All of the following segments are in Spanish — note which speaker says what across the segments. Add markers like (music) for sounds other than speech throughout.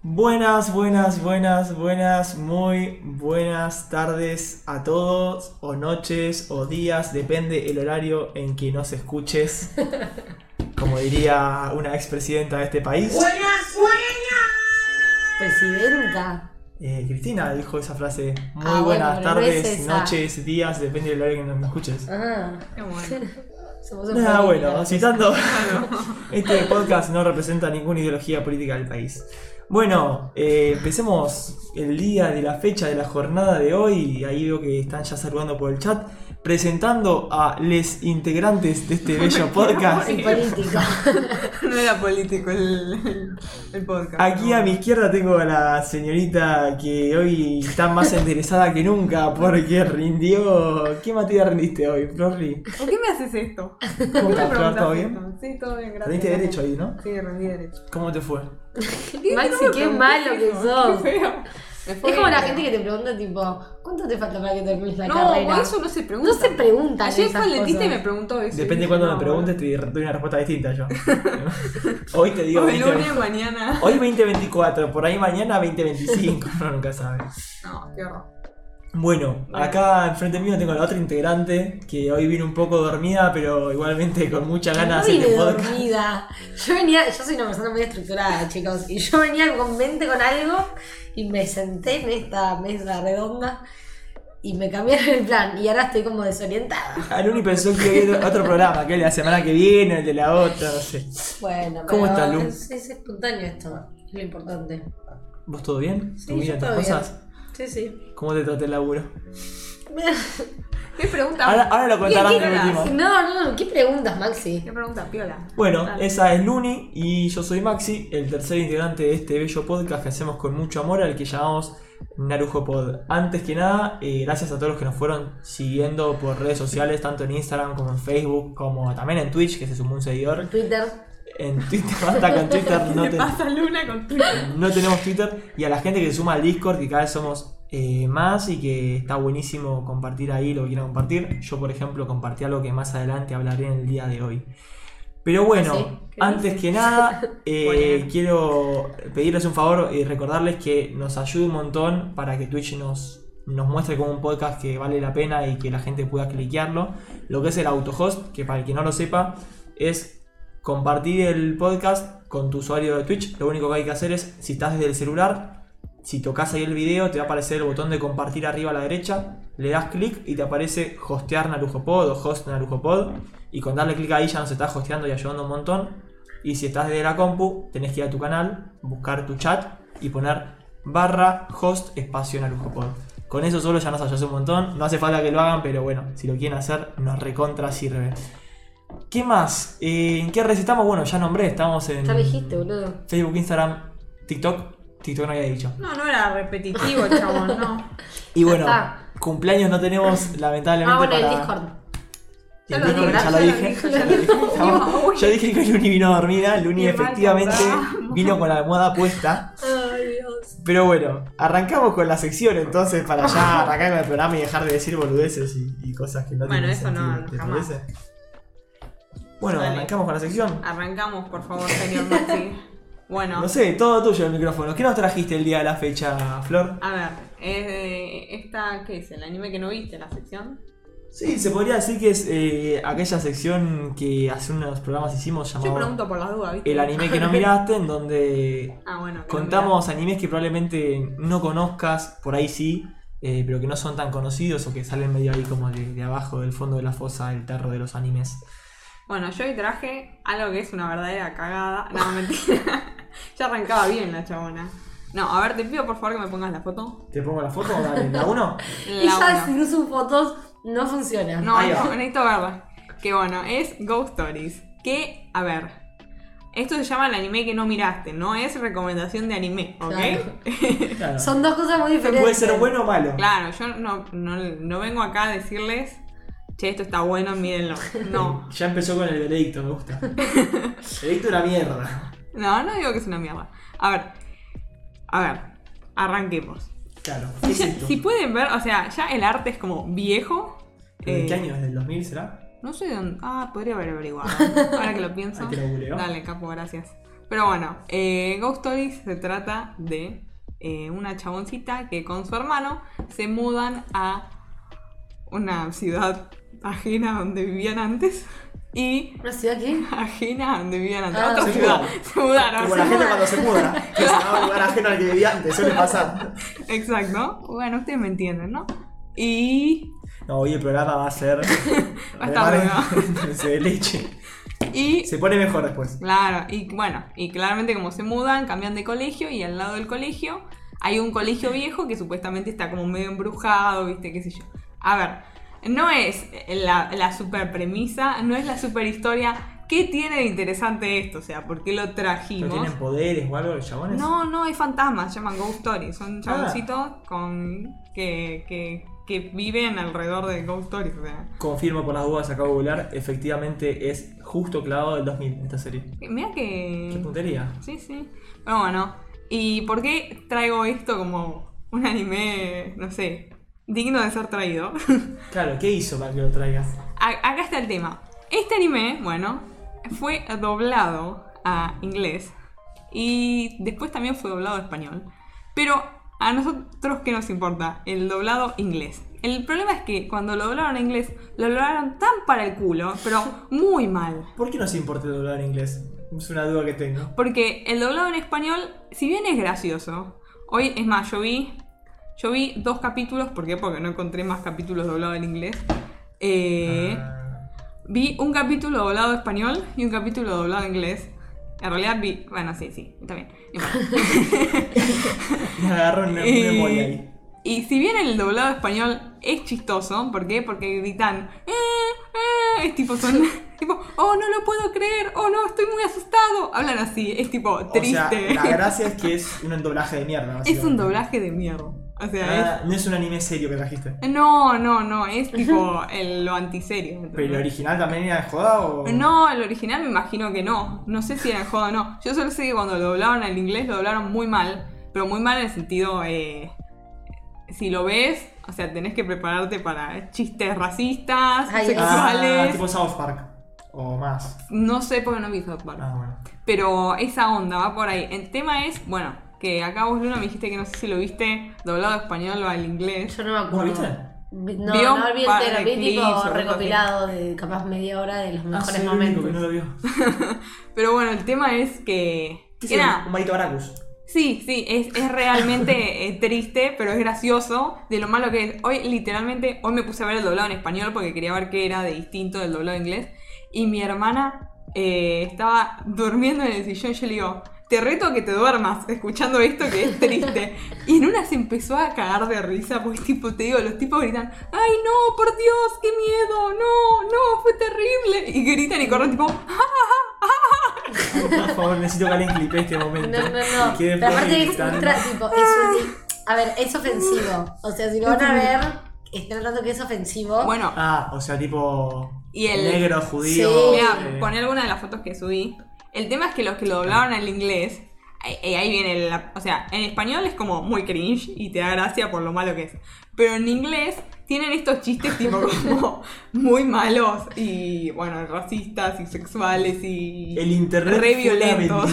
Speaker 1: Buenas, buenas, buenas, buenas, muy buenas tardes a todos, o noches, o días, depende el horario en que nos
Speaker 2: (laughs)
Speaker 1: escuches. Como diría una expresidenta de este país.
Speaker 3: ¡Buenas, buenas!
Speaker 2: Presidenta.
Speaker 1: Eh, Cristina dijo esa frase. Muy
Speaker 2: Ah, bueno,
Speaker 1: buenas
Speaker 2: pero no es
Speaker 1: tardes,
Speaker 2: esa.
Speaker 1: noches, días, depende del horario en que nos escuches.
Speaker 2: Ah.
Speaker 3: Qué bueno.
Speaker 2: Somos un
Speaker 1: Nada,
Speaker 2: familia.
Speaker 1: Ah, bueno, citando. (laughs) Este podcast no representa ninguna ideología política del país. Bueno, eh, empecemos el día de la fecha de la jornada de hoy. Ahí veo que están ya saludando por el chat. Presentando a les integrantes de este bello podcast.
Speaker 2: Sin política.
Speaker 3: (laughs) No era político el, el, el podcast.
Speaker 1: Aquí
Speaker 3: ¿no?
Speaker 1: a mi izquierda tengo a la señorita que hoy está más interesada que nunca porque rindió. ¿Qué materia rendiste hoy, Florri?
Speaker 3: ¿Por qué me haces esto?
Speaker 1: (laughs)
Speaker 3: ¿Por
Speaker 1: ¿Cómo estás,
Speaker 3: qué me
Speaker 1: Flor?
Speaker 3: preguntas
Speaker 1: ¿Todo bien?
Speaker 3: esto? Sí, todo bien, gracias.
Speaker 1: Rendiste derecho ahí, ¿no?
Speaker 3: Sí, rendí derecho.
Speaker 1: ¿Cómo te fue?
Speaker 2: (laughs) Maxi, qué malo que
Speaker 3: Oh.
Speaker 2: sos.
Speaker 3: Es
Speaker 2: Es como la gente que te pregunta, tipo, ¿cuánto te falta para que termines la
Speaker 3: No,
Speaker 2: carrera?
Speaker 3: por eso no se pregunta.
Speaker 2: No se preguntan
Speaker 3: Ayer fue
Speaker 2: esas
Speaker 3: al dentista y
Speaker 2: cosas.
Speaker 3: me preguntó eso.
Speaker 1: Depende
Speaker 3: Y
Speaker 1: cuando
Speaker 3: dije,
Speaker 1: me
Speaker 3: no,
Speaker 1: preguntes, te doy una respuesta distinta
Speaker 2: (laughs)
Speaker 1: yo. Hoy te digo
Speaker 3: bueno. Hoy
Speaker 1: 20,
Speaker 3: lunes, mañana. (laughs)
Speaker 1: Hoy 2024, por ahí mañana
Speaker 2: (laughs)
Speaker 1: 2025, no nunca sabes.
Speaker 3: No, qué horror.
Speaker 1: Bueno, acá enfrente mío tengo a la otra integrante que hoy vino un poco dormida, pero igualmente con muchas ganas
Speaker 2: No
Speaker 1: de
Speaker 2: vine
Speaker 1: este podcast.
Speaker 2: dormida. Yo venía, yo soy una persona muy estructurada, chicos. Y yo venía con mente con algo y me senté en esta mesa redonda y me cambiaron el plan. Y ahora estoy como desorientada.
Speaker 1: Aluni Ah, pensó que iba a ir otro programa, que el de la semana que viene, el de la otra, no sé.
Speaker 2: Bueno,
Speaker 1: ¿Cómo
Speaker 2: pero
Speaker 1: estás, Lu?
Speaker 2: Es, es espontáneo esto, es lo importante.
Speaker 1: ¿Vos todo bien?
Speaker 2: Sí,
Speaker 1: ¿Tu vida,
Speaker 2: yo
Speaker 1: tus
Speaker 2: todo bien.
Speaker 1: cosas?
Speaker 2: Sí, sí.
Speaker 1: ¿Cómo te traté el laburo?
Speaker 3: ¿Qué pregunta?
Speaker 1: Ahora, ahora lo contarán
Speaker 2: ¿Qué-
Speaker 1: de
Speaker 2: qué-
Speaker 1: último.
Speaker 2: No, no, ¿qué preguntas, Maxi?
Speaker 3: ¿Qué pregunta, piola?
Speaker 1: Bueno,
Speaker 3: Dale.
Speaker 1: esa es Luni y yo soy Maxi, el tercer integrante de este bello podcast que hacemos con mucho amor, al que llamamos Narujo Pod. Antes que nada, eh, gracias a todos los que nos fueron siguiendo por redes sociales, tanto en Instagram como en Facebook, como también en Twitch, que se sumó un seguidor.
Speaker 2: Twitter.
Speaker 1: En Twitter, (laughs) hasta con Twitter
Speaker 3: ¿Qué
Speaker 1: no,
Speaker 3: te
Speaker 1: te-
Speaker 3: pasa, Luna, con Twitter?
Speaker 1: (laughs) no tenemos Twitter. Y a la gente que se suma al Discord, que cada vez somos eh, más y que está buenísimo compartir ahí lo que quieran compartir. Yo, por ejemplo, compartí algo que más adelante hablaré en el día de hoy. Pero bueno,
Speaker 2: Ah, Sí, ¿qué
Speaker 1: antes que nada, eh,
Speaker 3: Bueno.
Speaker 1: quiero pedirles un favor y recordarles que nos ayude un montón para que Twitch nos, nos muestre como un podcast que vale la pena y que la gente pueda cliquearlo. Lo que es el autohost, que para el que no lo sepa, es compartir el podcast con tu usuario de Twitch. Lo único que hay que hacer es, si estás desde el celular, si tocas ahí el video, te va a aparecer el botón de compartir arriba a la derecha. Le das clic y te aparece hostear NarujoPod o host NarujoPod. Y con darle clic ahí ya nos estás hosteando y ayudando un montón. Y si estás desde la compu, tenés que ir a tu canal, buscar tu chat y poner barra host espacio NarujoPod. Con eso solo ya nos ayudas un montón. No hace falta que lo hagan, pero bueno, si lo quieren hacer, nos recontra sirve. ¿Qué más? Eh, ¿En qué red estamos? Bueno, ya nombré, estamos en
Speaker 2: Ya lo dijiste, boludo.
Speaker 1: Facebook, Instagram, TikTok. TikTok no había dicho.
Speaker 3: No, no era repetitivo, chabón, no.
Speaker 1: Y bueno,
Speaker 2: está.
Speaker 1: cumpleaños no tenemos, lamentablemente.
Speaker 2: Ah, bueno, el
Speaker 1: para-
Speaker 2: Discord.
Speaker 1: Y el
Speaker 3: Ya lo
Speaker 1: Discord, ya lo
Speaker 3: dije, ya lo
Speaker 1: dije.
Speaker 3: dije,
Speaker 1: ya
Speaker 3: ya
Speaker 1: lo
Speaker 3: (laughs) lo
Speaker 1: dije.
Speaker 3: dije.
Speaker 1: Estamos- Yo dije que Luni vino dormida. Luni
Speaker 3: Qué mal
Speaker 1: efectivamente
Speaker 3: contamos.
Speaker 1: vino con la almohada puesta.
Speaker 2: Ay, Dios.
Speaker 1: Pero bueno, arrancamos con la sección entonces para ya arrancar con el programa y dejar de decir boludeces y, y cosas que no
Speaker 3: Bueno,
Speaker 1: tienen
Speaker 3: eso no,
Speaker 1: sentido, ¿te
Speaker 3: jamás.
Speaker 1: parece? Bueno,
Speaker 3: Dale.
Speaker 1: arrancamos con la sección.
Speaker 3: Arrancamos, por favor, señor Maxi. Bueno,
Speaker 1: No sé, todo tuyo el micrófono. ¿Qué nos trajiste el día de la fecha, Flor?
Speaker 3: a ver, eh, esta, ¿qué es? ¿El anime que no viste, la sección?
Speaker 1: Sí, se podría decir que es eh, aquella sección que hace unos programas hicimos
Speaker 3: Yo
Speaker 1: llamado
Speaker 3: pregunto por las dudas, ¿viste?
Speaker 1: El anime que no miraste, en donde
Speaker 3: (laughs) Ah, bueno. que no
Speaker 1: Contamos animes que probablemente no conozcas, por ahí sí, eh, pero que no son tan conocidos o que salen medio ahí como de, de abajo del fondo de la fosa, el tarro de los animes.
Speaker 3: mirá. Bueno, yo hoy traje algo que es una verdadera cagada. No, (laughs) mentira. ya arrancaba bien la chabona. No, a ver, te pido por favor que me pongas la foto.
Speaker 1: ¿Te pongo la foto? Dale, la uno. (laughs)
Speaker 2: Ella
Speaker 3: La uno.
Speaker 2: sin sus fotos no funciona.
Speaker 3: No,
Speaker 1: Ahí va.
Speaker 3: no, necesito verla. Que bueno, es Ghost Stories. Que, a ver. Esto se llama el anime que no miraste, no es recomendación de anime, ¿ok?
Speaker 2: Claro.
Speaker 1: Claro.
Speaker 2: Son dos cosas muy diferentes.
Speaker 1: Puede ser bueno o malo.
Speaker 3: Claro, yo no, no, no vengo acá a decirles, che, esto está bueno, mírenlo. No,
Speaker 1: Eh, Ya empezó con el veredicto, me
Speaker 3: (laughs)
Speaker 1: gusta. veredicto una mierda.
Speaker 3: no, no digo que es una mierda. A ver, a ver, arranquemos.
Speaker 1: Claro. ¿Qué es esto?
Speaker 3: Si pueden ver, o sea, ya el arte es como viejo.
Speaker 1: ¿De qué
Speaker 3: eh,
Speaker 1: año es? ¿Del 2000 será? (laughs)
Speaker 3: No sé de dónde. Ah, podría haber averiguado. Ahora que lo pienso.
Speaker 1: Ahí te lo googleo.
Speaker 3: Dale, capo, gracias. Pero bueno, eh, Ghost Story se trata de eh, una chaboncita que con su hermano se mudan a una ciudad ajena donde vivían antes. Y (laughs)
Speaker 2: ¿Una ciudad aquí?
Speaker 3: ajena a donde vivían antes.
Speaker 2: Ah,
Speaker 3: otra
Speaker 2: se
Speaker 3: ciudad.
Speaker 1: mudaron.
Speaker 3: Se mudaron.
Speaker 1: Como la gente cuando se muda, que se va a un lugar ajeno al que vivía antes, suele pasar.
Speaker 3: (laughs) Exacto. Bueno, ustedes me entienden, ¿no? Y
Speaker 1: No, hoy el programa va a ser.
Speaker 3: (laughs) Va a estar
Speaker 1: además de- (laughs) de leche.
Speaker 3: Y
Speaker 1: Se pone mejor después.
Speaker 3: claro, y bueno, y claramente como se mudan, cambian de colegio y al lado del colegio hay un colegio viejo que supuestamente está como medio embrujado, viste, qué sé yo. A ver, no es la, la super premisa, no es la super historia. ¿Qué tiene de interesante esto? O sea, ¿por qué lo
Speaker 1: ¿No
Speaker 3: trajimos?
Speaker 1: tienen poderes o algo los chabones?
Speaker 3: No, no, hay fantasmas, se llaman Ghost Stories.
Speaker 1: Ah.
Speaker 3: Son chaboncitos con, que, que, que viven alrededor de Ghost Stories. O sea,
Speaker 1: Confirmo por las dudas, acabo de volar. Efectivamente es justo clavado del 2000 esta serie.
Speaker 3: mira que.
Speaker 1: Qué puntería.
Speaker 3: Sí, sí. Pero bueno, ¿y por qué traigo esto como un anime, no sé, digno de ser traído? (laughs)
Speaker 1: Claro, ¿qué hizo para que lo traigas?
Speaker 3: A- Acá está el tema. Este anime, bueno, fue doblado a inglés y después también fue doblado a español. Pero a nosotros, ¿qué nos importa? El doblado inglés. El problema es que cuando lo doblaron a inglés, lo doblaron tan para el culo, pero muy mal.
Speaker 1: ¿Por qué nos importa doblar en inglés? Es una duda que tengo.
Speaker 3: Porque el doblado en español, si bien es gracioso, hoy es más, yo vi, yo vi dos capítulos, ¿por qué? Porque no encontré más capítulos doblados en inglés. Eh,
Speaker 1: Ah,
Speaker 3: Vi un capítulo doblado en español y un capítulo doblado en inglés. En realidad vi, bueno, sí, sí,
Speaker 1: (laughs)
Speaker 3: está bien. No importa.
Speaker 1: me agarró
Speaker 3: (laughs)
Speaker 1: una una embolia
Speaker 3: Y,
Speaker 1: ahí.
Speaker 3: Eh, y si bien el doblado español es chistoso, ¿por qué? Porque gritan, "Eh, eh", es
Speaker 1: (laughs)
Speaker 3: tipo, son, tipo, oh, no lo puedo creer, oh, no, estoy muy asustado. Hablan así, es tipo,
Speaker 1: O
Speaker 3: triste.
Speaker 1: sea, la gracia es que es un doblaje de mierda.
Speaker 3: Es un
Speaker 1: básicamente.
Speaker 3: doblaje de mierda. O sea,
Speaker 1: Ah, no es un anime serio que trajiste.
Speaker 3: es. No, no, no.
Speaker 1: (laughs)
Speaker 3: Es tipo el, lo antiserio. ¿entendés?
Speaker 1: ¿Pero el original también era de joda o.?
Speaker 3: No, el original me imagino que no. No sé si era en joda o no. Yo solo sé que cuando lo doblaron al inglés lo doblaron muy mal. Pero muy mal en el sentido. eh, si lo ves, o sea, tenés que prepararte para chistes racistas,
Speaker 2: Ay,
Speaker 1: Ah,
Speaker 3: sexuales.
Speaker 1: tipo South Park. O más.
Speaker 3: No sé porque no vi South Park.
Speaker 1: Ah, bueno.
Speaker 3: Pero esa onda va por ahí. El tema es, bueno, que acá vos, Luna, me dijiste que no sé si lo viste doblado de español o al inglés.
Speaker 2: Yo no me
Speaker 1: ¿Vos
Speaker 2: acuerdo.
Speaker 1: lo viste?
Speaker 2: Vi- No,
Speaker 3: Vi un
Speaker 2: no vi
Speaker 3: par
Speaker 2: entero,
Speaker 3: de
Speaker 2: vi tipo
Speaker 3: clips o algo así.
Speaker 2: recopilado de capaz media hora de los
Speaker 1: Ah, soy
Speaker 2: mejores
Speaker 1: el único
Speaker 2: momentos.
Speaker 1: que no lo vio.
Speaker 3: Pero bueno, el tema es que.
Speaker 1: ¿Qué
Speaker 3: que
Speaker 1: es
Speaker 3: nada,
Speaker 1: Un marito Baracus.
Speaker 3: Sí, sí, es, es realmente eh, triste, pero es gracioso de lo malo que es. Hoy, literalmente, hoy me puse a ver el doblado en español porque quería ver qué era de distinto del doblado en inglés. Y mi hermana eh, estaba durmiendo en el sillón y yo le digo, te reto a que te duermas escuchando esto que es triste. Y en una se empezó a cagar de risa porque tipo, te digo, los tipos gritan, ay no, por Dios, qué miedo, no, no, fue terrible. Y gritan y corren tipo,
Speaker 1: Por favor, necesito que alguien clipe este momento.
Speaker 2: No, no, no.
Speaker 1: Y quede
Speaker 2: Pero aparte es
Speaker 1: publicitando.
Speaker 2: ultra, tipo, es un- A ver, es ofensivo. O sea, si lo van a ver, están hablando que es ofensivo.
Speaker 3: bueno,
Speaker 1: Ah, o sea, tipo.
Speaker 3: Y el-
Speaker 1: Negro, judío.
Speaker 2: Sí.
Speaker 1: eh,
Speaker 3: Mira, poné alguna de las fotos que subí. El tema es que los que lo doblaron al inglés, ahí, eh, ahí viene el- la- O sea, en español es como muy cringe y te da gracia por lo malo que es. Pero en inglés tienen estos chistes
Speaker 1: (laughs)
Speaker 3: tipo como muy malos y, bueno, racistas y sexuales y...
Speaker 1: El internet. fue
Speaker 3: Re
Speaker 1: una
Speaker 3: violentos.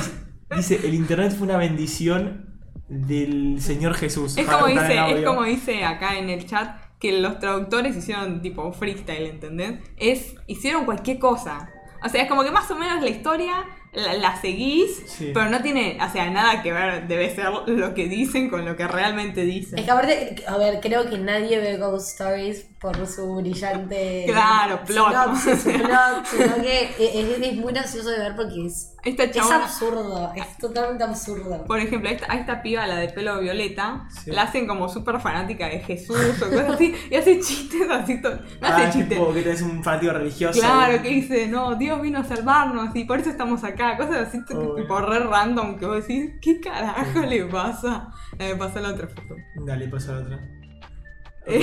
Speaker 1: bendi- Dice, el internet fue una bendición del Señor Jesús.
Speaker 3: Es
Speaker 1: Para
Speaker 3: como,
Speaker 1: cortar el
Speaker 3: dice, es
Speaker 1: audio.
Speaker 3: como dice acá en el chat que los traductores hicieron tipo freestyle, ¿entendés? Es, hicieron cualquier cosa. O sea, es como que más o menos la historia la, la seguís,
Speaker 1: Sí.
Speaker 3: pero no tiene, o sea, nada que ver, debe ser lo que dicen con lo que realmente dicen.
Speaker 2: Es que aparte, a ver, creo que nadie ve Ghost Stories por su brillante.
Speaker 3: Claro, plot.
Speaker 2: sinopsis,
Speaker 3: (laughs)
Speaker 2: plot, sino que es, es muy gracioso de ver porque es.
Speaker 3: Esta
Speaker 2: Es
Speaker 3: chabona,
Speaker 2: absurdo, es totalmente absurdo.
Speaker 3: por ejemplo, a esta, a esta piba, la de pelo violeta,
Speaker 1: Sí.
Speaker 3: la hacen como súper fanática de Jesús o cosas así, y hace chistes así, to- no
Speaker 1: Ah,
Speaker 3: hace
Speaker 1: es
Speaker 3: chistes,
Speaker 1: tipo que tenés un fanático religioso.
Speaker 3: Claro, que dice, no, Dios vino a salvarnos y por eso estamos acá. Cosas así, t-
Speaker 1: Oh,
Speaker 3: tipo re random, que vos decís, ¿qué carajo le pasa? Eh, me pasó la otra foto.
Speaker 1: Dale, pasa la
Speaker 3: (laughs)
Speaker 1: otra. Ok.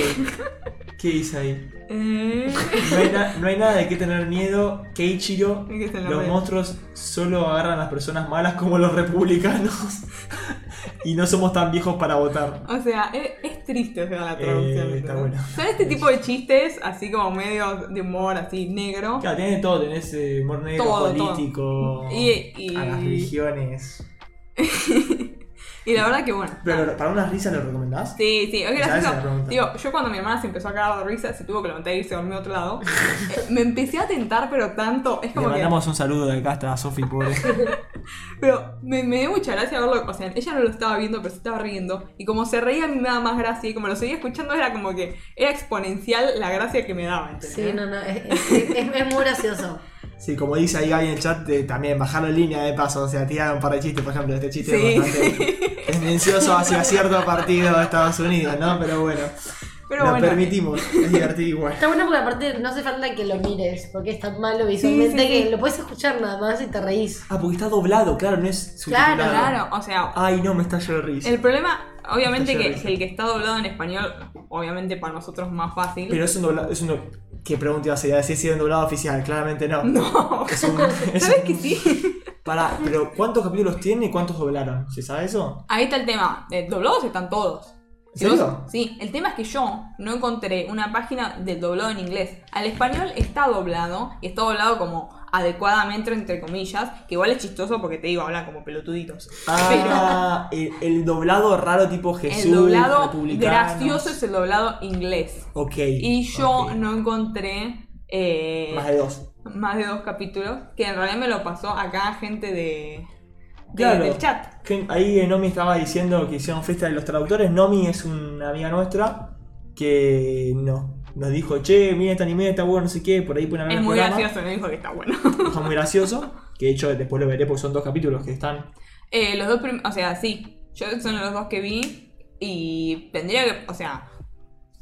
Speaker 1: ¿Qué dice ahí?
Speaker 3: Eh,
Speaker 1: No hay, na- no hay nada de qué tener miedo. Keiichiro,
Speaker 3: Es que se lo
Speaker 1: los
Speaker 3: ve.
Speaker 1: monstruos solo agarran a las personas (laughs) malas como los republicanos. y no somos tan viejos para votar.
Speaker 3: o sea, eh, es, es triste, o sea, la traducción.
Speaker 1: Eh, está
Speaker 3: ¿no?
Speaker 1: bueno.
Speaker 3: Son este tipo de chistes, así como medio de humor, así negro.
Speaker 1: Claro, tenés todo, tenés eh, humor negro,
Speaker 3: Todo, todo.
Speaker 1: político,
Speaker 3: Y- y-
Speaker 1: a las religiones.
Speaker 3: Y la verdad que bueno.
Speaker 1: Pero
Speaker 3: nada.
Speaker 1: para unas risas lo recomendás.
Speaker 3: Ah. Sí, sí, es
Speaker 1: Esa es la
Speaker 3: gracioso.
Speaker 1: pregunta.
Speaker 3: Digo, yo cuando mi hermana se empezó a cagar de risa, se tuvo que levantar y irse a dormir a otro lado. eh, me empecé a tentar, pero tanto. Es
Speaker 1: Le
Speaker 3: como que.
Speaker 1: mandamos un saludo de acá hasta a Sofi,
Speaker 3: (laughs)
Speaker 1: pobre.
Speaker 3: Pero me, me dio mucha gracia verlo. O sea, ella no lo estaba viendo, pero se estaba riendo. Y como se reía, a mí me daba más gracia. Y como lo seguía escuchando, era como que era exponencial la gracia que me daba. ¿entendés?
Speaker 2: Sí, no, no, es, es- es- es muy gracioso.
Speaker 1: Sí, como dice ahí Gaby en el chat, de, también bajar la línea de paso, o sea, tirar un par de chistes, por ejemplo, este chiste
Speaker 3: Sí.
Speaker 1: es
Speaker 3: (laughs)
Speaker 1: bastante tendencioso hacia cierto partido de Estados Unidos, ¿no? Pero bueno,
Speaker 3: Pero
Speaker 1: lo
Speaker 3: bueno. (laughs)
Speaker 1: permitimos, es divertido igual.
Speaker 2: Está bueno porque aparte no hace falta que lo mires, porque es tan malo visualmente
Speaker 3: Sí, sí, sí.
Speaker 2: que lo puedes escuchar nada más y te reís.
Speaker 1: Ah, porque está doblado, claro, no es
Speaker 2: Claro,
Speaker 1: subtitulado.
Speaker 3: Claro, o sea,
Speaker 1: Ay, no, me está yo de risa.
Speaker 3: el problema, obviamente,
Speaker 1: Está
Speaker 3: que,
Speaker 1: llorando.
Speaker 3: que el que está doblado en español, obviamente para nosotros es más fácil.
Speaker 1: Pero es un doblado, es un do- ¿Qué pregunta iba a ser? ¿Sí, sí, un doblado oficial? Claramente no.
Speaker 3: (laughs) No.
Speaker 1: Es un- es
Speaker 3: ¿Sabes
Speaker 1: un-
Speaker 3: que sí?
Speaker 1: (laughs) Pará, pero ¿cuántos capítulos tiene y cuántos doblaron? ¿Se sabe eso?
Speaker 3: Ahí está el tema. Eh, doblados están todos.
Speaker 1: ¿En
Speaker 3: Si vos-
Speaker 1: serio?
Speaker 3: sí, el tema es que yo no encontré una página del doblado en inglés. Al español está doblado, y está doblado como adecuadamente, entre comillas, que igual es chistoso porque te digo, hablan como pelotuditos.
Speaker 1: Ah, el, el doblado raro tipo
Speaker 3: Pero
Speaker 1: Jesús,
Speaker 3: el doblado
Speaker 1: republicanos.
Speaker 3: gracioso es el doblado inglés.
Speaker 1: Ok.
Speaker 3: Y yo
Speaker 1: ok.
Speaker 3: no encontré eh,
Speaker 1: Más de dos.
Speaker 3: más de dos capítulos, que en realidad me lo pasó acá gente de, de-
Speaker 1: Claro.
Speaker 3: del chat.
Speaker 1: Que Ahí eh, Nomi estaba diciendo que hicieron fiesta de los traductores. Nomi es una amiga nuestra que no, nos dijo, che, mira este anime, está bueno, no sé qué, por ahí pueden hablar
Speaker 3: Es
Speaker 1: del
Speaker 3: muy
Speaker 1: programa.
Speaker 3: gracioso, me dijo que está bueno.
Speaker 1: Está muy gracioso. Que de hecho después lo veré porque son dos capítulos que están.
Speaker 3: Eh, los dos primeros, o sea, sí. Yo son los dos que vi y tendría que, o sea,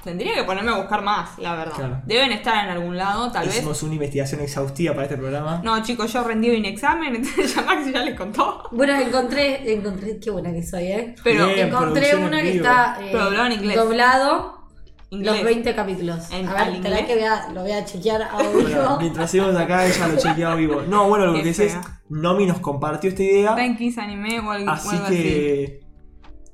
Speaker 3: tendría que ponerme a buscar más, la verdad.
Speaker 1: Claro.
Speaker 3: Deben estar en algún lado, tal vez.
Speaker 1: Hicimos una investigación exhaustiva para este programa.
Speaker 3: No, chicos, yo rendí un examen, (laughs) entonces ya Max ya les contó.
Speaker 2: Bueno, encontré, encontré, qué buena que soy, ¿eh?
Speaker 3: Pero
Speaker 1: Bien,
Speaker 2: encontré
Speaker 1: producción en
Speaker 2: uno que
Speaker 1: vivo.
Speaker 2: está eh,
Speaker 3: Pero doblado en inglés.
Speaker 2: doblado
Speaker 3: inglés.
Speaker 2: los 20 capítulos.
Speaker 3: ¿En-
Speaker 2: a
Speaker 3: al
Speaker 2: ver, esperá
Speaker 3: inglés?
Speaker 2: que vea- lo voy a chequear a
Speaker 1: Bueno,
Speaker 3: (laughs)
Speaker 2: (laughs) vivo.
Speaker 1: mientras íbamos acá, ella lo chequeaba vivo. No, bueno, lo
Speaker 3: Qué
Speaker 1: que dices,
Speaker 3: fea.
Speaker 1: Nomi nos compartió esta idea.
Speaker 3: Está en Kiss Anime o algo o
Speaker 1: Así
Speaker 3: algo así.
Speaker 1: que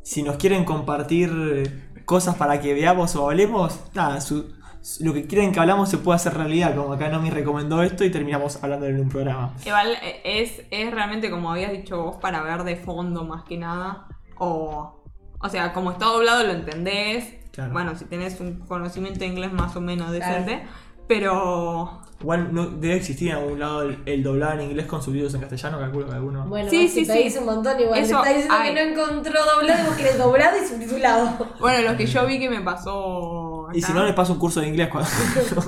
Speaker 1: si nos quieren compartir eh, cosas para que veamos o hablemos, nada, su- su- lo que quieren que hablamos se puede hacer realidad, como acá Nomi recomendó esto y terminamos hablando en un programa.
Speaker 3: Igual eh, es, es realmente como habías dicho vos, para ver de fondo más que nada. O, o sea, como está doblado lo entendés.
Speaker 1: Claro.
Speaker 3: Bueno, si tenés un conocimiento de inglés más o menos
Speaker 2: Claro.
Speaker 3: decente. Pero
Speaker 1: Igual no debe existir en algún lado el, el doblado en inglés con subtítulos en castellano, calculo que alguno.
Speaker 2: Bueno,
Speaker 3: Sí,
Speaker 2: sí,
Speaker 3: sí,
Speaker 2: sí,
Speaker 3: sí.
Speaker 2: un montón igual.
Speaker 3: Eso
Speaker 2: Te está diciendo
Speaker 3: hay.
Speaker 2: que no encontró doblado y vos querés doblado y subtitulado.
Speaker 3: Bueno, lo que yo vi que me pasó. acá-
Speaker 1: y si
Speaker 3: (laughs)
Speaker 1: no, les paso un curso de inglés cuando.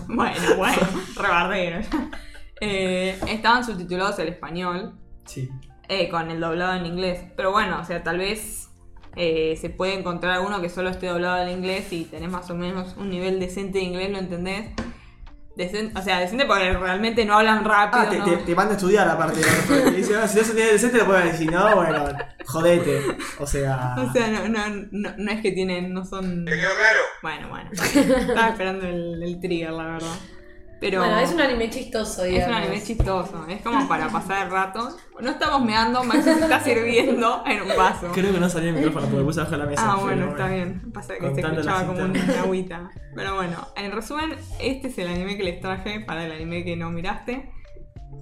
Speaker 3: Bueno, bueno, rebardero. Eh, estaban subtitulados al español,
Speaker 1: sí.
Speaker 3: eh, con el doblado en inglés. Pero bueno, o sea, tal vez eh, se puede encontrar alguno que solo esté doblado al inglés y tenés más o menos un nivel decente de inglés, ¿lo entendés? Decen- o sea, decente porque realmente no hablan rápido.
Speaker 1: Ah, te,
Speaker 3: ¿no?
Speaker 1: te, te manda a estudiar aparte. ¿no? Te dice, "Ah, si no se tiene decente, lo puedes decir, no, bueno, jodete. O sea.
Speaker 3: O sea, no, no, no, no es que tienen, no son. Bueno, bueno. Estaba esperando el, el trigger, la verdad. (laughs) Pero...
Speaker 2: Bueno, es un anime chistoso,
Speaker 3: Es
Speaker 2: digamos.
Speaker 3: un anime chistoso, es como para pasar el rato. No estamos meando, Max se está sirviendo (laughs) en un vaso.
Speaker 1: Creo que no salió el micrófono porque puse abajo de la mesa.
Speaker 3: Ah,
Speaker 1: pero
Speaker 3: bueno, está bien. Pasa que se
Speaker 1: Contando la
Speaker 3: escuchaba como
Speaker 1: cinta.
Speaker 3: una agüita. Pero bueno, en resumen, este es el anime que les traje para el anime que no miraste.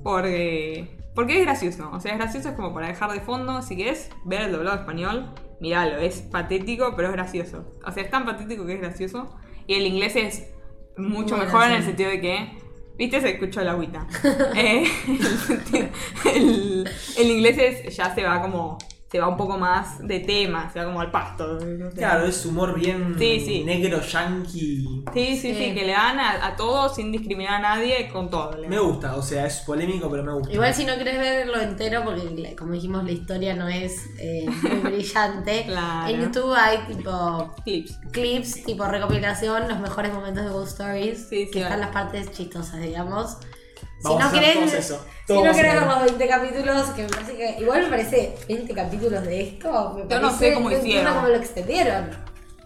Speaker 3: Porque, porque es gracioso. O sea, es gracioso, es como para dejar de fondo. Si querés ver el doblado español, miralo. Es patético, pero es gracioso. O sea, es tan patético que es gracioso. Y el inglés es mucho
Speaker 2: Bueno,
Speaker 3: mejor en
Speaker 2: sí.
Speaker 3: el sentido de que. ¿Viste? Se escuchó la agüita.
Speaker 2: (laughs)
Speaker 3: Eh, el sentido- el, el inglés es- ya se va como. Se va un poco más de tema, se va como al pasto. o sea.
Speaker 1: Claro, es humor bien
Speaker 3: Sí, sí.
Speaker 1: negro, yankee.
Speaker 3: Sí, sí, sí,
Speaker 2: Sí.
Speaker 3: que le dan a, a todos sin discriminar a nadie, con todo. le
Speaker 1: Me
Speaker 3: dan.
Speaker 1: gusta, o sea, es polémico, pero me gusta.
Speaker 2: Igual si no querés verlo entero, porque la- como dijimos, la historia no es eh, muy
Speaker 3: (laughs)
Speaker 2: brillante.
Speaker 3: Claro.
Speaker 2: En YouTube hay tipo
Speaker 3: Clips.
Speaker 2: clips, tipo recopilación, los mejores momentos de Ghost Stories,
Speaker 3: Sí, sí,
Speaker 2: que están
Speaker 3: vale.
Speaker 2: las partes chistosas, digamos.
Speaker 1: Vamos a
Speaker 2: si no
Speaker 1: hacer
Speaker 2: querés,
Speaker 1: todos eso.
Speaker 2: si
Speaker 1: Todos
Speaker 2: no
Speaker 1: vamos a
Speaker 2: querés ver
Speaker 1: hacer.
Speaker 2: los 20 capítulos, que me parece que. Igual me parece 20 capítulos de esto. Me
Speaker 3: Yo no
Speaker 2: parece-
Speaker 3: sé cómo
Speaker 2: entiendo
Speaker 3: hicieron.
Speaker 2: cómo lo extendieron.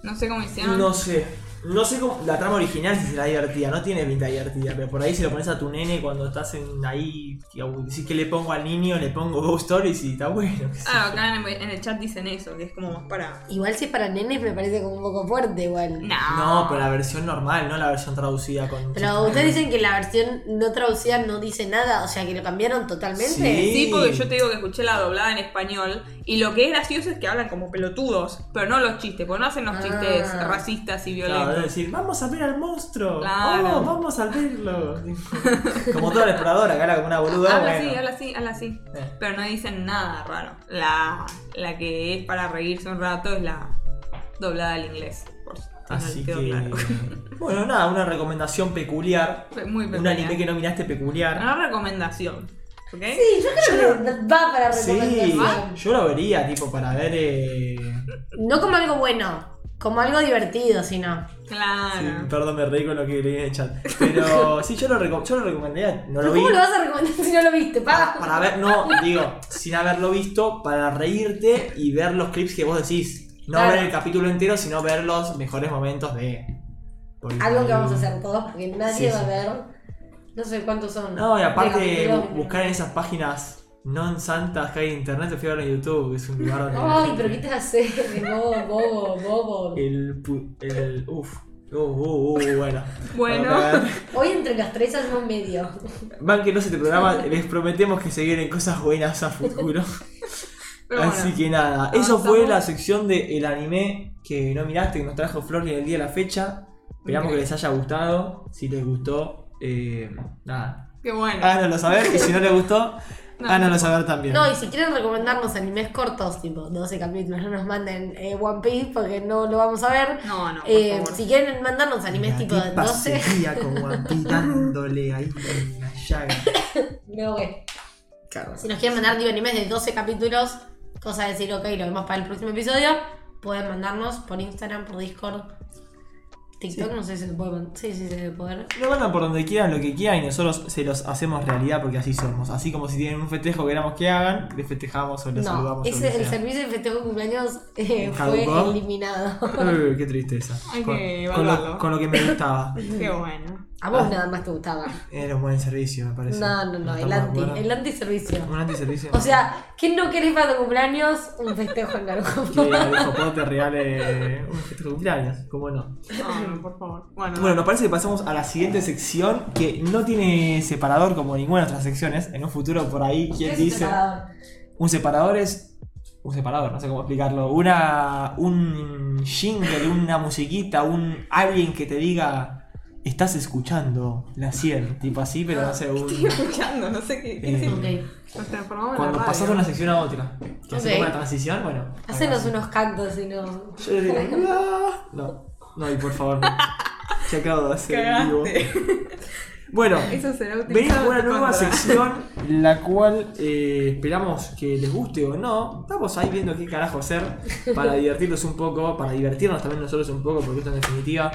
Speaker 3: No sé cómo hicieron.
Speaker 1: No sé. No sé cómo, la trama original si será divertida, no tiene pinta divertida, pero por ahí si lo pones a tu nene cuando estás en ahí, digamos, decís que le pongo al niño, le pongo Ghost Stories y está bueno. qué sé
Speaker 3: Ah,
Speaker 1: yo.
Speaker 3: acá en en el chat dicen eso, que es como más para.
Speaker 2: Igual si es para nenes me parece como un poco fuerte igual.
Speaker 3: Ah, No.
Speaker 1: No, pero la versión normal, no la versión traducida con.
Speaker 2: Pero ustedes dicen que la versión no traducida no dice nada, o sea que lo cambiaron totalmente.
Speaker 1: Sí.
Speaker 3: Sí, porque yo te digo que escuché la doblada en español y lo que es gracioso es que hablan como pelotudos, pero no los chistes, porque no hacen los
Speaker 2: Ah.
Speaker 3: chistes racistas y
Speaker 1: Claro,
Speaker 3: violentos.
Speaker 1: debe decir, vamos a ver al monstruo.
Speaker 3: Claro.
Speaker 1: Oh, vamos a verlo. como toda la exploradora, que habla como una boluda.
Speaker 3: habla
Speaker 1: bueno.
Speaker 3: así, Ah, habla así, habla así.
Speaker 1: Eh.
Speaker 3: Pero no dicen nada raro. La, la que es para reírse un rato es la doblada al inglés. Por si no
Speaker 1: Así
Speaker 3: les
Speaker 1: que.
Speaker 3: quedó claro. (laughs)
Speaker 1: (laughs) Bueno, nada, una recomendación peculiar.
Speaker 3: Fue Muy
Speaker 1: Un anime que
Speaker 3: peculiar.
Speaker 1: no miraste
Speaker 2: Ah,
Speaker 1: peculiar.
Speaker 3: Una recomendación. ¿Ok?
Speaker 2: Sí, yo creo que va para
Speaker 1: Sí,
Speaker 3: Ah.
Speaker 2: recomendación.
Speaker 1: yo lo vería, tipo, para ver. eh,
Speaker 2: No como algo bueno, como algo divertido, sino. Ah,
Speaker 1: Sí,
Speaker 3: Claro.
Speaker 1: perdón, me reí con lo que leí en el chat.
Speaker 2: (laughs)
Speaker 1: Pero sí, yo lo, reco- yo lo recomendaría. No lo vi. Ah,
Speaker 2: ¿Cómo lo vas a recomendar (laughs) si no lo viste, pa?
Speaker 1: Para ver, no, digo, sin haberlo visto, para reírte y ver los clips que vos decís. No
Speaker 2: Claro.
Speaker 1: ver el capítulo entero, sino ver los mejores momentos de. Porque-
Speaker 2: Algo que vamos a hacer todos, porque nadie
Speaker 1: Sí,
Speaker 2: va a
Speaker 1: sí.
Speaker 2: ver. No sé cuántos son.
Speaker 1: No, y
Speaker 2: De
Speaker 1: aparte,
Speaker 2: capítulos.
Speaker 1: bu- buscar en esas páginas non santas que hay en internet, te fui a ver en YouTube, es un lugar donde. la
Speaker 2: Ay,
Speaker 1: gente-
Speaker 2: pero ¿qué te (laughs) haces? Bobo, bobo, bobo.
Speaker 1: El. pu- el uf. Uh, uh, uh, bueno.
Speaker 3: Bueno.
Speaker 1: (laughs) Para-
Speaker 2: Hoy entre las tres hacemos medio.
Speaker 1: Van que no se te programa, les prometemos que se vienen cosas buenas a futuro.
Speaker 3: (laughs) Pero
Speaker 1: Así
Speaker 3: bueno.
Speaker 1: que nada, eso
Speaker 3: avanzamos.
Speaker 1: fue la sección de el anime que no miraste, que nos trajo Flori el día de la fecha. Esperamos
Speaker 3: Ok.
Speaker 1: que les haya gustado. Si les gustó, eh, nada.
Speaker 3: Qué bueno.
Speaker 1: Háganoslo saber y si no les gustó,
Speaker 3: (laughs) No,
Speaker 1: háganoslo saber también.
Speaker 2: No, y si quieren recomendarnos animes cortos, tipo 12 capítulos, no nos manden eh, One Piece porque no lo vamos a
Speaker 1: Ah,
Speaker 2: ver.
Speaker 3: No, no, por
Speaker 2: Eh,
Speaker 3: favor.
Speaker 2: si quieren mandarnos animes
Speaker 1: La
Speaker 2: tipo de
Speaker 1: tipa
Speaker 2: 12,
Speaker 1: seguía como aquí dándole ahí en la llaga.
Speaker 2: no, güey.
Speaker 1: Claro.
Speaker 2: Si nos quieren mandar digo, animes de 12 capítulos, cosa de decir, ok, lo vemos para el próximo episodio, pueden mandarnos por Instagram, por Discord, TikTok, no sé si se puede mandar. Sí, sí, se debe poder.
Speaker 1: Lo mandan por donde quieran, lo que quieran y nosotros se los hacemos realidad porque así somos. Así como si tienen un festejo que queramos que hagan, les festejamos o les
Speaker 2: No,
Speaker 1: saludamos. o
Speaker 2: ese,
Speaker 1: lo que
Speaker 2: el
Speaker 1: sea.
Speaker 2: servicio de festejo de cumpleaños eh, fue
Speaker 1: ¿Caducó?
Speaker 2: eliminado.
Speaker 1: Uy, qué tristeza.
Speaker 3: Hay
Speaker 1: Con,
Speaker 3: que
Speaker 1: con lo,
Speaker 3: evaluarlo.
Speaker 1: con lo que me gustaba.
Speaker 3: Qué bueno.
Speaker 2: A vos
Speaker 1: Ah.
Speaker 2: nada más te gustaba.
Speaker 1: Era un buen servicio, me parece.
Speaker 2: No, no, no, el
Speaker 1: estamos
Speaker 2: anti,
Speaker 1: de acuerdo.
Speaker 2: el antiservicio.
Speaker 1: Un antiservicio.
Speaker 2: O sea, ¿quién no querés para tu cumpleaños? Un festejo
Speaker 1: (laughs)
Speaker 2: en Carujo.
Speaker 1: Que
Speaker 2: (laughs)
Speaker 1: el Jopó te regale un festejo de cumpleaños, cómo no.
Speaker 3: No, no, por favor. Bueno,
Speaker 1: Bueno, nos parece que pasamos a la siguiente sección que no tiene separador como ninguna de nuestras secciones. En un futuro por ahí, ¿quién dice? Un separador es. Un separador, no sé cómo explicarlo. Una. un jingle, una musiquita, un alguien que te diga. Estás escuchando la sien, tipo así, pero no sé, un-
Speaker 3: (laughs) estoy escuchando, no sé qué. qué
Speaker 1: Eh,
Speaker 3: hicimos.
Speaker 2: Ok.
Speaker 3: Nos transformamos en
Speaker 1: cuando
Speaker 3: la
Speaker 1: pasas de
Speaker 3: radio.
Speaker 1: una sección a otra. Que hace
Speaker 2: Ok.
Speaker 1: como una transición, bueno.
Speaker 2: Hacenos
Speaker 1: algo así.
Speaker 2: unos cantos y no.
Speaker 1: Yo le digo,
Speaker 3: (laughs)
Speaker 1: "Ah". No, no, y por favor, no. Se acabo de hacer en vivo.
Speaker 3: Cagaste.
Speaker 1: Bueno,
Speaker 3: (laughs) Eso será
Speaker 1: venimos
Speaker 3: utilizado
Speaker 1: con una
Speaker 3: en tu
Speaker 1: nueva
Speaker 3: contra.
Speaker 1: sección, la cual eh, esperamos que les guste o no. Estamos ahí viendo qué carajo hacer para divertirnos un poco, para divertirnos también nosotros un poco, porque esto en definitiva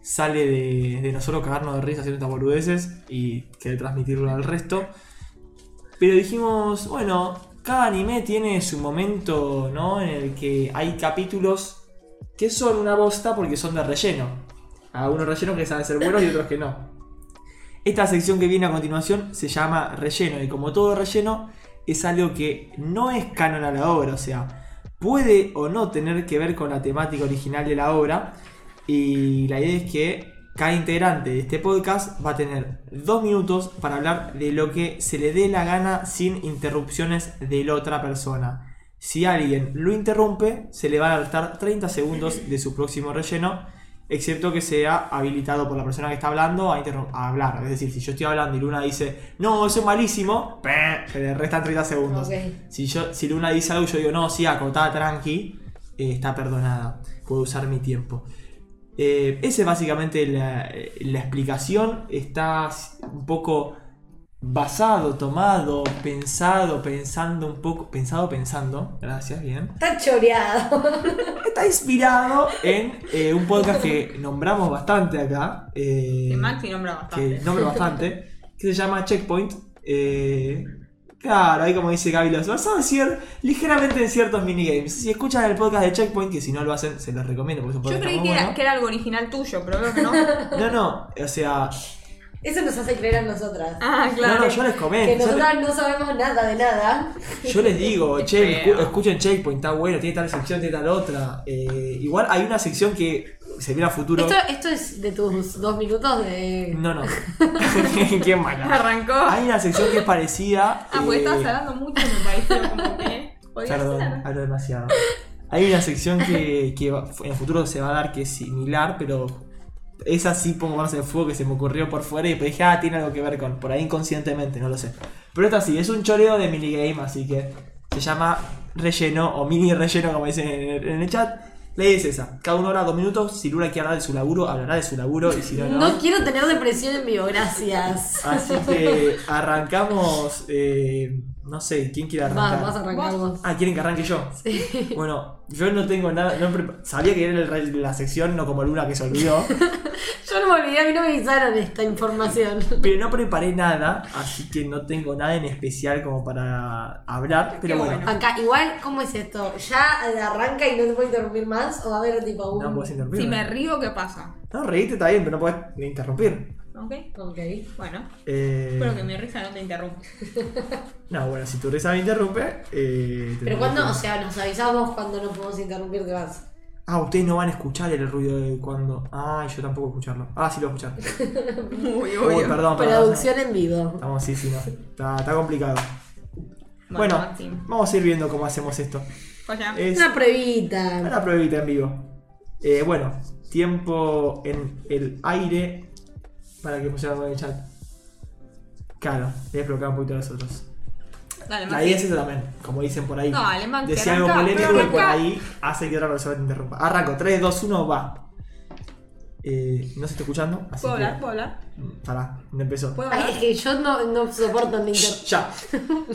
Speaker 1: sale de, de nosotros cagarnos de risa haciendo estas boludeces y querer transmitirlo al resto. Pero dijimos, bueno, cada anime tiene su momento, ¿no? En el que hay capítulos que son una bosta porque son de relleno. Algunos rellenos que saben ser buenos y otros que no. Esta sección que viene a continuación se llama relleno y como todo relleno es algo que no es canon a la obra, o sea, puede o no tener que ver con la temática original de la obra y la idea es que cada integrante de este podcast va a tener dos minutos para hablar de lo que se le dé la gana sin interrupciones de la otra persona. Si alguien lo interrumpe, se le va a alertar 30 segundos de su próximo relleno, excepto que sea habilitado por la persona que está hablando a, interrum- a hablar. Es decir, si yo estoy hablando y Luna dice, no, eso es malísimo, ¡peh! se le restan 30 segundos.
Speaker 2: Ok.
Speaker 1: Si, yo, si Luna dice algo, yo digo, no, sí, acotá, tranqui, eh, está perdonada, puedo usar mi tiempo. Eh, esa es básicamente la, eh, la explicación, está un poco basado, tomado, pensado, pensando un poco, pensado, pensando, gracias, bien.
Speaker 2: Está choreado.
Speaker 1: Está inspirado en eh, un podcast que nombramos bastante acá. eh,
Speaker 3: (laughs) Que Maxi nombra bastante.
Speaker 1: que nombra bastante, que se llama Checkpoint. eh, Claro, ahí como dice Gaby, los basado en cier- ligeramente en ciertos minigames. Si escuchan el podcast de Checkpoint, que si no lo hacen, se los recomiendo porque es un
Speaker 3: Yo
Speaker 1: podcast
Speaker 3: creí
Speaker 1: muy
Speaker 3: que, era,
Speaker 1: bueno.
Speaker 3: que era algo original tuyo, pero veo
Speaker 1: (laughs)
Speaker 3: que no.
Speaker 1: No, no, o sea,
Speaker 2: Eso nos hace creer a nosotras.
Speaker 3: Ah, claro.
Speaker 1: no, no, yo les
Speaker 2: que
Speaker 1: comento. yo les-
Speaker 2: nosotras no sabemos nada de nada.
Speaker 1: Yo les digo, che,
Speaker 3: feo.
Speaker 1: escu- escuchen Checkpoint, está bueno, tiene tal sección, tiene tal otra. Eh, igual hay una sección que se viene a futuro.
Speaker 2: Esto, esto es de tus dos minutos de.
Speaker 1: No, (laughs)
Speaker 3: (laughs)
Speaker 1: no. Qué mala.
Speaker 3: Arrancó.
Speaker 1: Hay una sección que es parecida.
Speaker 3: Ah, porque
Speaker 1: eh,
Speaker 3: estabas hablando mucho, me pareció como que. podías
Speaker 1: Perdón,
Speaker 3: hacer.
Speaker 1: hablo demasiado. Hay una sección que, que va- en el futuro se va a dar que es similar, pero esa sí pongo manos en el fuego que se me ocurrió por fuera y después dije, ah, tiene algo que ver con, por ahí inconscientemente, no lo sé. Pero esta sí, es un choreo de minigame, así que se llama relleno o mini relleno, como dicen en el, en el chat. La idea es esa, cada una hora, dos minutos, si Luna quiere hablar de su laburo, hablará de su laburo y si no, no.
Speaker 2: No quiero tener depresión en vivo, gracias.
Speaker 1: Así que arrancamos, eh, no sé, ¿quién quiere arrancar?
Speaker 2: Vamos, arrancamos.
Speaker 1: Ah, quieren que arranque yo. Bueno, yo no tengo nada. no prepa- sabía que era el re- la sección, no como Luna que se
Speaker 3: (laughs)
Speaker 1: olvidó.
Speaker 2: Yo no me olvidé, a mí no me avisaron esta información.
Speaker 1: pero no preparé nada, así que no tengo nada en especial como para hablar. Pero
Speaker 3: Qué
Speaker 1: bueno,
Speaker 3: bueno.
Speaker 2: Acá, igual, ¿cómo es esto? ¿Ya arranca y no te puedes dormir más? ¿O va a haber tipo un.?
Speaker 1: no pues puedes interrumpir.
Speaker 3: Si me río, ¿qué pasa?
Speaker 1: No, reíste, está bien, pero no puedes ni interrumpir.
Speaker 3: ¿Ok?
Speaker 2: Ok.
Speaker 3: Bueno,
Speaker 1: Eh,
Speaker 3: espero que mi risa no te interrumpa.
Speaker 1: No, bueno, si tu risa me interrumpe. eh, te-
Speaker 2: Pero cuando, o sea, nos avisamos cuando no podemos interrumpir que vas.
Speaker 1: Ah, ustedes no van a escuchar el ruido de cuando. Ah, yo tampoco voy a escucharlo. Ah, sí lo voy a escuchar.
Speaker 3: Muy
Speaker 1: Uy,
Speaker 3: (laughs) obvio.
Speaker 1: perdón, perdón.
Speaker 2: Producción en vivo.
Speaker 1: Estamos, sí, sí, no. Está, está complicado. Bueno, Eh,
Speaker 3: Maxim.
Speaker 1: vamos a ir viendo cómo hacemos esto.
Speaker 3: Joya.
Speaker 1: Es-
Speaker 2: Una pruebita.
Speaker 1: Una pruebita en vivo. Eh, bueno, tiempo en el aire para que funcione con el chat. Claro, le he bloqueado un poquito a los otros.
Speaker 3: Dale,
Speaker 1: La
Speaker 3: Maxi.
Speaker 1: idea es eso también, como dicen por ahí.
Speaker 3: Dale, man, que
Speaker 1: Decía algo
Speaker 3: arranca,
Speaker 1: polémico
Speaker 3: pero
Speaker 1: y por
Speaker 3: arranca.
Speaker 1: ahí hace que otra persona te interrumpa. Arranco, 3, 2, 1, va. Eh, no se está escuchando, así
Speaker 3: ¿Puedo
Speaker 1: que.
Speaker 3: hablar? ¿Puedo hablar?
Speaker 1: Pará, no empezó.
Speaker 3: ¿Puedo
Speaker 2: Ay,
Speaker 3: hablar?
Speaker 2: es que yo no, no soporto ni inter...
Speaker 1: Shh, Ya.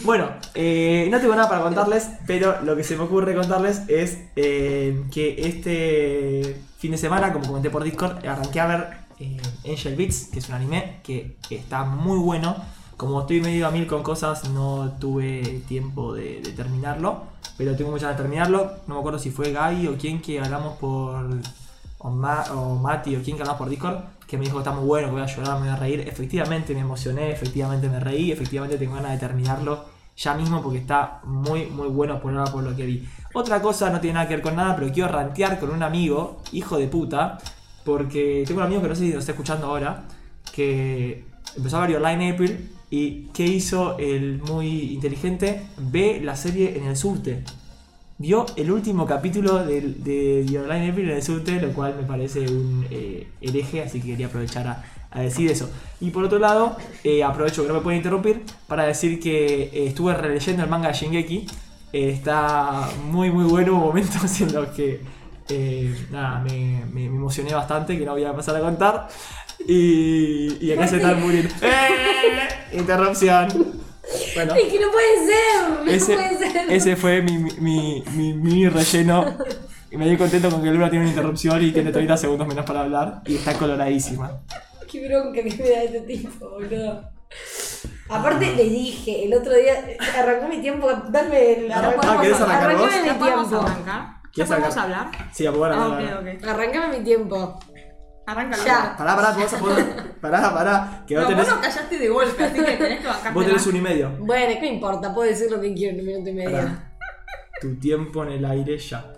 Speaker 1: Bueno, eh, no tengo nada para contarles, pero lo que se me ocurre contarles es eh, que este fin de semana, como comenté por Discord, arranqué a ver eh, Angel Beats, que es un anime que está muy bueno. Como estoy medio a mil con cosas, no tuve tiempo de, de terminarlo, pero tengo muchas ganas de terminarlo. No me acuerdo si fue Gaby o quién que hablamos por o, Ma- o Mati o quien que hablaba por Discord, que me dijo está muy bueno, que voy a llorar, me voy a reír. Efectivamente me emocioné, efectivamente me reí, efectivamente tengo ganas de terminarlo ya mismo porque está muy, muy bueno por ahora por lo que vi. Otra cosa, no tiene nada que ver con nada, pero quiero rantear con un amigo, hijo de puta, porque tengo un amigo que no sé si lo está escuchando ahora, que empezó a ver Your Line April y que hizo el muy inteligente, ve la serie en el subte vio el último capítulo del- de The Online April en el subte, lo cual me parece un eh, hereje, así que quería aprovechar a, a decir eso. Y por otro lado, eh, aprovecho que no me pueden interrumpir para decir que eh, estuve releyendo el manga de Shingeki. Eh, está muy, muy bueno. Hubo momentos (laughs) en los que eh, nada, me, me- me emocioné bastante, que no voy a pasar a contar. Y, y acá se están muriendo. ¡Eh! Interrupción. Bueno.
Speaker 2: Es que no puede ser, no puede ser.
Speaker 1: Ese, ese fue mi, mi, mi, mi mini relleno. Y me di contento con que Luna tiene una interrupción y tiene 30 segundos menos para hablar. Y está coloradísima.
Speaker 2: Qué bronca que me da este tipo, boludo. Aparte les dije, el otro día arrancó mi tiempo, dame el
Speaker 3: ¿Ya podemos
Speaker 1: Ah,
Speaker 2: arrancame
Speaker 1: ¿querés
Speaker 3: hablar?
Speaker 1: arrancar
Speaker 2: vos?
Speaker 3: ¿Ya podemos
Speaker 2: Tiempo.
Speaker 3: arrancar? ¿Ya
Speaker 1: ¿Quieres
Speaker 3: podemos
Speaker 1: arrancar?
Speaker 3: hablar?
Speaker 1: Sí, pues bueno,
Speaker 3: Ah,
Speaker 1: bueno, bueno.
Speaker 3: ok, ok.
Speaker 2: Arrancame mi tiempo.
Speaker 3: Arráncalo.
Speaker 2: Ya.
Speaker 1: Pará, pará, vos, vos- pará, pará. Que
Speaker 3: No,
Speaker 1: vos tenés,
Speaker 3: vos no callaste de golpe, así que tenés que bancarte.
Speaker 1: vos tenés un y medio.
Speaker 2: Bueno, ¿qué me importa? Puedo decir lo que quiero en un minuto y medio.
Speaker 1: Pará. Tu tiempo en el aire ya.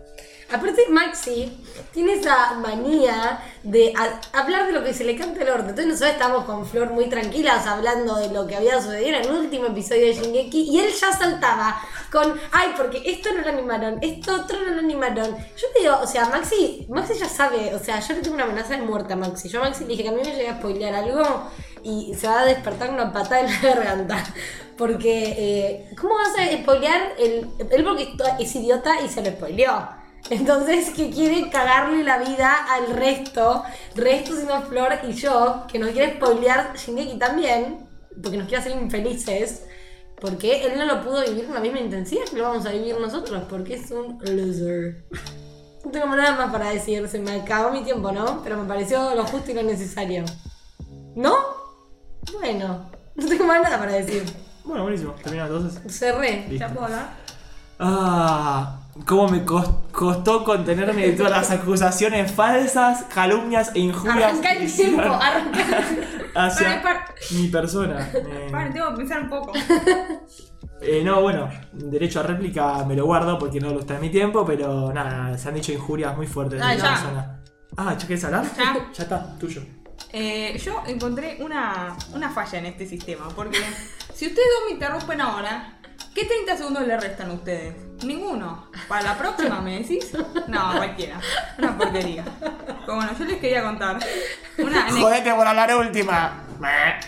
Speaker 2: Aparte, Maxi tiene esa manía de a- hablar de lo que se le canta el orto. Entonces nosotros estábamos con Flor muy tranquilas hablando de lo que había sucedido en el último episodio de Shingeki y él ya saltaba con, ay, porque esto no lo animaron, esto otro no lo animaron. Yo te digo, o sea, Maxi, Maxi ya sabe, o sea, yo le tengo una amenaza de muerte a Maxi. Yo a Maxi le dije que a mí me llega a spoilear algo y se va a despertar una patada en la garganta. Porque, eh, ¿cómo vas a spoilear? el- Él porque es idiota y se lo spoileó. Entonces, que quiere cagarle la vida al resto, resto sino Flor y yo, que nos quiere spoilear Shingeki también, porque nos quiere hacer infelices, porque él no lo pudo vivir con la misma intensidad que lo vamos a vivir nosotros, porque es un loser. No tengo nada más para decir, se me acabó mi tiempo, ¿no? Pero me pareció lo justo y lo necesario. ¿No? Bueno, no tengo más nada para decir.
Speaker 1: Bueno, buenísimo. Terminamos entonces.
Speaker 2: Cerré.
Speaker 1: Listo.
Speaker 3: ¿Ya puedo hablar?
Speaker 1: Ah, cómo me cos- costó contenerme de todas las acusaciones falsas, calumnias e injurias.
Speaker 2: Arranca el
Speaker 1: que
Speaker 2: tiempo,
Speaker 1: hicieron
Speaker 2: arranca.
Speaker 3: Paren,
Speaker 1: hacia
Speaker 3: paren,
Speaker 1: mi persona. Eh,
Speaker 3: paren, tengo que pensar un poco.
Speaker 1: eh, no, bueno, derecho a réplica me lo guardo porque no lo está en mi tiempo, pero nada, se han dicho injurias muy fuertes de
Speaker 2: Ah,
Speaker 1: mi
Speaker 3: ya.
Speaker 1: persona. Ah, ¿ya querés hablar?
Speaker 3: Ya.
Speaker 1: (laughs) Ya está, tuyo.
Speaker 3: Eh, yo encontré una, una falla en este sistema, porque si ustedes dos me interrumpen ahora, ¿qué 30 segundos le restan a ustedes? Ninguno. ¿Para la próxima me decís? No, cualquiera. Una porquería. Pero bueno, yo les quería contar una anécdota.
Speaker 1: Jodete por hablar última. Meh.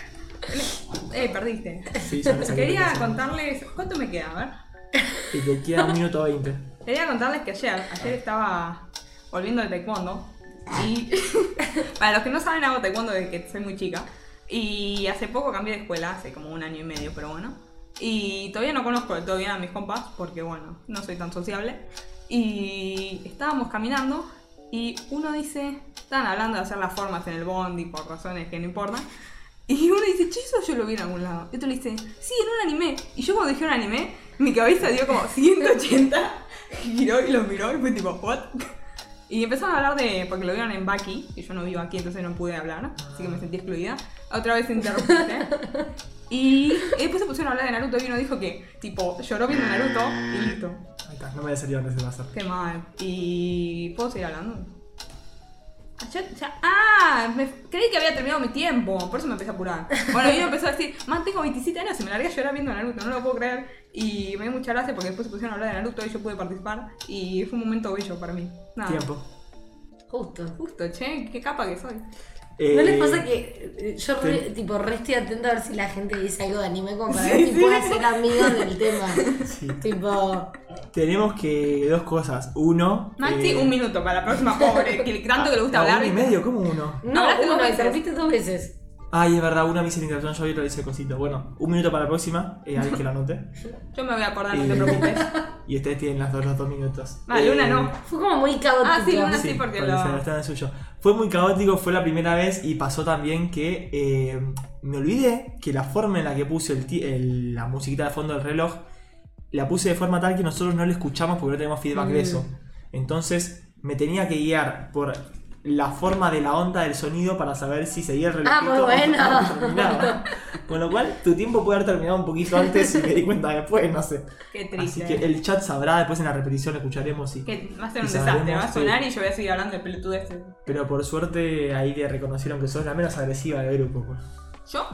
Speaker 3: Eh, perdiste.
Speaker 1: Sí, ya me saqué
Speaker 3: Quería
Speaker 1: la
Speaker 3: contarles. ¿Cuánto me queda? A ver.
Speaker 1: presión. Y te queda un minuto veinte.
Speaker 3: Quería contarles que ayer, ayer estaba volviendo de taekwondo y (laughs) para los que no saben hago taekwondo desde que soy muy chica y hace poco cambié de escuela, hace como un año y medio, pero bueno. Y todavía no conozco del todo bien a mis compas porque bueno, no soy tan sociable. Y estábamos caminando y uno dice, estaban hablando de hacer las formas en el bondi por razones que no importan. Y uno dice, che, eso yo lo vi en algún lado. Y otro le dice, sí, en un anime. Y yo cuando dije un anime, mi cabeza dio como 180, giró (laughs) y lo miró y fue tipo, what? Y empezaron a hablar de, porque lo vieron en Baki, que yo no vivo aquí, entonces no pude hablar, así que me sentí excluida. Otra vez interrumpiste. Y después se pusieron a hablar de Naruto y uno dijo que, tipo, lloró viendo Naruto y listo.
Speaker 1: Ahí está, no me salió antes de pasar.
Speaker 3: Qué mal. Y. ¿Puedo seguir hablando? Ayer- ya- ¡Ah! Me, creí que había terminado mi tiempo, por eso me empecé a apurar. Bueno, y uno empezó a decir, man, tengo 27 años y me largué a llorar viendo Naruto, no lo puedo creer. Y me dio mucha gracia porque después se pusieron a hablar de Naruto y yo pude participar. Y fue un momento bello para mí. Nada.
Speaker 1: Tiempo.
Speaker 2: Justo.
Speaker 3: Justo, che, qué capa que soy.
Speaker 2: ¿No
Speaker 1: Eh,
Speaker 2: les pasa que eh, yo re-
Speaker 1: ten-
Speaker 2: tipo re estoy atenta a ver si la gente dice algo de anime como para
Speaker 3: Sí,
Speaker 2: ver si
Speaker 3: sí.
Speaker 2: puedo hacer amigos del tema?
Speaker 1: (laughs)
Speaker 2: Tipo,
Speaker 1: Tenemos que dos cosas. Uno.
Speaker 3: Maxi,
Speaker 1: eh,
Speaker 3: un minuto para la próxima, pobre, que le- tanto que le gusta
Speaker 1: ah,
Speaker 3: hablar.
Speaker 1: uno y
Speaker 3: ¿viste?
Speaker 1: medio, ¿cómo uno?
Speaker 2: no,
Speaker 3: Hablaste dos
Speaker 2: uno,
Speaker 3: veces.
Speaker 2: interrumpiste dos veces.
Speaker 1: Ay, es verdad, una me hice la interrupción yo y lo hice cosito. Bueno, un minuto para la próxima, eh, alguien que lo anote.
Speaker 3: Yo me voy a acordar, no
Speaker 1: Eh,
Speaker 3: te preocupes. (laughs)
Speaker 1: Y ustedes tienen las dos, los dos minutos. Eh,
Speaker 3: Ah, Luna no.
Speaker 2: Fue como muy caótico.
Speaker 3: Ah, sí, Luna. Sí, porque lo-
Speaker 1: se gastan el suyo. Fue muy caótico, fue la primera vez y pasó también que eh, me olvidé que la forma en la que puse el ti- el- la musiquita de fondo del reloj, la puse de forma tal que nosotros no la escuchamos porque no tenemos feedback de
Speaker 2: Mm.
Speaker 1: eso. Entonces me tenía que guiar por la forma de la onda del sonido para saber si seguía el reloj.
Speaker 2: Ah, muy bueno.
Speaker 3: (laughs)
Speaker 1: Con lo cual, tu tiempo puede haber terminado un poquito antes y me di cuenta después, no sé.
Speaker 3: Qué
Speaker 1: Así
Speaker 3: triste.
Speaker 2: eh.
Speaker 1: que el chat sabrá, después en la repetición lo escucharemos y
Speaker 3: Que va a ser un
Speaker 1: Y
Speaker 3: desastre,
Speaker 1: sabremos
Speaker 3: va a sonar y yo voy a seguir hablando de pelotudeces.
Speaker 1: Pero por suerte ahí le reconocieron que sos la menos agresiva del grupo. pues.
Speaker 3: ¿Yo?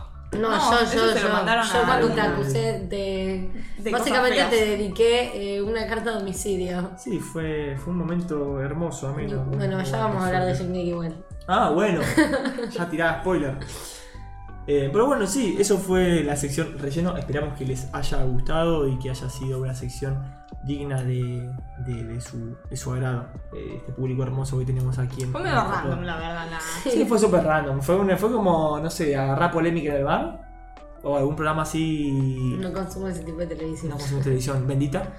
Speaker 3: No,
Speaker 2: No, yo,
Speaker 3: eso
Speaker 2: yo,
Speaker 3: se
Speaker 2: yo.
Speaker 3: lo mandaron
Speaker 2: yo
Speaker 3: a
Speaker 2: cuando te
Speaker 1: alguien.
Speaker 2: acusé de.
Speaker 3: De
Speaker 2: básicamente
Speaker 3: cosas feas.
Speaker 2: te dediqué eh, una carta de homicidio.
Speaker 1: Sí, fue, fue un momento hermoso, amigo.
Speaker 2: Bueno, ya vamos a hablar de Shingeki igual.
Speaker 1: Ah,
Speaker 2: (laughs)
Speaker 1: bueno. ya tirada spoiler. Eh, pero bueno, sí, eso fue la sección relleno. Esperamos que les haya gustado y que haya sido una sección digna de, de- de su, de su agrado. Eh, este público hermoso que tenemos aquí. En
Speaker 3: Fue medio
Speaker 1: en-
Speaker 3: random, la verdad. La...
Speaker 1: Sí, fue súper random. Fue, un- fue como, no sé, agarrar polémica en el bar. O algún programa así
Speaker 2: No consumo ese tipo de televisión.
Speaker 1: No consumo televisión,
Speaker 2: (laughs)
Speaker 1: bendita.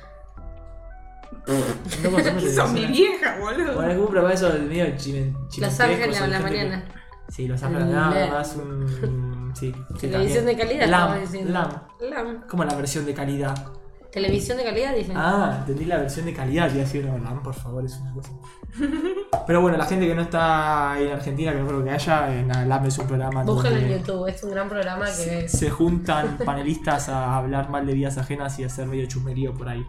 Speaker 1: No consumo
Speaker 3: (laughs) Sos mi
Speaker 1: televisión.
Speaker 3: vieja, boludo.
Speaker 1: Bueno, es un programa eso del medio chimen,
Speaker 2: Los
Speaker 1: chimentesco,
Speaker 2: Ángeles a
Speaker 1: sobre
Speaker 2: la
Speaker 1: gente que-
Speaker 2: mañana.
Speaker 1: Sí, Los Ángeles nada
Speaker 2: Lem.
Speaker 1: más
Speaker 2: (laughs)
Speaker 1: un. Sí, sí
Speaker 2: Televisión de
Speaker 1: también.
Speaker 2: calidad,
Speaker 1: LAM,
Speaker 2: estamos diciendo.
Speaker 1: LAM.
Speaker 2: LAM.
Speaker 1: Como la versión de calidad.
Speaker 2: Televisión de calidad, dije.
Speaker 1: Ah, entendí la versión de calidad. Te iba a decir, no, LAM, por favor, es una
Speaker 2: (laughs)
Speaker 1: cosa. Pero bueno, la gente que no está en Argentina, que no creo que haya, en LAM es un programa.
Speaker 2: Búscalo en
Speaker 1: donde
Speaker 2: YouTube, es un gran programa que es.
Speaker 1: Se juntan (laughs) panelistas a hablar mal de vidas ajenas y a hacer medio chusmerío por ahí.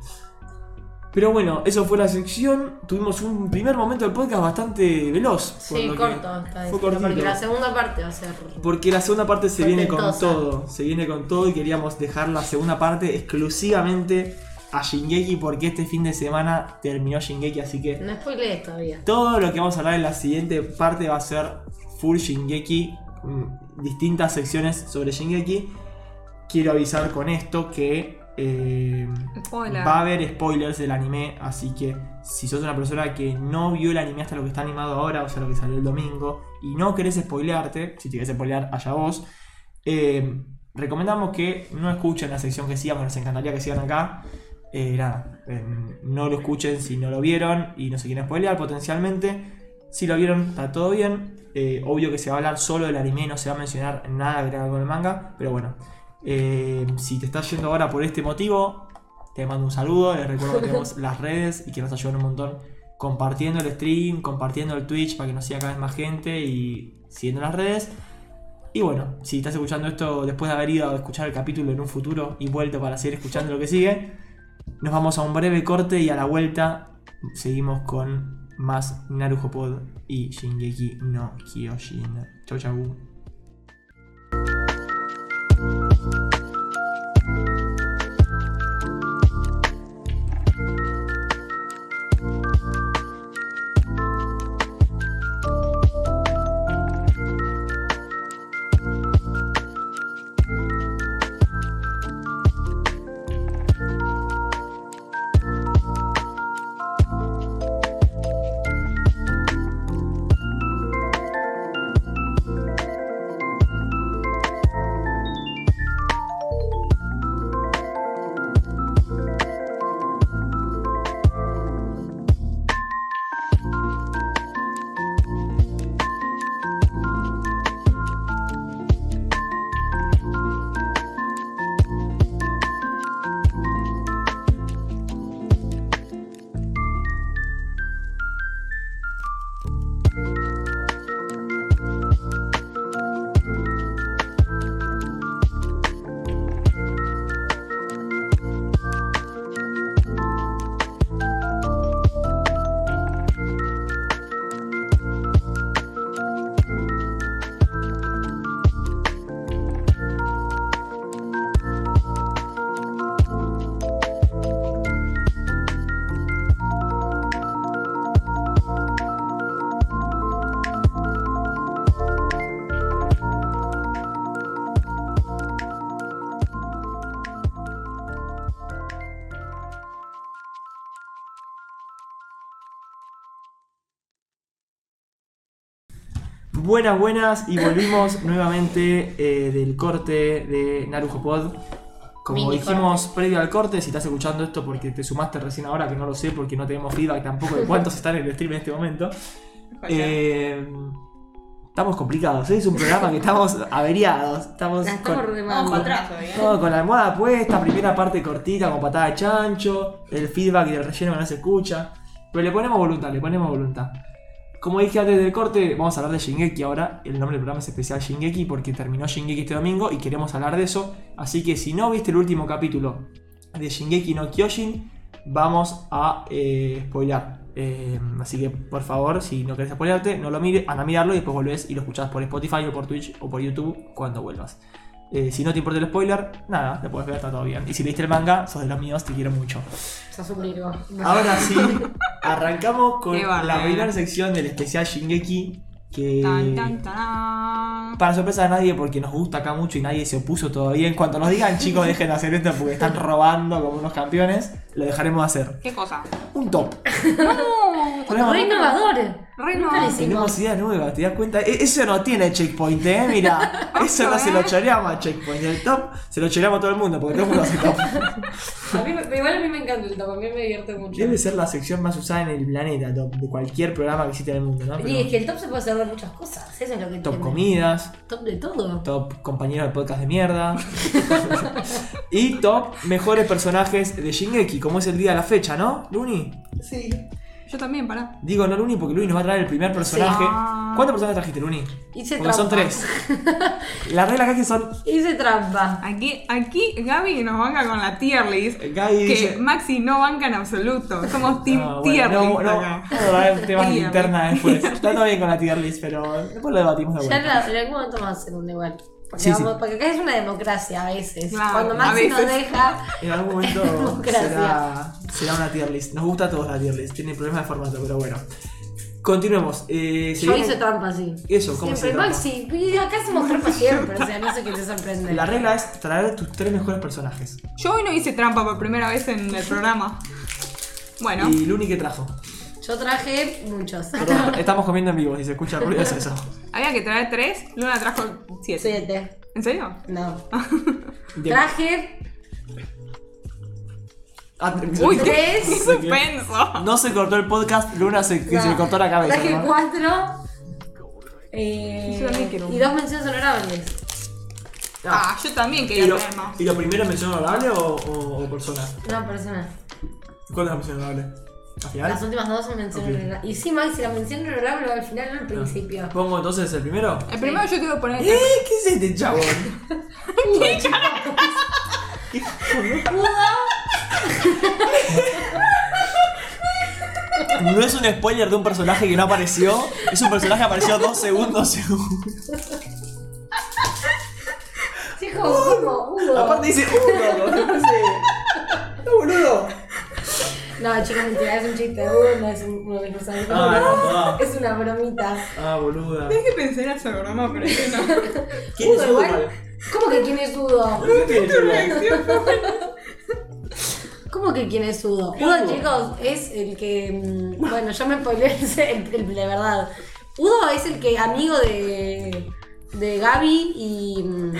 Speaker 1: Pero bueno, eso fue la sección. Tuvimos un primer momento del podcast bastante veloz. por
Speaker 2: Sí,
Speaker 1: lo que-
Speaker 2: corto. está bien.
Speaker 1: Fue
Speaker 2: Porque
Speaker 1: cortito.
Speaker 2: la segunda parte va a ser.
Speaker 1: Porque la segunda parte se
Speaker 2: Fue
Speaker 1: viene con
Speaker 2: tentosa.
Speaker 1: todo. Se viene con todo y queríamos dejar la segunda parte exclusivamente a Shingeki porque este fin de semana terminó Shingeki, así que
Speaker 2: No spoilees todavía.
Speaker 1: todo lo que vamos a hablar en la siguiente parte va a ser full Shingeki, mm, distintas secciones sobre Shingeki. Quiero avisar con esto que eh,
Speaker 3: Spoiler.
Speaker 1: va a haber spoilers del anime, así que si sos una persona que no vio el anime hasta lo que está animado ahora, o sea, lo que salió el domingo, y no querés spoilearte, si te querés spoilear, allá vos, eh, recomendamos que no escuchen la sección que sigan, nos encantaría que sigan acá. Eh, nada, eh, no lo escuchen si no lo vieron y no se quieren spoilear potencialmente. Si lo vieron, está todo bien. Eh, obvio que se va a hablar solo del anime, no se va a mencionar nada que tenga que ver con el manga, pero bueno. Eh, si te estás yendo ahora por este motivo, te mando un saludo. Les recuerdo que tenemos las redes y que nos ayudan un montón compartiendo el stream, compartiendo el Twitch para que nos siga cada vez más gente y siguiendo las redes. Y bueno, si estás escuchando esto después de haber ido a escuchar el capítulo en un futuro y vuelto para seguir escuchando lo que sigue, nos vamos a un breve corte y a la vuelta seguimos con más Narujo Pod y Shingeki no Kyojin. Chau chau. Buenas, buenas, y
Speaker 2: (laughs)
Speaker 1: volvimos nuevamente eh, del corte de Narujo Pod. Como
Speaker 2: Mini
Speaker 1: dijimos previo al corte, si estás escuchando esto porque te sumaste recién ahora, que no lo sé porque no tenemos feedback tampoco de cuántos
Speaker 2: (laughs)
Speaker 1: están en el stream en este momento, eh, estamos complicados. ¿eh? Es un programa que
Speaker 2: (laughs)
Speaker 1: estamos averiados. Estamos
Speaker 2: La
Speaker 1: con,
Speaker 2: estamos remando.
Speaker 4: Vamos para atrás todavía.
Speaker 1: todo con la almohada puesta, primera parte cortita con patada de chancho, el feedback y el relleno que no se escucha. Pero le ponemos voluntad, le ponemos voluntad. Como dije antes del corte, vamos a hablar de Shingeki ahora. El nombre del programa es especial Shingeki porque terminó Shingeki este domingo y queremos hablar de eso. Así que si no viste el último capítulo de Shingeki no Kyojin, vamos a eh, spoilar. Eh, así que por favor, si no querés spoilarte, no lo mires, anda a mirarlo y después volvés y lo escuchás por Spotify o por Twitch o por YouTube cuando vuelvas. Eh, si no te importa el spoiler, nada, te puedes ver, está todo bien. Y si leíste el manga, sos de los míos, te quiero mucho.
Speaker 2: Sos un virgo.
Speaker 1: Ahora sí, arrancamos con
Speaker 3: Qué
Speaker 1: la
Speaker 3: bárbaro.
Speaker 1: primera sección del especial Shingeki. Que
Speaker 3: Tan, tan, tan.
Speaker 1: para sorpresa de nadie, porque nos gusta acá mucho y nadie se opuso todavía. En cuanto nos
Speaker 3: (laughs)
Speaker 1: digan, chicos, dejen de hacer esto porque están robando como unos campeones, lo dejaremos hacer.
Speaker 3: ¿Qué cosa?
Speaker 1: Un top.
Speaker 3: (laughs) ¡No!
Speaker 1: Tenemos-
Speaker 2: Re innovador.
Speaker 3: Re
Speaker 2: Nunca le
Speaker 3: no.
Speaker 1: Tenemos ideas nuevas, ¿te das cuenta? E- Eso no tiene checkpoint, ¿eh?
Speaker 3: (laughs)
Speaker 1: Mira, eso no se
Speaker 3: ¿eh?
Speaker 1: lo choreamos a checkpoint. El top se lo choreamos a todo el mundo, porque todo el mundo hace top.
Speaker 3: (laughs)
Speaker 2: A mí me- igual a mí me encanta el top, a mí me divierte mucho.
Speaker 1: Debe ser la sección más usada en el planeta, top, de cualquier programa que existe en el mundo, ¿no?
Speaker 2: Y es
Speaker 1: Pero
Speaker 2: que el top se puede hacer de muchas cosas, eso es lo que
Speaker 1: top
Speaker 2: tiene.
Speaker 1: comidas,
Speaker 2: Top de todo.
Speaker 1: top compañeros de podcast de mierda. y top mejores personajes de Shingeki, como es el día de la fecha, ¿no, Luni?
Speaker 2: Sí.
Speaker 3: Yo también, pará.
Speaker 1: Digo, no, Luni, porque Luni nos va a traer el primer personaje.
Speaker 3: Ah.
Speaker 1: ¿Cuántos personajes trajiste, Luni?
Speaker 2: Hice
Speaker 1: Porque son
Speaker 2: trampa.
Speaker 1: tres.
Speaker 2: (laughs)
Speaker 1: La regla acá es que son.
Speaker 2: Hice trampa.
Speaker 3: Aquí, aquí Gaby nos banca con la tier list.
Speaker 1: Gaby
Speaker 3: Que
Speaker 1: dice.
Speaker 3: Maxi no banca en absoluto. Somos team
Speaker 1: No, bueno,
Speaker 3: tier
Speaker 1: no,
Speaker 3: list
Speaker 1: no,
Speaker 3: acá.
Speaker 1: vamos a ver temas de
Speaker 3: Tier
Speaker 1: interna después. Está todo bien con la tier list, pero después lo debatimos de
Speaker 2: Ya
Speaker 1: vuelta.
Speaker 2: en, la- en algún momento vamos a hacer un igual. Porque,
Speaker 1: Sí,
Speaker 2: vamos-
Speaker 1: sí.
Speaker 2: porque acá es una democracia a veces.
Speaker 3: Claro,
Speaker 2: Cuando
Speaker 3: a
Speaker 2: Maxi nos
Speaker 3: veces.
Speaker 2: deja.
Speaker 1: En algún
Speaker 2: (laughs)
Speaker 1: momento
Speaker 2: Gracias.
Speaker 1: será, será una tier list. Nos gusta a todos la tier list. Tiene problemas de formato, pero bueno. Continuemos. Eh, se
Speaker 2: Yo
Speaker 1: viene-
Speaker 2: hice trampa, sí.
Speaker 1: Eso, ¿cómo se
Speaker 2: siempre,
Speaker 1: trampa?
Speaker 2: Maxi. y Acá hacemos trampa siempre, o sea, no sé qué te sorprende.
Speaker 1: La regla es traer tus tres mejores personajes.
Speaker 3: Yo hoy no hice trampa por primera vez en el programa. Bueno,
Speaker 1: Y Luni que trajo.
Speaker 2: Yo traje muchos.
Speaker 1: Perdón, estamos comiendo en vivo, si se escucha ruido es eso.
Speaker 3: había que traer tres. Luna trajo siete.
Speaker 2: (laughs) Siete.
Speaker 3: ¿En serio? (laughs)
Speaker 2: No.
Speaker 1: Bien.
Speaker 2: Traje (laughs)
Speaker 1: Ah, (laughs) se-
Speaker 3: Uy,
Speaker 1: se-
Speaker 3: qué,
Speaker 2: tres.
Speaker 3: qué suspenso.
Speaker 1: No se cortó el podcast, Luna se, que se le
Speaker 2: No.
Speaker 1: cortó la cabeza.
Speaker 2: Traje
Speaker 1: Ah, ¿no?
Speaker 2: cuatro. eh,
Speaker 3: Yo también quiero
Speaker 2: y dos menciones honorables.
Speaker 3: Ah, yo también
Speaker 1: ¿Y
Speaker 3: quería
Speaker 1: lo,
Speaker 3: traer más.
Speaker 1: ¿Y lo primero es mención honorable o, o, o persona?
Speaker 2: No, persona.
Speaker 1: ¿Cuál es la mención honorable? ¿Al
Speaker 2: Las
Speaker 1: final?
Speaker 2: últimas dos son menciones
Speaker 1: Ah. Ok.
Speaker 2: honorables. Y sí, Maxi, si la mención honorable va al final, no al principio.
Speaker 1: Ah. ¿Pongo entonces el primero?
Speaker 3: El primero yo quiero poner.
Speaker 1: ¿Eh? ¿Qué es este chabón? Ah.
Speaker 2: (laughs)
Speaker 1: No es un spoiler de un personaje que no apareció, es un personaje que apareció dos segundos.
Speaker 2: Chico, Hugo, Hugo.
Speaker 1: Uh. Aparte dice uno, no No, boludo.
Speaker 2: No, chicos, mentira, es un chiste. Hugo no es un, uno que no sabe.
Speaker 1: Ah, no, no.
Speaker 2: Es una bromita.
Speaker 1: Ah, boluda.
Speaker 3: Tienes que pensar en su programa, pero yo no.
Speaker 1: (laughs) ¿Quién es
Speaker 2: Hugo,
Speaker 1: Hugo?
Speaker 2: igual? ¿Cómo que quién es Hugo?
Speaker 1: ¿Quién es Hugo?
Speaker 2: ¿Cómo que quién es Udo?
Speaker 1: ¿Qué
Speaker 2: Udo,
Speaker 1: Udo?
Speaker 2: chicos, es el que. mm, Bueno, yo me spoilé el, el- el- la verdad. Udo es el que amigo de. de Gaby y. mm,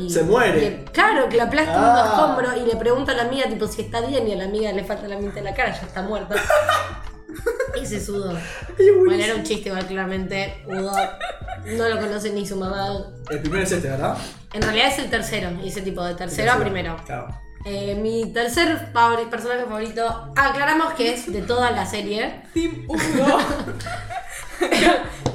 Speaker 2: y-
Speaker 1: Se muere.
Speaker 2: y- claro, que la aplasta
Speaker 1: Ah.
Speaker 2: un escombro y le pregunta a la amiga, tipo, si está bien, y a la amiga le falta la mitad de la cara, ya está
Speaker 1: (laughs)
Speaker 2: muerta. Ese es Udo. Bueno, era un chiste, igual, claramente. Udo no lo conoce ni su mamá.
Speaker 1: El primero es este, ¿verdad?
Speaker 2: En realidad es el tercero, y ese tipo de tercero a primero.
Speaker 1: Claro.
Speaker 2: Eh, mi tercer favori- personaje favorito, aclaramos que es de toda la serie.
Speaker 3: Team
Speaker 1: (laughs)
Speaker 3: 1.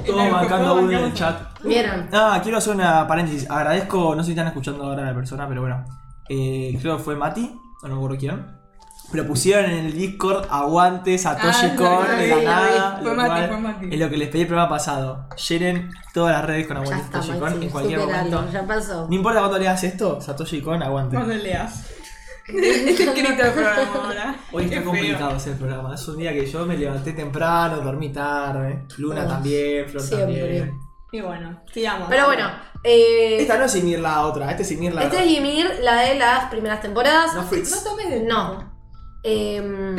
Speaker 1: Todos bancando a Hugo en el chat.
Speaker 2: ¿Vieron?
Speaker 1: Ah, quiero hacer una paréntesis. Agradezco, no sé si están escuchando ahora a la persona, pero bueno. Eh, creo que fue Mati, o no me acuerdo quién. Pero pusieron en el Discord aguantes Satoshi
Speaker 3: Ah,
Speaker 1: Kon
Speaker 3: lo vi,
Speaker 1: de
Speaker 3: lo
Speaker 1: la
Speaker 3: vi.
Speaker 1: nada.
Speaker 3: Fue
Speaker 1: lo
Speaker 3: Mati,
Speaker 1: cual
Speaker 3: fue Mati.
Speaker 1: Es lo que les pedí el programa pasado. Llenen todas las redes con
Speaker 2: Ya
Speaker 1: aguantes
Speaker 2: está,
Speaker 1: Satoshi Kon
Speaker 2: Maxi,
Speaker 1: en cualquier
Speaker 2: superalo,
Speaker 1: momento.
Speaker 2: ya pasó.
Speaker 1: No importa cuánto leas esto, Satoshi Kon aguante.
Speaker 3: Cuando leas.
Speaker 1: Este
Speaker 3: Es escrito el programa ahora.
Speaker 1: Hoy
Speaker 3: Qué
Speaker 1: está
Speaker 3: feo.
Speaker 1: complicado ese programa. Es un día que yo me levanté temprano, dormí tarde. Luna
Speaker 2: Todos.
Speaker 1: también, Flor
Speaker 2: Siempre.
Speaker 1: también.
Speaker 3: Y bueno, sigamos.
Speaker 2: Pero bueno, eh,
Speaker 1: Esta no es Ymir la otra, este es Ymir la
Speaker 2: esta es Ymir, la de las primeras temporadas.
Speaker 1: No
Speaker 3: No
Speaker 1: Fritz.
Speaker 3: tomes de.
Speaker 2: No. Em,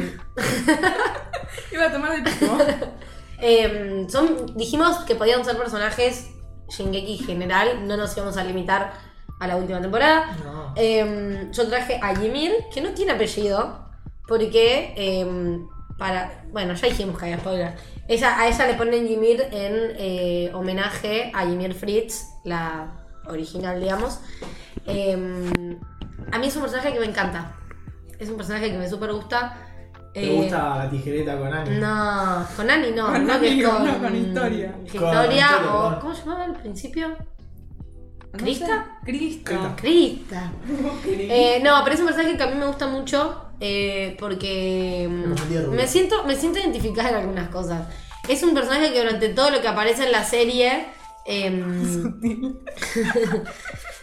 Speaker 3: Iba a tomar de
Speaker 2: (laughs)
Speaker 3: pico.
Speaker 2: em, son, dijimos que podían ser personajes Shingeki general, no nos íbamos a limitar a la última temporada.
Speaker 1: No.
Speaker 2: Em, yo traje a Ymir, que no tiene apellido, porque em, para. Bueno, ya dijimos que había spoiler. Ella, a ella le ponen Ymir en eh, homenaje a Ymir Fritz, la original, digamos. Em, a mí es un personaje que me encanta. Es un personaje que me súper gusta. Em,
Speaker 1: ¿Te gusta la tijereta con Ani?
Speaker 2: Eh, No, con Ani no.
Speaker 3: Con
Speaker 2: no, que
Speaker 3: Ani,
Speaker 2: es con,
Speaker 3: no, con Historia.
Speaker 2: que
Speaker 1: Con
Speaker 2: Historia
Speaker 1: Historia,
Speaker 2: o.
Speaker 1: perdón.
Speaker 2: ¿Cómo se llamaba al principio?
Speaker 3: No
Speaker 2: ¿Crista?
Speaker 3: sé. (laughs) Crista.
Speaker 2: Crista.
Speaker 3: Crista. (laughs)
Speaker 2: Eh, no, pero es un personaje que a mí me gusta mucho eh, porque mm,
Speaker 1: Me sentía rubia.
Speaker 2: me siento, me siento identificada en algunas cosas. Es un personaje que durante todo lo que aparece en la serie.
Speaker 1: (laughs)
Speaker 2: em,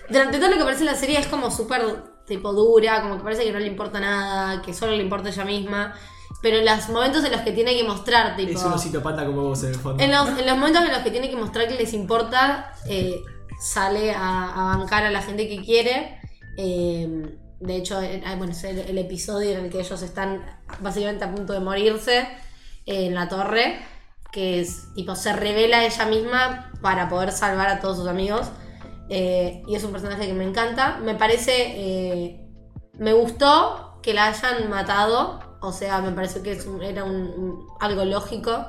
Speaker 2: durante todo lo que aparece en la serie es como súper tipo dura, como que parece que no le importa nada, que solo le importa ella misma. Pero en los momentos en los que tiene que mostrar, tipo.
Speaker 1: Es un osito panda como vos en el fondo.
Speaker 2: En los, en los momentos en los que tiene que mostrar que les importa, eh, sale a, a bancar a la gente que quiere. Eh, de hecho, eh, ah, bueno, es el, el episodio en el que ellos están básicamente a punto de morirse eh, en la torre, que es tipo, se revela ella misma para poder salvar a todos sus amigos. Eh, y es un personaje que me encanta. Me parece. eh, me gustó que la hayan matado. O sea, me pareció que es un- era un- un- algo lógico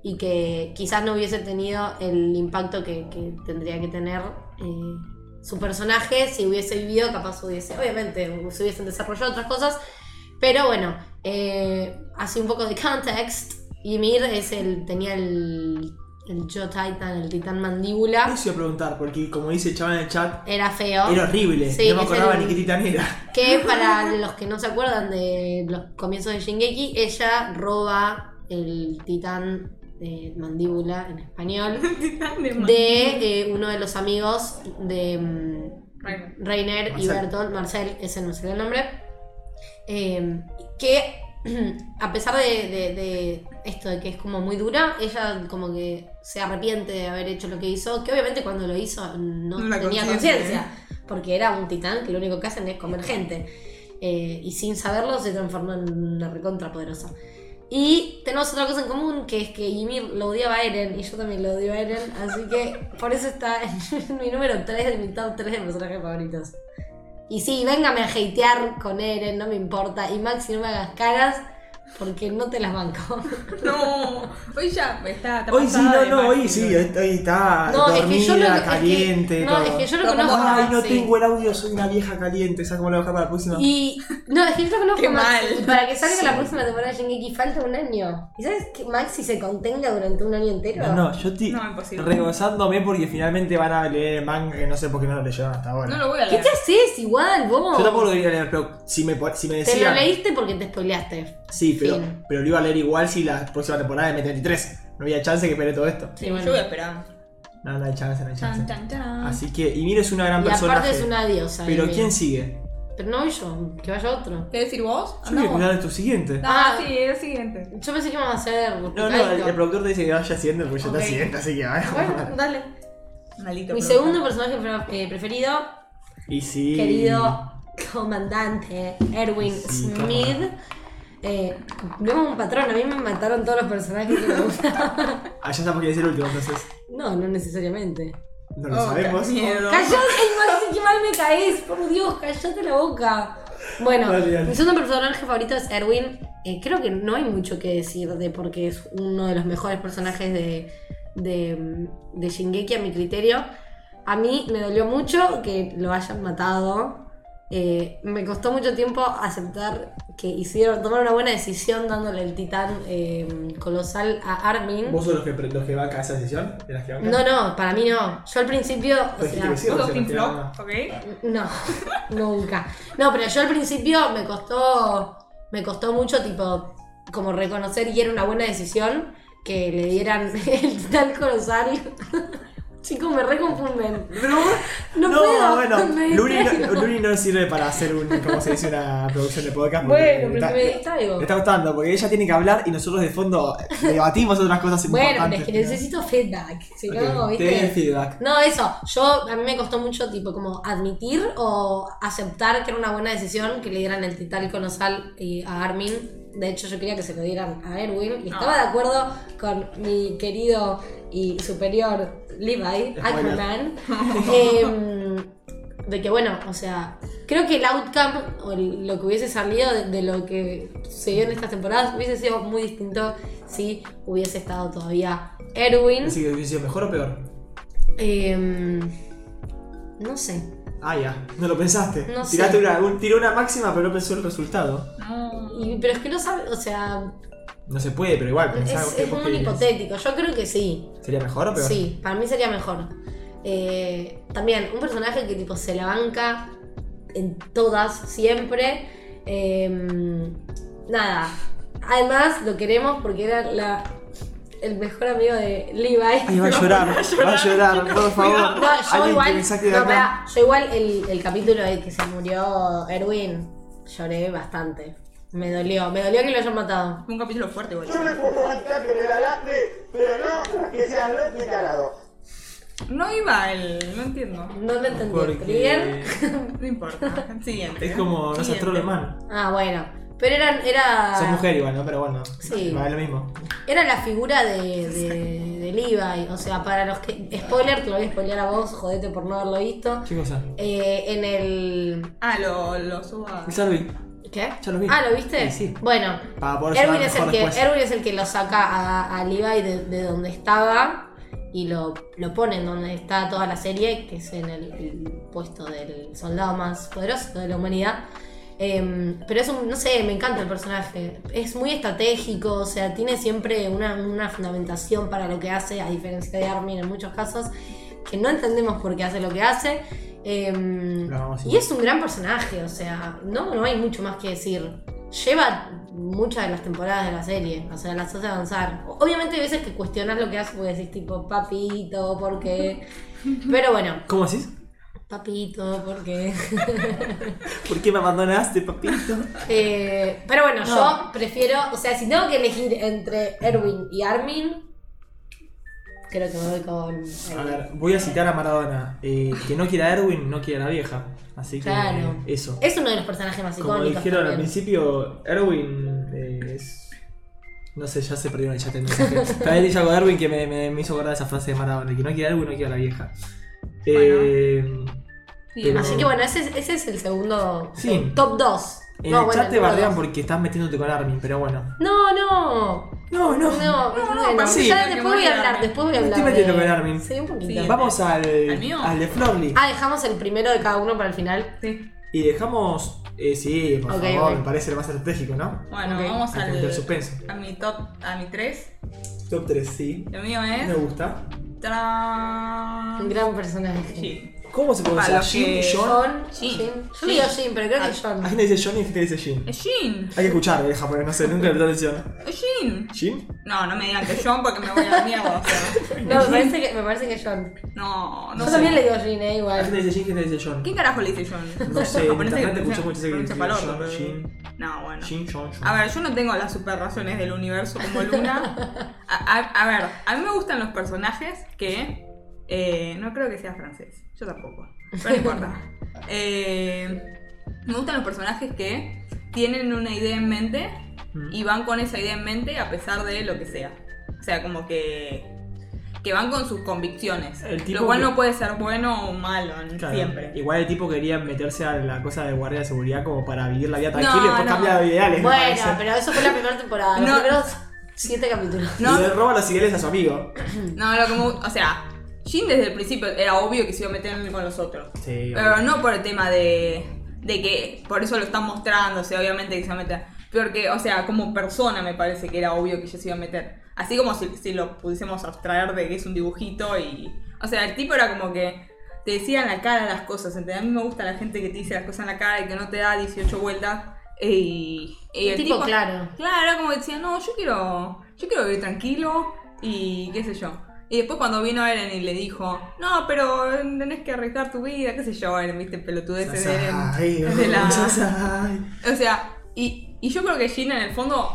Speaker 2: y que quizás no hubiese tenido el impacto que, que tendría que tener eh, su personaje si hubiese vivido, capaz hubiese, obviamente, se hubiesen desarrollado otras cosas, pero bueno, eh, así un poco de context, Ymir es el, tenía el, el Joe Titan, el Titán Mandíbula,
Speaker 1: Eso iba a preguntar, porque como dice el chaval en el chat,
Speaker 2: era feo.
Speaker 1: era horrible.
Speaker 2: Sí,
Speaker 1: no me
Speaker 2: es
Speaker 1: acordaba
Speaker 2: el-
Speaker 1: ni qué titán era.
Speaker 2: Que para los que no se acuerdan de los comienzos de Shingeki, ella roba el titán eh, mandíbula en español de eh, uno de los amigos de mm,
Speaker 3: Bueno,
Speaker 2: Reiner y
Speaker 1: Marcel.
Speaker 2: Bertolt, Marcel, ese no sé el nombre, eh, que (clears throat) a pesar de, de- de esto de que es como muy dura, ella como que se arrepiente de haber hecho lo que hizo, que obviamente cuando lo hizo no
Speaker 3: No la
Speaker 2: tenía
Speaker 3: conciencia,
Speaker 2: conciencia, porque era un titán que lo único que hacen es comer gente. Eh, y sin saberlo se transformó en una recontra poderosa. Y tenemos otra cosa en común, que es que Ymir lo odiaba a Eren, y yo también lo odio a Eren, así que por eso está en (laughs) mi número 3 de mi top 3 de personajes favoritos. Y sí, véngame a hatear con Eren, no me importa, y Maxi, no me hagas caras, Porque no te las
Speaker 3: (laughs)
Speaker 2: banco.
Speaker 3: No, hoy ya está. está
Speaker 1: Hoy sí,
Speaker 3: pasada
Speaker 1: no,
Speaker 3: de
Speaker 1: no,
Speaker 3: más,
Speaker 1: hoy sí, eh. hoy, hoy está
Speaker 2: No, es que yo lo.
Speaker 1: dormida,
Speaker 2: es que-
Speaker 1: caliente,
Speaker 2: no,
Speaker 1: todo.
Speaker 2: es que yo lo
Speaker 3: Pero como
Speaker 2: conozco.
Speaker 3: vas
Speaker 1: Ay,
Speaker 3: Ah,
Speaker 1: no
Speaker 3: sí.
Speaker 1: tengo el audio, soy una vieja caliente, esa como la voy a dejar para la próxima.
Speaker 2: Y. No, es que yo lo conozco.
Speaker 3: Qué
Speaker 2: a Maxi,
Speaker 3: mal.
Speaker 2: y para que salga la próxima temporada de Shingeki falta un año. ¿Y sabes que Maxi se contenga durante un año entero?
Speaker 1: No, no, yo estoy
Speaker 3: No, imposible.
Speaker 1: regozándome porque finalmente van a leer el manga que no sé por qué no lo leyeron hasta ahora.
Speaker 3: No lo voy a
Speaker 2: ¿Qué
Speaker 3: leer.
Speaker 2: te haces igual, vos?
Speaker 1: Yo tampoco lo debería leer, pero si me, po- si me
Speaker 2: Te lo
Speaker 1: decían.
Speaker 2: leíste porque te spoileaste.
Speaker 1: sí, pero,
Speaker 2: Fin.
Speaker 1: pero lo iba a leer igual si la próxima temporada es M33. No había chance que peleé todo esto.
Speaker 3: Sí, Yo voy a esperar.
Speaker 1: No, no hay chance, no hay chance.
Speaker 3: Chan, chan, chan.
Speaker 1: Así que, y Miro es una gran
Speaker 2: Y aparte
Speaker 1: personaje.
Speaker 2: es una diosa.
Speaker 1: Pero
Speaker 2: Amy.
Speaker 1: ¿quién sigue?
Speaker 2: Pero no yo, que vaya otro.
Speaker 3: ¿Qué decir vos?
Speaker 1: Yo voy a
Speaker 3: Andá vos.
Speaker 1: cuidar de tu siguiente. No,
Speaker 3: Ah, sí, el siguiente.
Speaker 2: Yo pensé que íbamos a hacer.
Speaker 1: no, el, el productor te dice que vaya siguiente porque ya
Speaker 3: Ok.
Speaker 1: está siguiente, así que vaya.
Speaker 2: Bueno, dale.
Speaker 3: Maldito.
Speaker 2: Mi
Speaker 3: productor.
Speaker 2: segundo personaje pre- eh, preferido,
Speaker 1: Y sí.
Speaker 2: querido comandante Erwin
Speaker 1: Sí,
Speaker 2: Smith. Eh, vemos un patrón, a mí me mataron todos los personajes que me gustaban.
Speaker 1: Allá Ah, está porque es el último, entonces.
Speaker 2: (laughs) No, no necesariamente.
Speaker 1: No lo
Speaker 3: Oh,
Speaker 1: sabemos.
Speaker 3: qué miedo.
Speaker 2: ¡Cállate! ¡Ay, Maxi, qué mal me caes! ¡Por Dios, cállate la boca! Bueno,
Speaker 1: Dale, dale.
Speaker 2: mi segundo personaje favorito es Erwin. Eh, creo que no hay mucho que decir de porque es uno de los mejores personajes de, de, de Shingeki a mi criterio. A mí me dolió mucho que lo hayan matado. Eh, me costó mucho tiempo aceptar que hicieron tomar una buena decisión dándole el titán eh, colosal a Armin.
Speaker 1: ¿Vos sos los que, pre- los que banca esa decisión? ¿De las que bancan?
Speaker 2: No, no, para mí no. Yo al principio. o
Speaker 1: Pues dijiste
Speaker 2: sea,
Speaker 1: que sí,
Speaker 3: ¿Vos sos
Speaker 1: recién,
Speaker 3: Team
Speaker 1: al final,
Speaker 3: Flop? ¿Ok?
Speaker 2: no, (laughs) nunca. No, pero yo al principio me costó, me costó mucho, tipo, como reconocer y era una buena decisión que le dieran (laughs) el tal colosal. (laughs) Chicos, me reconfunden.
Speaker 1: Pero vos-
Speaker 2: No puedo,
Speaker 1: bueno,
Speaker 2: (laughs) me
Speaker 1: Luni no,
Speaker 2: distraigo.
Speaker 1: Luni no sirve para hacer un, como se dice, una producción de podcast. porque
Speaker 2: Bueno, pero
Speaker 1: está-
Speaker 2: me distraigo.
Speaker 1: me está gustando, porque ella tiene que hablar y nosotros de fondo debatimos otras cosas
Speaker 2: Bueno, pero
Speaker 1: importantes.
Speaker 2: es que necesito feedback. Si no,
Speaker 1: Ok,
Speaker 2: ¿viste?
Speaker 1: Te doy el feedback.
Speaker 2: No, eso. Yo, a mí me costó mucho, tipo, como admitir o aceptar que era una buena decisión que le dieran el titán colosal y a Armin. De hecho, yo quería que se lo dieran a Erwin. Y estaba de acuerdo con mi querido y superior Levi,
Speaker 1: Spoiler.
Speaker 2: Ackerman. em, de que, bueno, o sea, creo que el outcome o el- lo que hubiese salido de, de lo que se dio en estas temporadas hubiese sido muy distinto si hubiese estado todavía Erwin.
Speaker 1: Así que hubiese sido mejor o peor.
Speaker 2: Em, no sé.
Speaker 1: Ah, ya, no lo pensaste.
Speaker 2: No sé.
Speaker 1: Tiraste una, un- tiró una máxima, pero no pensó el resultado.
Speaker 3: No.
Speaker 2: Y- pero es que no sabe, o sea,
Speaker 1: No se puede, pero igual, pensá
Speaker 2: es,
Speaker 1: qué-
Speaker 2: es
Speaker 1: vos
Speaker 2: muy
Speaker 1: qué dirías.
Speaker 2: hipotético. Yo creo que sí.
Speaker 1: ¿Sería mejor o peor?
Speaker 2: Sí, para mí sería mejor. Eh, también, un personaje que tipo se la banca en todas, siempre. Em, nada. Además, lo queremos porque era la, el mejor amigo de Levi.
Speaker 1: Ay,
Speaker 2: (laughs)
Speaker 1: va a llorar, va a llorar, por favor.
Speaker 2: No, yo
Speaker 1: Alguien que
Speaker 2: igual,
Speaker 1: me saque de
Speaker 2: no,
Speaker 1: acá.
Speaker 2: pará, yo igual el, el capítulo de que se murió Erwin, lloré bastante. Me dolió, me dolió que lo hayan matado.
Speaker 3: Un capítulo fuerte, boludo.
Speaker 4: Yo me puedo bancar que me la lastre, pero no que sea Loki tarado.
Speaker 3: No iba el. No entiendo.
Speaker 2: No lo entendí.
Speaker 1: Porque-
Speaker 2: ¿Trigger?
Speaker 3: No importa. (laughs) Siguiente.
Speaker 1: Es como, no sé,
Speaker 3: Siguiente.
Speaker 1: Troll Man.
Speaker 2: Ah, bueno. Pero eran, era.
Speaker 1: Sos mujer igual, ¿no? Pero bueno,
Speaker 2: Sí.
Speaker 1: va, es lo mismo.
Speaker 2: Era la figura de, de, de Levi. O sea, para los que. Spoiler, te lo voy a spoilear a vos, jodete por no haberlo visto.
Speaker 1: ¿Qué cosa?
Speaker 2: Eh, en el.
Speaker 3: Ah, lo, lo subo a.
Speaker 1: Es Alvin.
Speaker 2: ¿Qué?
Speaker 1: Ya lo vi.
Speaker 2: Ah, ¿lo viste?
Speaker 1: Sí, sí.
Speaker 2: Bueno,
Speaker 1: Para poder
Speaker 2: Erwin
Speaker 1: llevar
Speaker 2: es, el
Speaker 1: mejor
Speaker 2: que,
Speaker 1: después.
Speaker 2: Erwin es el que lo saca a, a Levi de, de donde estaba y lo, lo pone en donde está toda la serie, que es en el, el puesto del soldado más poderoso de la humanidad. Em, pero es un, no sé, me encanta el personaje. Es muy estratégico, o sea, tiene siempre una, una fundamentación para lo que hace, a diferencia de Armin en muchos casos, que no entendemos por qué hace lo que hace. Em,
Speaker 1: Lo amamos
Speaker 2: y
Speaker 1: igual.
Speaker 2: es un gran personaje, o sea, no, no hay mucho más que decir. Lleva muchas de las temporadas de la serie, o sea, las hace avanzar. Obviamente hay veces que cuestionas lo que hace porque decís tipo, papito, ¿por qué? Pero bueno,
Speaker 1: ¿Cómo decís?
Speaker 2: papito, ¿por qué? (laughs)
Speaker 1: ¿Por qué me abandonaste, papito?
Speaker 2: Eh, pero bueno,
Speaker 1: No.
Speaker 2: yo prefiero, o sea, si tengo que elegir entre Erwin y Armin, creo que me voy con eh,
Speaker 1: A
Speaker 2: Erwin.
Speaker 1: ver, voy a citar a Maradona. Eh, que no quiera a Erwin, no quiera a la vieja. Así que
Speaker 2: Claro.
Speaker 1: eso.
Speaker 2: Es uno de los personajes más
Speaker 1: Como
Speaker 2: icónicos.
Speaker 1: dijeron al
Speaker 2: también.
Speaker 1: principio, Erwin eh, es. No sé, ya se perdieron el chat del mensaje.
Speaker 2: (laughs)
Speaker 1: También dije algo de Erwin que me, me- me hizo acordar esa frase de Maradona: que no quiera a Erwin, no quiera a la vieja. Eh,
Speaker 3: Bueno.
Speaker 1: pero-
Speaker 2: Así que bueno, ese, es- ese es el segundo eh,
Speaker 1: Sí.
Speaker 2: top 2.
Speaker 1: En
Speaker 2: No,
Speaker 1: el
Speaker 2: bueno,
Speaker 1: chat te
Speaker 2: no,
Speaker 1: bardean
Speaker 2: no.
Speaker 1: porque estás metiéndote con Armin, pero bueno.
Speaker 2: No, no.
Speaker 1: No, no.
Speaker 3: no,
Speaker 2: No, no,
Speaker 3: pero
Speaker 1: sí.
Speaker 2: ya
Speaker 3: Que
Speaker 2: después voy a
Speaker 3: muera.
Speaker 2: hablar, después voy a
Speaker 1: Me
Speaker 2: hablar.
Speaker 1: estoy metiendo
Speaker 2: de-
Speaker 1: con Armin.
Speaker 2: Sí, un poquito.
Speaker 3: Sí.
Speaker 1: Vamos al,
Speaker 3: ¿Al mío?
Speaker 1: al de Florly.
Speaker 2: Ah, dejamos el primero de cada uno para el final.
Speaker 3: Sí.
Speaker 1: Y dejamos. Eh, sí, por
Speaker 2: Ok,
Speaker 1: favor,
Speaker 2: ok.
Speaker 1: me parece lo más estratégico, ¿no?
Speaker 3: Bueno,
Speaker 2: Ok.
Speaker 3: vamos
Speaker 1: Hay que meter
Speaker 3: al,
Speaker 1: suspenso.
Speaker 3: a mi top, a mi 3.
Speaker 1: Top 3, sí.
Speaker 3: Lo mío es...
Speaker 1: Me gusta.
Speaker 2: Un
Speaker 1: Ah.
Speaker 3: ¡Tarán!
Speaker 2: gran personaje.
Speaker 3: Sí.
Speaker 1: ¿Cómo se pronuncia?
Speaker 3: Para los
Speaker 1: ¿Jin?
Speaker 3: que
Speaker 1: ¿John? Ah,
Speaker 2: John,
Speaker 3: Sí.
Speaker 2: Jin. Yo
Speaker 3: Sí.
Speaker 2: digo Jin, pero creo que es
Speaker 1: Hay
Speaker 2: John.
Speaker 1: gente que dice John y hay gente que dice Jin.
Speaker 3: ¡Es Jin!
Speaker 1: Hay que escuchar el japonés, no sé, nunca le presté atención.
Speaker 3: ¡Es Jin!
Speaker 1: ¿Jin?
Speaker 3: No, no me digan que John porque me voy a la mierda. o sea.
Speaker 2: No, me parece que, me parece que es John.
Speaker 3: No, no
Speaker 2: Yo
Speaker 3: sé.
Speaker 2: también le digo Jin, eh,
Speaker 1: Hay
Speaker 2: igual.
Speaker 1: gente que dice Jin, gente que dice John.
Speaker 3: ¿Quién carajo le dice John?
Speaker 1: No
Speaker 3: (laughs)
Speaker 1: sé, en
Speaker 3: Japonés que
Speaker 1: internet escuché
Speaker 3: pronuncia-
Speaker 1: mucho ese que dice
Speaker 3: pronuncia paloto,
Speaker 1: John,
Speaker 3: pero-
Speaker 1: Jin.
Speaker 3: No, bueno.
Speaker 1: Jin, John, John.
Speaker 3: A ver, yo no tengo las super razones del universo como
Speaker 1: (laughs)
Speaker 3: Luna. A, a- a ver, a mí me gustan los personajes que eh, no creo que sea francés. Yo tampoco. Pero
Speaker 1: (laughs)
Speaker 3: no importa. Eh, me gustan los personajes que tienen una idea en mente
Speaker 1: Mm.
Speaker 3: y van con esa idea en mente a pesar de lo que sea. O sea, como que que van con sus convicciones.
Speaker 1: El tipo
Speaker 3: Lo cual
Speaker 1: que-
Speaker 3: no puede ser bueno o malo
Speaker 1: Claro,
Speaker 3: siempre.
Speaker 1: Igual el tipo quería meterse a la cosa de guardia de seguridad como para vivir la vida tranquila
Speaker 3: No,
Speaker 1: y después
Speaker 3: no.
Speaker 1: cambia de ideales. me
Speaker 2: Bueno,
Speaker 1: parece.
Speaker 2: pero eso fue la primera temporada. Los
Speaker 3: No.
Speaker 2: primeros siete capítulos. (laughs)
Speaker 3: No,
Speaker 1: Y le roba los ideales a su amigo.
Speaker 3: No, lo que me gu- O sea, Jin desde el principio era obvio que se iba a meter con los otros.
Speaker 1: Sí,
Speaker 3: Pero no por el tema de, de que por eso lo están mostrando, o sea, obviamente que se va a meter. Porque, o sea, como persona me parece que era obvio que ella se iba a meter. Así como si, si lo pudiésemos abstraer de que es un dibujito y... O sea, el tipo era como que te decía en la cara las cosas. ¿entendés? A mí me gusta la gente que te dice las cosas en la cara y que no te da 18 vueltas. eh, Y, y
Speaker 2: Un tipo claro.
Speaker 3: Claro, como que decía, no, yo quiero, yo quiero vivir tranquilo y qué sé yo. Y después cuando vino Eren y le dijo, no, pero tenés que arriesgar tu vida, qué sé yo, Eren, viste, pelotudeces de
Speaker 1: Sasai,
Speaker 3: Eren. De la- (laughs)
Speaker 1: Sasai.
Speaker 3: o sea, y, y yo creo que Gina en el fondo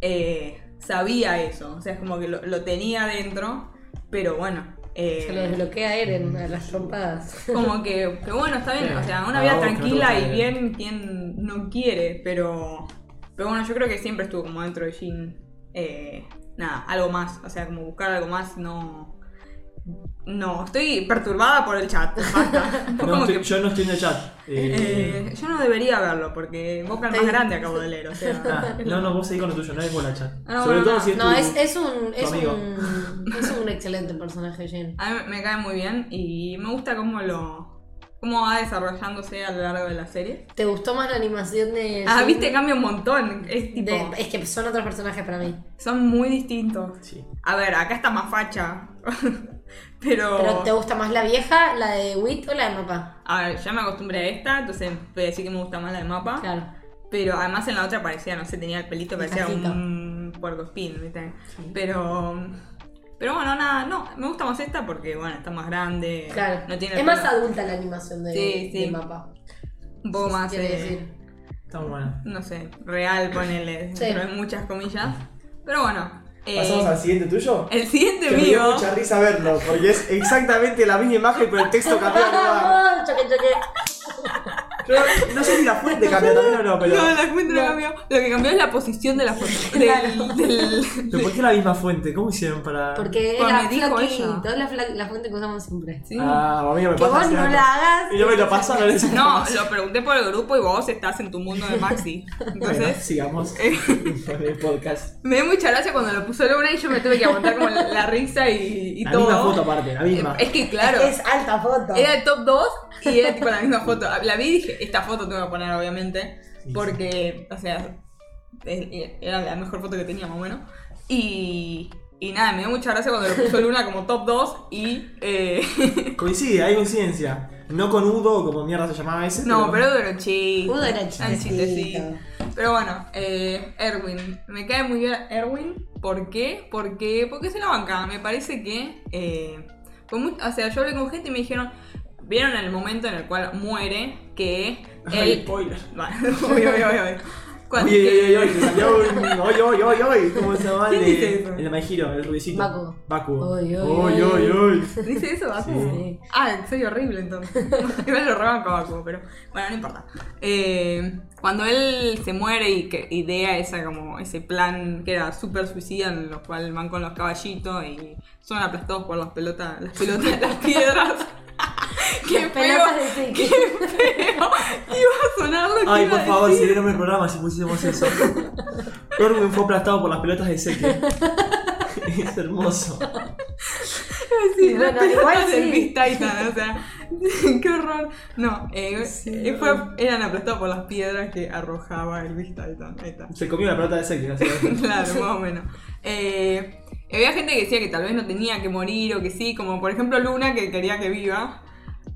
Speaker 3: eh, sabía eso, o sea, es como que lo, lo tenía dentro, pero bueno. eh,
Speaker 2: Se lo desbloquea Eren a las trompadas.
Speaker 3: como que, que bueno, está bien,
Speaker 1: Sí.
Speaker 3: o sea,
Speaker 1: A
Speaker 3: una vida
Speaker 1: vos que no te
Speaker 3: tranquila
Speaker 1: gusta
Speaker 3: y
Speaker 1: Eren.
Speaker 3: bien, quien no quiere, pero. Pero bueno, yo creo que siempre estuvo como dentro de Jin. eh, nada, algo más, o sea, como buscar algo más, no. No, estoy perturbada por el chat.
Speaker 1: (laughs)
Speaker 3: basta.
Speaker 1: No,
Speaker 3: Como
Speaker 1: estoy-
Speaker 3: que,
Speaker 1: Yo no estoy en el chat. Eh,
Speaker 3: eh, yo no debería verlo porque Boca el más grande acabo de leer, o sea.
Speaker 1: (laughs) ah, no, no, vos seguís con lo tuyo, no vengo al chat.
Speaker 3: Ah, no,
Speaker 1: Sobre
Speaker 3: no,
Speaker 1: todo
Speaker 3: no.
Speaker 1: si es
Speaker 2: No,
Speaker 1: tu-
Speaker 2: es, es un. Es
Speaker 1: amigo.
Speaker 2: un. Es un excelente personaje, Jin.
Speaker 3: A mí me cae muy bien y me gusta cómo lo. cómo va desarrollándose a lo largo de la serie.
Speaker 2: ¿Te gustó más la animación de.?
Speaker 3: Ah,
Speaker 2: Jin?
Speaker 3: viste, cambia un montón. Es tipo.
Speaker 2: De- es que son otros personajes para mí.
Speaker 3: Son muy distintos.
Speaker 1: Sí.
Speaker 3: A ver, acá está más facha. (laughs) pero.
Speaker 2: Pero ¿te gusta más la vieja, la de Wit o la de Mapa?
Speaker 3: A ver, ya me acostumbré a esta, entonces voy a decir que me gusta más la de mapa.
Speaker 2: Claro.
Speaker 3: Pero además en la otra parecía, no sé, tenía el pelito, parecía
Speaker 2: Pajito.
Speaker 3: un puerco espín, ¿viste? Pero. Pero bueno, nada, no, me gusta más esta porque, bueno, está más
Speaker 1: Eh,
Speaker 3: grande.
Speaker 2: Claro.
Speaker 3: No tiene el
Speaker 2: es más
Speaker 3: pelo-
Speaker 2: adulta la animación de,
Speaker 3: Sí, sí.
Speaker 2: de Mapa.
Speaker 3: Un poco más.
Speaker 2: quiere
Speaker 3: eh,
Speaker 2: decir.
Speaker 1: Está muy bueno.
Speaker 3: No sé, real, ponele.
Speaker 2: Sí.
Speaker 3: dentro de muchas comillas. Pero bueno. eh,
Speaker 1: ¿Pasamos al siguiente tuyo?
Speaker 3: El siguiente
Speaker 1: Que me dio
Speaker 3: mío.
Speaker 1: mucha risa verlo, porque es exactamente la misma imagen, pero el texto (laughs) cambió. de lugar.
Speaker 2: ¡Vamos! Choque, choque.
Speaker 1: Yo no sé si la fuente cambió también o no, pero.
Speaker 3: No, la cuenta no cambió. Lo que cambió es la posición de la foto. Del, del-
Speaker 1: ¿Pero ¿Por qué la misma fuente? ¿Cómo hicieron para.?
Speaker 2: Porque es
Speaker 3: Pues
Speaker 2: la
Speaker 3: me dijo
Speaker 2: flaquita,
Speaker 3: ella.
Speaker 2: es la, fla- la fuente que usamos siempre.
Speaker 3: (laughs) Sí.
Speaker 1: Ah, a mí no me
Speaker 2: Que
Speaker 1: pasa
Speaker 2: vos
Speaker 1: ese
Speaker 2: no
Speaker 1: dato.
Speaker 2: la hagas.
Speaker 1: Y no me lo pasaron en ese
Speaker 3: No, lo pregunté por el grupo y vos estás en tu mundo de Maxi.
Speaker 1: Bueno,
Speaker 3: Entonces,
Speaker 1: sigamos
Speaker 3: eh,
Speaker 1: con el podcast.
Speaker 3: me dio mucha gracia cuando lo puso Luna y yo me tuve que aguantar como la, la risa y, y
Speaker 1: La
Speaker 3: todo. Eh,
Speaker 1: misma foto aparte, la misma.
Speaker 3: Es que claro,
Speaker 2: Es alta foto.
Speaker 3: era el top 2 y era tipo la misma foto. La vi y dije, esta foto tengo que poner obviamente,
Speaker 1: Sí,
Speaker 3: porque, o sea, es- era la mejor foto que tenía más o menos. Y, y nada, me dio mucha gracia cuando lo puso Luna como top 2 y... eh, (laughs)
Speaker 1: Coincide, hay coincidencia. No con Udo, como mierda se llamaba ese.
Speaker 3: No, pero Udo era chiste.
Speaker 2: Udo era
Speaker 3: sí.
Speaker 2: chistecito.
Speaker 3: Pero bueno, eh, Erwin. Me cae muy bien Erwin. ¿Por qué? Porque, porque se la banca. Me parece que. eh, fue muy- o sea, yo hablé con gente y me dijeron. Vieron el momento en el cual muere que
Speaker 1: Ay,
Speaker 3: él.
Speaker 1: spoiler.
Speaker 3: (laughs) Bueno, obvio, obio, obvio. Cuando-
Speaker 1: Oye, oye, oye, oye, que salió
Speaker 3: (laughs)
Speaker 1: un- oye, oye, oye, oye, ¿cómo se llama?
Speaker 3: ¿Quién
Speaker 1: El de-
Speaker 3: dice eso?
Speaker 1: El de My Hero, el rubicito.
Speaker 2: Bakugo.
Speaker 1: Bakugo.
Speaker 2: Oy, oy,
Speaker 1: Oy,
Speaker 2: oy.
Speaker 1: oy, oy.
Speaker 3: (laughs) ¿Dice eso, Baku?
Speaker 1: Sí.
Speaker 3: Ah, soy horrible entonces. (laughs) Igual lo roban con Baku, pero bueno, no importa. Eh, cuando él se muere y que idea esa como ese plan que era súper suicida en lo cual (laughs) van con los caballitos y son aplastados por las pelotas, las pelotas, las piedras. Qué feo.
Speaker 2: Las pelotas de Tiki.
Speaker 3: Qué feo. Iba a sonar lo que
Speaker 1: Ay,
Speaker 3: iba
Speaker 1: por
Speaker 3: a
Speaker 1: favor,
Speaker 3: decir.
Speaker 1: sería el nombre del programa si pusiésemos eso. Erwin fue aplastado por las pelotas de
Speaker 2: (laughs)
Speaker 1: Seque. es hermoso.
Speaker 3: Sí,
Speaker 2: Y bueno,
Speaker 3: las (laughs)
Speaker 2: igual
Speaker 3: pelotas del
Speaker 2: sí.
Speaker 3: Big Titan, o sea, (laughs) qué horror. No, eh, eh, fue- eran aplastados por las piedras que arrojaba el Big Titan. Ahí está.
Speaker 1: Se comió la pelota de Seque.
Speaker 3: (laughs) Claro, más o menos. Eh, había gente que decía que tal vez no tenía que morir o que sí, como por ejemplo Luna que quería que viva.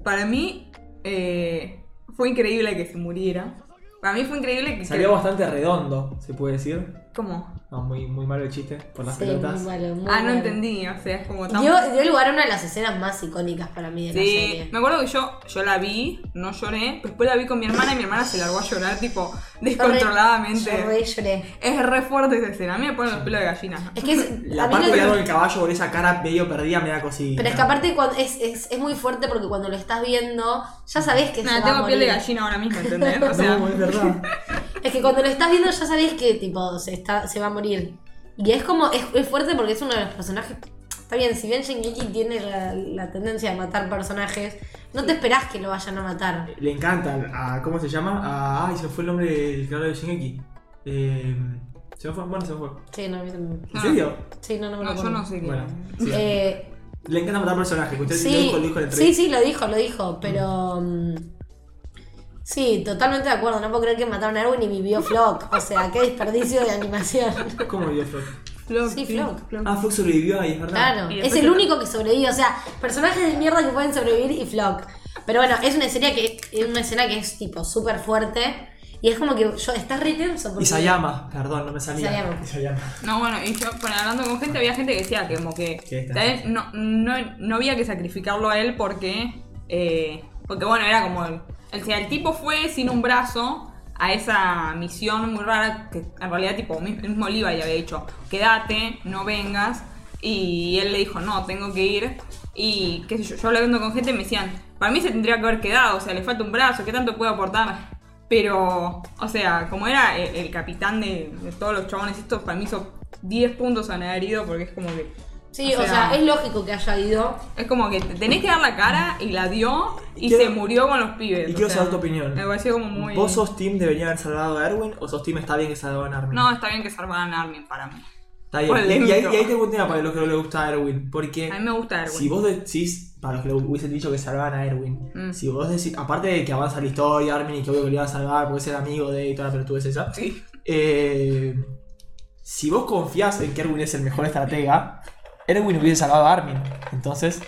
Speaker 3: Para mí eh, fue increíble que se muriera. Para mí fue increíble que...
Speaker 1: Salió bastante redondo, se puede decir.
Speaker 3: ¿Cómo?
Speaker 1: No, muy, muy malo el chiste por las
Speaker 2: Sí,
Speaker 1: pelotas.
Speaker 2: muy malo, muy
Speaker 3: Ah, no
Speaker 2: malo.
Speaker 3: entendí, o sea, es como tan...
Speaker 2: Dio, dio lugar a una de las escenas más icónicas para mí de la
Speaker 3: Sí,
Speaker 2: serie.
Speaker 3: me acuerdo que yo, yo la vi, no lloré, después la vi con mi hermana y mi hermana se largó a llorar tipo
Speaker 2: Yo re-
Speaker 3: descontroladamente.
Speaker 2: Yo re lloré.
Speaker 3: Es re fuerte esa escena, a mí me ponen los pelos de gallina.
Speaker 2: Es que es- a
Speaker 3: (laughs)
Speaker 1: La
Speaker 2: mí
Speaker 1: parte de
Speaker 2: lo que-
Speaker 1: algo del caballo con esa cara medio perdida me da cosita.
Speaker 2: Pero es que aparte cuando- es, es, es muy fuerte porque cuando lo estás viendo, ya sabés que se
Speaker 3: Nada,
Speaker 2: va a
Speaker 3: tengo piel de
Speaker 2: morir.
Speaker 3: gallina ahora mismo, ¿entendés? O sea,
Speaker 1: (laughs) No, es verdad.
Speaker 2: (laughs) Es que cuando lo estás viendo ya sabés que tipo se, está, se va a morir. Y es como, es, es fuerte porque es uno de los personajes. Está bien, si bien Shingeki tiene la, la tendencia a matar personajes, no te esperás que lo vayan a matar.
Speaker 1: Le encanta a. ¿Cómo se llama? A, ay, se me fue el nombre del creador de Shingeki. Eh, se me fue. Bueno, se me fue.
Speaker 2: Sí, no, a mí también.
Speaker 1: ¿En serio?
Speaker 2: Sí, no, no me lo
Speaker 3: no, yo
Speaker 2: acuerdo.
Speaker 3: no sé qué.
Speaker 1: Bueno, sí.
Speaker 2: Ah. Eh,
Speaker 1: Le encanta matar personajes. que Usted lo
Speaker 2: sí,
Speaker 1: dijo, lo dijo en el
Speaker 2: sí,
Speaker 1: trailer.
Speaker 2: sí, lo dijo, lo dijo, pero. mm, sí, totalmente de acuerdo. No puedo creer que mataron a Erwin y vivió Flock. O sea, qué desperdicio de
Speaker 1: (laughs)
Speaker 2: animación.
Speaker 1: ¿Cómo vivió Flock?
Speaker 3: Flock,
Speaker 2: Sí, Flock.
Speaker 1: Ah, Flock sobrevivivió ahí, es verdad.
Speaker 2: Claro,
Speaker 3: Y
Speaker 2: es
Speaker 3: después te-
Speaker 2: el único que sobrevive. O sea, personajes de mierda que pueden sobrevivir y Flock. Pero bueno, es una escena que es una escena que es tipo súper fuerte. Y es como que yo estás re tenso porque.
Speaker 1: Y Sayama, perdón, no me salía.
Speaker 2: Isayama.
Speaker 1: Isayama.
Speaker 3: No, bueno, y yo, bueno, hablando con gente, había gente que decía que como que
Speaker 1: Que está.
Speaker 3: tal vez no, no, no había que sacrificarlo a él porque, eh, porque bueno, era como el, o sea, el tipo fue sin un brazo a esa misión muy rara que en realidad tipo mi- el mismo Oliva ya había dicho, quédate, no vengas, y él le dijo, no, tengo que ir, y qué sé yo, yo hablando con gente me decían, para mí se tendría que haber quedado, o sea, le falta un brazo, ¿qué tanto puede aportar? Pero, o sea, como era el, el capitán de, de todos los chabones, estos para mí hizo 10 puntos a herido porque es como que.
Speaker 2: Sí,
Speaker 3: o
Speaker 2: o sea,
Speaker 3: sea,
Speaker 2: es lógico que haya ido.
Speaker 3: Es como que te tenés que dar la cara y la dio y
Speaker 1: Quiero-
Speaker 3: se murió con los pibes.
Speaker 1: y
Speaker 3: o
Speaker 1: quiero
Speaker 3: sea,
Speaker 1: saber tu opinión.
Speaker 3: Me pareció como muy.
Speaker 1: ¿Vos sos team debería haber salvado a Erwin o sos team está bien que salvaron a Armin?
Speaker 3: No, está bien que salvaran a Armin para mí.
Speaker 1: Está bien.
Speaker 3: Polémico.
Speaker 1: Y ahí, y ahí tengo un tema para los que no le gusta a Erwin. Porque
Speaker 3: A mí me gusta Erwin.
Speaker 1: si vos decís, para los que le hubiesen dicho que salvaban a Erwin,
Speaker 3: Mm.
Speaker 1: si vos decís, aparte de que avanza la historia, Armin y que obvio que lo iban a salvar porque es el amigo de y toda la pelotuda es esa.
Speaker 3: Sí.
Speaker 1: eh, si vos confiás en que Erwin es el mejor estratega, Erwin hubiese salvado a Armin. Entonces,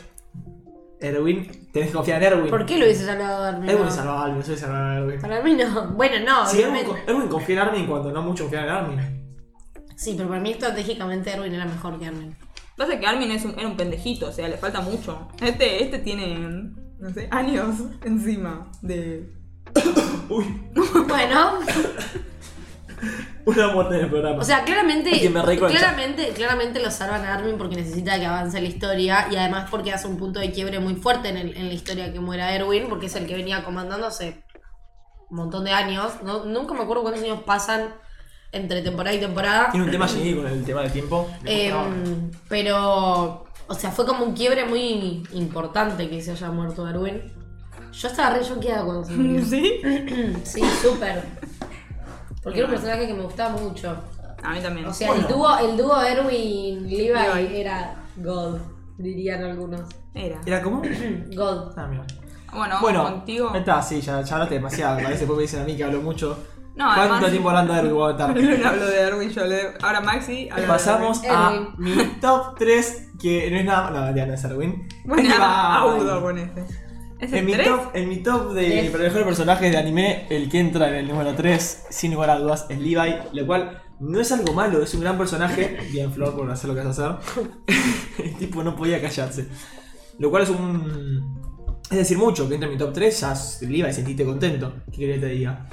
Speaker 1: Erwin, tenés que confiar en Erwin.
Speaker 2: ¿Por qué lo hubiese salvado a Armin?
Speaker 1: Erwin
Speaker 2: No.
Speaker 1: salvó a Armin, no se salvó a Erwin.
Speaker 2: Para mí no. (laughs) Bueno, no,
Speaker 1: Sí, Erwin,
Speaker 2: obviamente.
Speaker 1: Erwin confía en Armin cuando no mucho confía en Armin.
Speaker 2: Sí, pero para mí estratégicamente Erwin era mejor
Speaker 1: (laughs)
Speaker 2: que Armin.
Speaker 3: Pasa que Armin es un- era un pendejito, o sea, le falta mucho. Este, este tiene, no sé, años encima
Speaker 1: (laughs)
Speaker 3: de.
Speaker 1: Uy,
Speaker 2: Bueno,
Speaker 1: una muerte en el programa.
Speaker 2: o sea, claramente.
Speaker 1: Ay, que me reí con el chat.
Speaker 2: claramente, claramente lo salvan a Armin porque necesita que avance la historia. Y además porque hace un punto de quiebre muy fuerte en, el- en la historia que muera Erwin, porque es el que venía comandando hace un montón de años. No- nunca me acuerdo cuántos años pasan entre temporada y temporada.
Speaker 1: Tiene un tema allí con el tema del tiempo.
Speaker 2: Eh,
Speaker 1: No.
Speaker 2: pero, o sea, fue como un quiebre muy importante que se haya muerto Darwin. Yo estaba re choqueada cuando se murió.
Speaker 3: (laughs) ¿Sí?
Speaker 2: (clears throat) sí, súper. Porque era un personaje que me gustaba mucho.
Speaker 3: A mí también.
Speaker 2: O sea, el
Speaker 1: Bueno.
Speaker 2: dúo, el dúo Erwin Levi
Speaker 3: Levi.
Speaker 2: era God, dirían algunos. (clears throat)
Speaker 3: Era.
Speaker 1: ¿Era como?
Speaker 2: God.
Speaker 1: Ah, mira.
Speaker 3: Bueno, vamos
Speaker 1: Bueno,
Speaker 3: contigo. (laughs)
Speaker 1: ahí está, sí, ya, ya hablaste demasiado. Parece que me dicen a mí que hablo mucho.
Speaker 3: No,
Speaker 1: ¿Cuánto
Speaker 3: además-
Speaker 1: tiempo hablando de Erwin voy a estar?
Speaker 3: Luna habló de Erwin, yo le. Ahora Maxi. habla de
Speaker 1: Pasamos a
Speaker 2: Erwin.
Speaker 1: mi top 3, que no es nada. No, ya no es Erwin.
Speaker 3: Erwin. (laughs) Bueno,
Speaker 1: Ahí va.
Speaker 3: Audo con este. ¿Es
Speaker 1: En
Speaker 3: el
Speaker 1: mi,
Speaker 3: 3?
Speaker 1: top, en mi top de
Speaker 2: Tres.
Speaker 1: mejores personajes de anime, el que entra en el número 3, sin lugar a dudas, es Levi, lo cual no es algo malo, es un gran personaje. Bien, Flor, por hacer lo que vas a hacer. (laughs) el tipo no podía callarse. Lo cual es un. Es decir, mucho que entra en mi top 3, ya es- Levi sentiste contento. ¿Qué querés que te diga?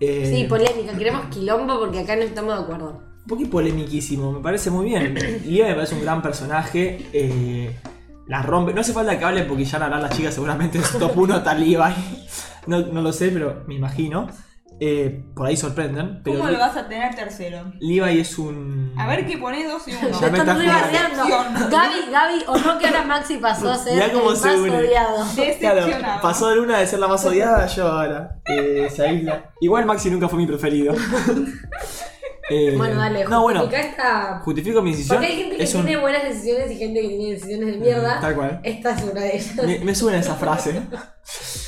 Speaker 1: Eh,
Speaker 2: Sí, polémica. Queremos quilombo porque acá no estamos de acuerdo.
Speaker 1: un poquito polemiquísimo, me parece muy bien. Lía me parece un gran personaje. eh, la rompe. No hace falta que hable porque ya la harán las chicas seguramente en su top 1 tal Levi. No, no lo sé, pero me imagino. eh, por ahí sorprenden, pero
Speaker 3: ¿Cómo
Speaker 1: Li-
Speaker 3: lo vas a tener tercero?
Speaker 1: Levi es un...
Speaker 3: A ver qué
Speaker 1: (laughs)
Speaker 3: pone dos y uno.
Speaker 1: Mm. Ya
Speaker 2: Ya
Speaker 1: me
Speaker 2: están
Speaker 1: estás
Speaker 2: rebardeando.
Speaker 3: jugando.
Speaker 2: Gaby, Gaby, o no que ahora Maxi pasó a ser
Speaker 1: Mirá cómo
Speaker 2: el
Speaker 1: se
Speaker 2: más
Speaker 1: une.
Speaker 2: odiado.
Speaker 1: Claro,
Speaker 3: Decepcionado.
Speaker 1: pasó de Luna de ser la más odiada, yo ahora. Eh, se aísla. Igual Maxi nunca fue mi preferido. Eh,
Speaker 2: Bueno, dale,
Speaker 1: No, bueno,
Speaker 2: justificá esta-
Speaker 1: justifico mi decisión.
Speaker 2: Porque hay gente que
Speaker 1: es un- Mm,
Speaker 2: tiene buenas decisiones y gente que tiene decisiones de mierda.
Speaker 1: Tal cual.
Speaker 2: Esta es una de ellas.
Speaker 1: Me, me suena esa frase.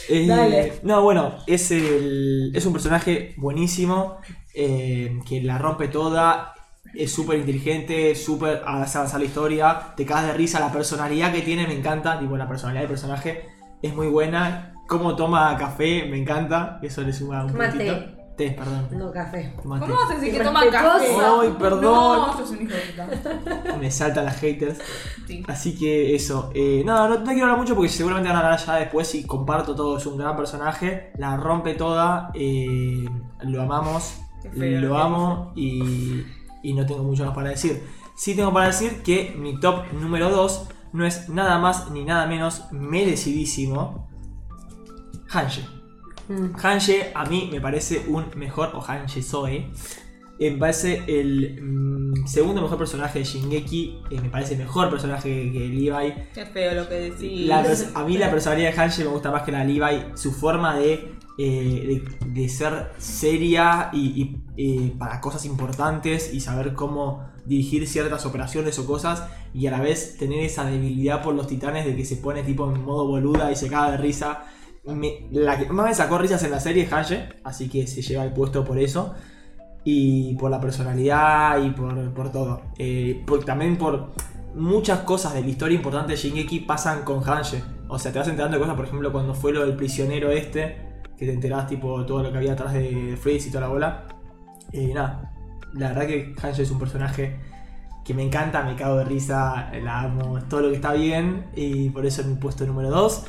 Speaker 1: Eh,
Speaker 2: Dale.
Speaker 1: No, bueno, es, el- es un personaje buenísimo, eh, que la rompe toda, es súper inteligente, súper hace avanzar la historia, te cagas de risa, la personalidad que tiene me encanta, digo, la personalidad del personaje es muy buena, cómo toma café me encanta, eso le suma un
Speaker 2: Mate.
Speaker 1: puntito. Té, perdón.
Speaker 2: No, café.
Speaker 1: Mate.
Speaker 3: ¿Cómo vas a decir que
Speaker 2: Qué
Speaker 3: toman café?
Speaker 2: respetuosa.
Speaker 1: Ay, perdón.
Speaker 3: No, sos un hijo de puta.
Speaker 1: (laughs) Me saltan las haters.
Speaker 3: Sí.
Speaker 1: Así que eso. Eh, no, no, no quiero hablar mucho porque seguramente van a hablar ya después y comparto todo. Es un gran personaje. La rompe toda. eh, lo amamos.
Speaker 3: Qué feo lo
Speaker 1: Lo
Speaker 3: que
Speaker 1: amo. Y, y no tengo mucho más para decir. Sí tengo para decir que mi top número 2 no es nada más ni nada menos merecidísimo. Hanje. Mm. Hanje a mí me parece un mejor, o Hanje Zoe, eh, me parece el mm, segundo mejor personaje de Shingeki, eh, me parece mejor personaje que, que Levi.
Speaker 3: Qué feo lo que decís.
Speaker 1: La pers- a mí la personalidad de Hanje me gusta más que la de Levi, su forma de, eh, de, de ser seria y, y, eh, para cosas importantes y saber cómo dirigir ciertas operaciones o cosas y a la vez tener esa debilidad por los titanes de que se pone tipo en modo boluda y se caga de risa. Me- la que más me sacó risas en la serie es Hanje, así que se lleva el puesto por eso. Y por la personalidad y por, por todo. Eh, por- también por muchas cosas de la historia importante de Shingeki pasan con Hanje. O sea, te vas enterando de cosas, por ejemplo, cuando fue lo del prisionero este, que te enterás tipo todo lo que había atrás de Freeze y toda la bola. Y nada, la verdad que Hanje es un personaje que me encanta, me cago de risa, la amo, es todo lo que está bien y por eso es mi puesto número 2.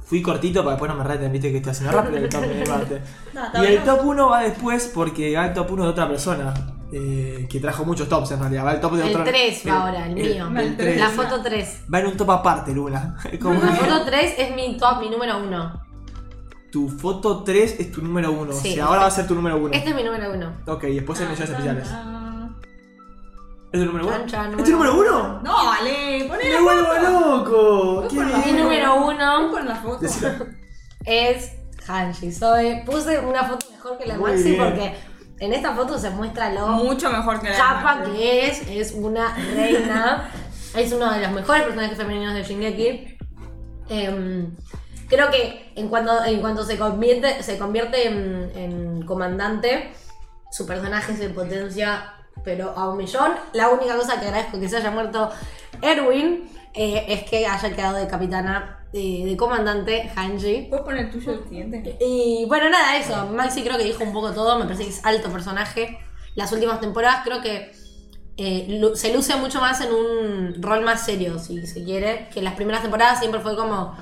Speaker 1: fui cortito para después no me reten, viste que estoy haciendo rápido el top de debate.
Speaker 3: No, está
Speaker 1: Y el
Speaker 3: bien.
Speaker 1: top 1 va después porque va el top 1 de otra persona. eh, que trajo muchos tops en realidad. Va el top de
Speaker 2: El
Speaker 1: otro.
Speaker 2: tres va ahora, el mío.
Speaker 1: el
Speaker 3: El
Speaker 1: tres.
Speaker 2: La foto 3.
Speaker 1: Va en un top aparte, (laughs) Luna.
Speaker 2: (laughs)
Speaker 1: Como
Speaker 2: La
Speaker 1: que
Speaker 2: foto 3 es mi top, mi número 1.
Speaker 1: tu foto 3 es tu número 1. O
Speaker 2: Sí.
Speaker 1: sea, ahora va a ser tu número 1.
Speaker 2: Este es mi número 1.
Speaker 1: Ok, después hay menciones especiales.
Speaker 3: Ah,
Speaker 1: ¿Es tu número 1?
Speaker 2: Chan, chan,
Speaker 1: ¿Es tu
Speaker 2: número
Speaker 1: Este número 1?
Speaker 3: No, vale, poné
Speaker 1: ¡Me
Speaker 3: la
Speaker 1: vuelvo
Speaker 3: foto.
Speaker 1: loco! ¡Qué
Speaker 3: Vamos
Speaker 2: Mi
Speaker 3: por la-
Speaker 2: (laughs)
Speaker 1: bien!
Speaker 2: número
Speaker 3: Vamos
Speaker 2: 1
Speaker 3: por la foto.
Speaker 1: Decilo.
Speaker 2: es Hanji Zoe. Puse una foto mejor que la de
Speaker 1: Muy
Speaker 2: Maxi
Speaker 1: bien.
Speaker 2: porque en esta foto se muestra lo
Speaker 3: Mucho mejor que la
Speaker 2: capa
Speaker 3: de Marvel.
Speaker 2: que es, es una reina, (laughs) es uno de los mejores personajes femeninos de Shingeki. Em, creo que en cuanto, en cuanto se convierte, se convierte en, en comandante, su personaje se potencia, pero a un millón. La única cosa que agradezco que se haya muerto Erwin eh, es que haya quedado de capitana, eh, de comandante Hanji.
Speaker 3: ¿Puedes poner el tuyo el siguiente?
Speaker 2: Y bueno, nada, eso. Maxi creo que dijo un poco todo. Me parece que es alto personaje. Las últimas temporadas creo que eh, lu- se luce mucho más en un rol más serio, si se quiere. Que las primeras temporadas siempre fue como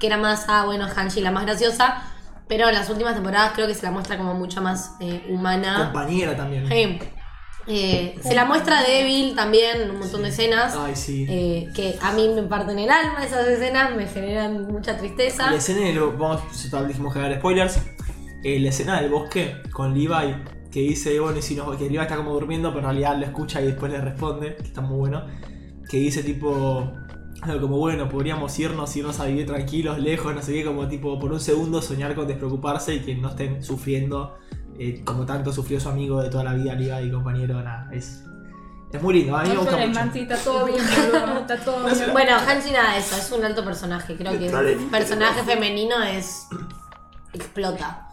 Speaker 2: que era más, ah, bueno, Hanji la más graciosa. Pero en las últimas temporadas creo que se la muestra como mucho más eh, humana.
Speaker 1: Compañera también.
Speaker 2: Sí. Eh, se la muestra débil también en un montón de escenas.
Speaker 1: Ay, sí.
Speaker 2: eh, que a mí me parten el alma esas escenas, me generan mucha tristeza.
Speaker 1: La escena del vamos, ya dijimos que era spoilers. eh, la escena del bosque con Levi que dice, bueno, y si no, que Levi está como durmiendo, pero en realidad lo escucha y después le responde, que está muy bueno. Que dice tipo. algo Como bueno, podríamos irnos, irnos a vivir tranquilos, lejos, no sé qué, como tipo por un segundo soñar con despreocuparse y que no estén sufriendo eh, como tanto sufrió su amigo de toda la vida, Levi y compañero, nada, es, es muy lindo, a mí me gusta mucho.
Speaker 3: está todo bien, boludo, está todo bien.
Speaker 2: Bueno, Hansi nada de eso, es un alto personaje. Creo que el personaje femenino es. explota.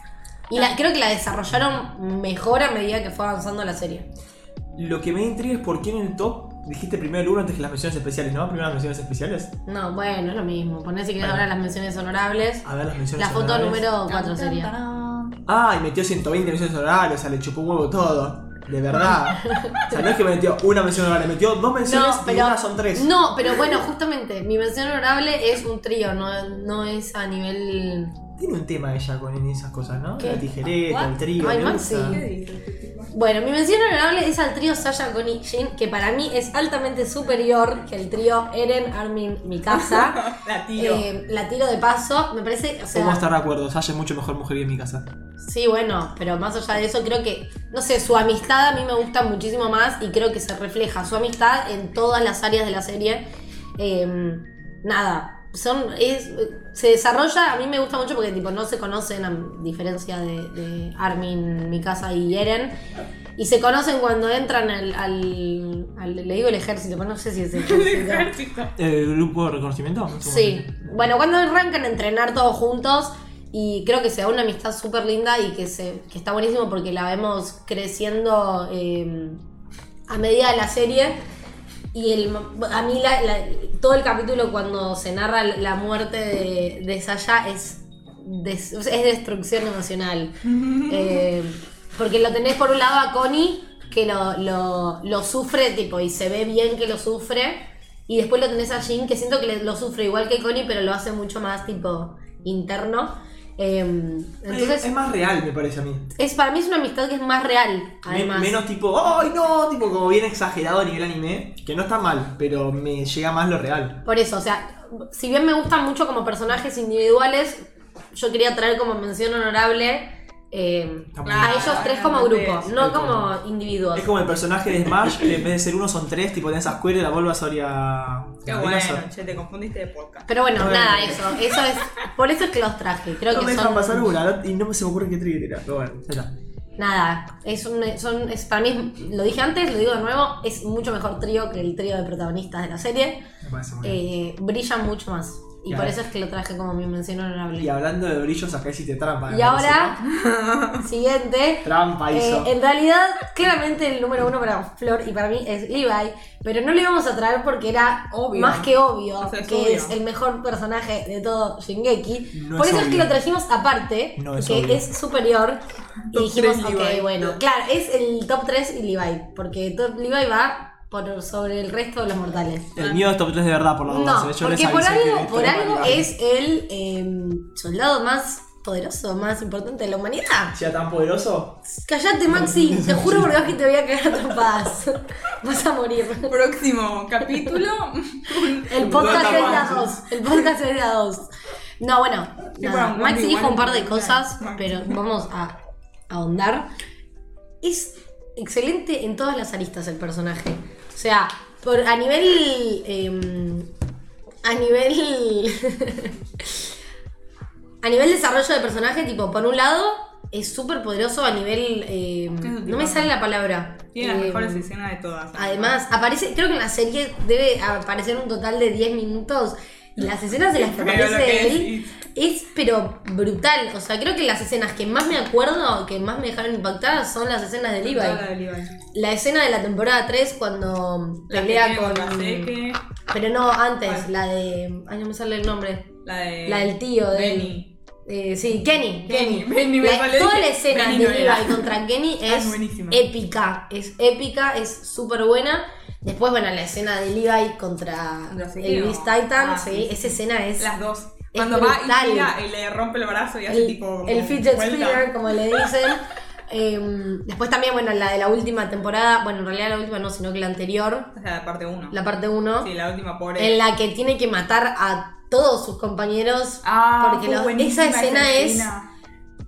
Speaker 2: Y la- creo que la desarrollaron mejor a medida que fue avanzando la serie.
Speaker 1: Lo que me intriga es por qué en el top dijiste primero el uno antes que las menciones especiales, ¿no? Primero las menciones especiales.
Speaker 2: No, bueno, es lo mismo. Poné si querés
Speaker 1: Bueno.
Speaker 2: ahora las menciones honorables.
Speaker 1: A ver las menciones
Speaker 2: La foto
Speaker 1: honorables.
Speaker 2: número 4 sería.
Speaker 3: Tarán.
Speaker 1: Ah, y metió 120 menciones honorarios, o sea, le chupó un huevo todo. De verdad. o sea, no es que metió una mención honorable, metió dos menciones
Speaker 2: No,
Speaker 1: y
Speaker 2: pero.
Speaker 1: una son tres.
Speaker 2: No, pero bueno, justamente, mi mención honorable es un trío, no, no es a nivel
Speaker 1: Tiene un tema ella con esas cosas, ¿no?
Speaker 2: ¿Qué?
Speaker 1: La tijereta,
Speaker 2: What?
Speaker 1: el trío.
Speaker 2: Ay,
Speaker 1: le
Speaker 2: Maxi.
Speaker 1: gusta.
Speaker 3: ¿Qué dices?
Speaker 2: Bueno, mi mención honorable es al trío Sasha con Jin, que para mí es altamente superior que el trío Eren, Armin, Mikasa.
Speaker 3: La tiro.
Speaker 2: Eh, la tiro de paso, me parece, o sea,
Speaker 1: ¿Cómo estar de acuerdo? Sasha es mucho mejor mujer que en mi casa.
Speaker 2: sí, bueno, pero más allá de eso creo que, no sé, su amistad a mí me gusta muchísimo más y creo que se refleja su amistad en todas las áreas de la serie. Eh, nada, son, es, se desarrolla, a mí me gusta mucho porque tipo no se conocen a diferencia de, de Armin, Mikasa y Eren. Y se conocen cuando entran al, al, al- le digo el ejército, pero no sé si es el
Speaker 3: (laughs) El ejército.
Speaker 2: ejército.
Speaker 1: ¿El grupo de reconocimiento? ¿No?
Speaker 2: Sí. Bueno, cuando arrancan a entrenar todos juntos y creo que se da una amistad súper linda y que, se, que está buenísimo porque la vemos creciendo eh, a medida de la serie. Y el, a mí la- la- todo el capítulo cuando se narra la muerte de, de Saya es, des- es destrucción emocional. Eh, porque lo tenés por un lado a Connie, que lo, lo- lo sufre, tipo, y se ve bien que lo sufre. Y después lo tenés a Jin, que siento que le- lo sufre igual que Connie, pero lo hace mucho más, tipo, interno. Eh, entonces,
Speaker 1: es, es más real, me parece a mí.
Speaker 2: es, para mí es una amistad que es más real,
Speaker 1: Me-
Speaker 2: además.
Speaker 1: menos tipo, ¡ay no! Tipo, como bien exagerado a nivel anime, que no está mal, pero me llega más lo real.
Speaker 2: Por eso, o sea, si bien me gustan mucho como personajes individuales, yo quería traer como mención honorable eh,
Speaker 1: También.
Speaker 2: a ellos
Speaker 3: Ah,
Speaker 2: tres como
Speaker 3: realmente
Speaker 2: grupo,
Speaker 3: es.
Speaker 2: no como individuos.
Speaker 1: Es como el personaje de Smash, que en vez de ser uno son tres, tipo tenés a Square y la vuelvas a
Speaker 3: Qué
Speaker 1: a
Speaker 3: bueno,
Speaker 1: Venusaur.
Speaker 3: che, te confundiste de podcast.
Speaker 2: Pero bueno,
Speaker 1: Bueno.
Speaker 2: nada, eso, eso es, por eso es que los traje, creo
Speaker 1: No me
Speaker 2: que
Speaker 1: dejan
Speaker 2: son,
Speaker 1: pasar una, y no me se me ocurre qué trigger era, pero bueno, ya está.
Speaker 2: nada, es un- son, es, para mí, es- lo dije antes, lo digo de nuevo, es mucho mejor trío que el trío de protagonistas de la serie,
Speaker 1: Me parece muy bien.
Speaker 2: eh, brillan mucho más, y
Speaker 1: Ya.
Speaker 2: por eso es que lo traje como mi mención honorable.
Speaker 1: Y hablando de brillos, acá hiciste trampa. me
Speaker 2: y ahora,
Speaker 1: parece, (laughs)
Speaker 2: siguiente,
Speaker 1: ¿no? Trampa
Speaker 2: Eh,
Speaker 1: hizo.
Speaker 2: en realidad, claramente el número uno para Flor y para mí es Levi, pero no lo íbamos a traer porque era
Speaker 3: Obvio.
Speaker 2: más que obvio
Speaker 3: O sea, es
Speaker 2: que
Speaker 3: obvio.
Speaker 2: es el mejor personaje de todo Shingeki.
Speaker 1: No
Speaker 2: Por
Speaker 1: es
Speaker 2: eso es que
Speaker 1: obvio.
Speaker 2: lo trajimos aparte,
Speaker 1: No es
Speaker 2: que
Speaker 1: obvio.
Speaker 2: es superior. Y
Speaker 3: Top
Speaker 2: dijimos,
Speaker 3: tres
Speaker 2: ok,
Speaker 3: Levi".
Speaker 2: bueno, claro, es el top 3 y Levi, porque top Levi va por sobre el resto de los mortales.
Speaker 1: El mío es top 3 de verdad, Ah. por la duda.
Speaker 2: No,
Speaker 1: Yo les
Speaker 2: porque por
Speaker 1: avisé que
Speaker 2: algo,
Speaker 1: esto
Speaker 2: por
Speaker 1: era
Speaker 2: algo
Speaker 1: validable.
Speaker 2: es el em, soldado más poderoso, más importante de la humanidad.
Speaker 1: ¿Ya tan poderoso?
Speaker 2: Callate, Maxi, te juro por Dios que te voy a cagar a trompadas. (laughs) Vas a morir.
Speaker 3: Próximo capítulo. (laughs)
Speaker 2: El podcast
Speaker 1: No,
Speaker 2: es de a
Speaker 1: capaz.
Speaker 2: dos. El podcast es de a dos. No, bueno,
Speaker 3: Sí,
Speaker 2: nada,
Speaker 3: bueno,
Speaker 2: Maxi
Speaker 3: igual,
Speaker 2: dijo un par de
Speaker 3: igual,
Speaker 2: cosas,
Speaker 3: claro.
Speaker 2: pero vamos a a ahondar. Es excelente en todas las aristas el personaje. O sea, por, a nivel. em, a nivel. (laughs) A nivel desarrollo de personaje, tipo, por un lado, es súper poderoso a nivel. eh,
Speaker 3: Eso te
Speaker 2: no me
Speaker 3: pasa.
Speaker 2: sale la palabra.
Speaker 3: Tiene las
Speaker 2: Eh,
Speaker 3: mejores escenas de todas.
Speaker 2: Además, aparece, creo que en la serie debe aparecer un total de 10 minutos. Y las escenas de las
Speaker 3: (laughs)
Speaker 2: que
Speaker 3: Pero lo que
Speaker 2: aparece él
Speaker 3: decís.
Speaker 2: es pero brutal. O sea, creo que las escenas que más me acuerdo, que más me dejaron impactada, son las escenas de
Speaker 3: Toda la
Speaker 2: Levi.
Speaker 3: de Levi.
Speaker 2: La escena de la temporada 3 cuando
Speaker 3: La que
Speaker 2: pelea
Speaker 3: tiene Ah.
Speaker 2: con.
Speaker 3: Kaseke,
Speaker 2: Pero no, antes,
Speaker 3: ¿Cuál?
Speaker 2: la de. Ay, no me sale el nombre.
Speaker 3: la de.
Speaker 2: La del tío de él.
Speaker 3: Benny.
Speaker 2: Eh, sí, Kenny.
Speaker 3: Kenny,
Speaker 2: Kenny.
Speaker 3: Benny, me
Speaker 2: La-
Speaker 3: vale
Speaker 2: toda
Speaker 3: decir,
Speaker 2: la escena
Speaker 3: Benny
Speaker 2: de
Speaker 3: no era.
Speaker 2: Levi contra Kenny
Speaker 3: Ah,
Speaker 2: es
Speaker 3: buenísima.
Speaker 2: épica. Es épica, es súper buena. Después, bueno, la escena de Levi contra
Speaker 3: Contra Sekiro.
Speaker 2: el Beast Titan,
Speaker 3: Ah,
Speaker 2: sí,
Speaker 3: sí, sí.
Speaker 2: esa escena es.
Speaker 3: Las dos.
Speaker 2: Es
Speaker 3: Cuando va
Speaker 2: brutal.
Speaker 3: y gira y le rompe el brazo y hace
Speaker 2: el,
Speaker 3: tipo. como
Speaker 2: el fidget
Speaker 3: vuelta.
Speaker 2: spinner, como le
Speaker 3: (laughs)
Speaker 2: dicen. Em, después también, bueno, la de la última temporada. Bueno, en realidad la última no, sino que la anterior,
Speaker 3: O sea, la parte 1.
Speaker 2: la parte 1,
Speaker 3: Sí, la última pobre.
Speaker 2: en la que tiene que matar a todos sus compañeros.
Speaker 3: Ah,
Speaker 2: porque
Speaker 3: fue
Speaker 2: los-
Speaker 3: buenísima
Speaker 2: esa escena es.
Speaker 3: escena.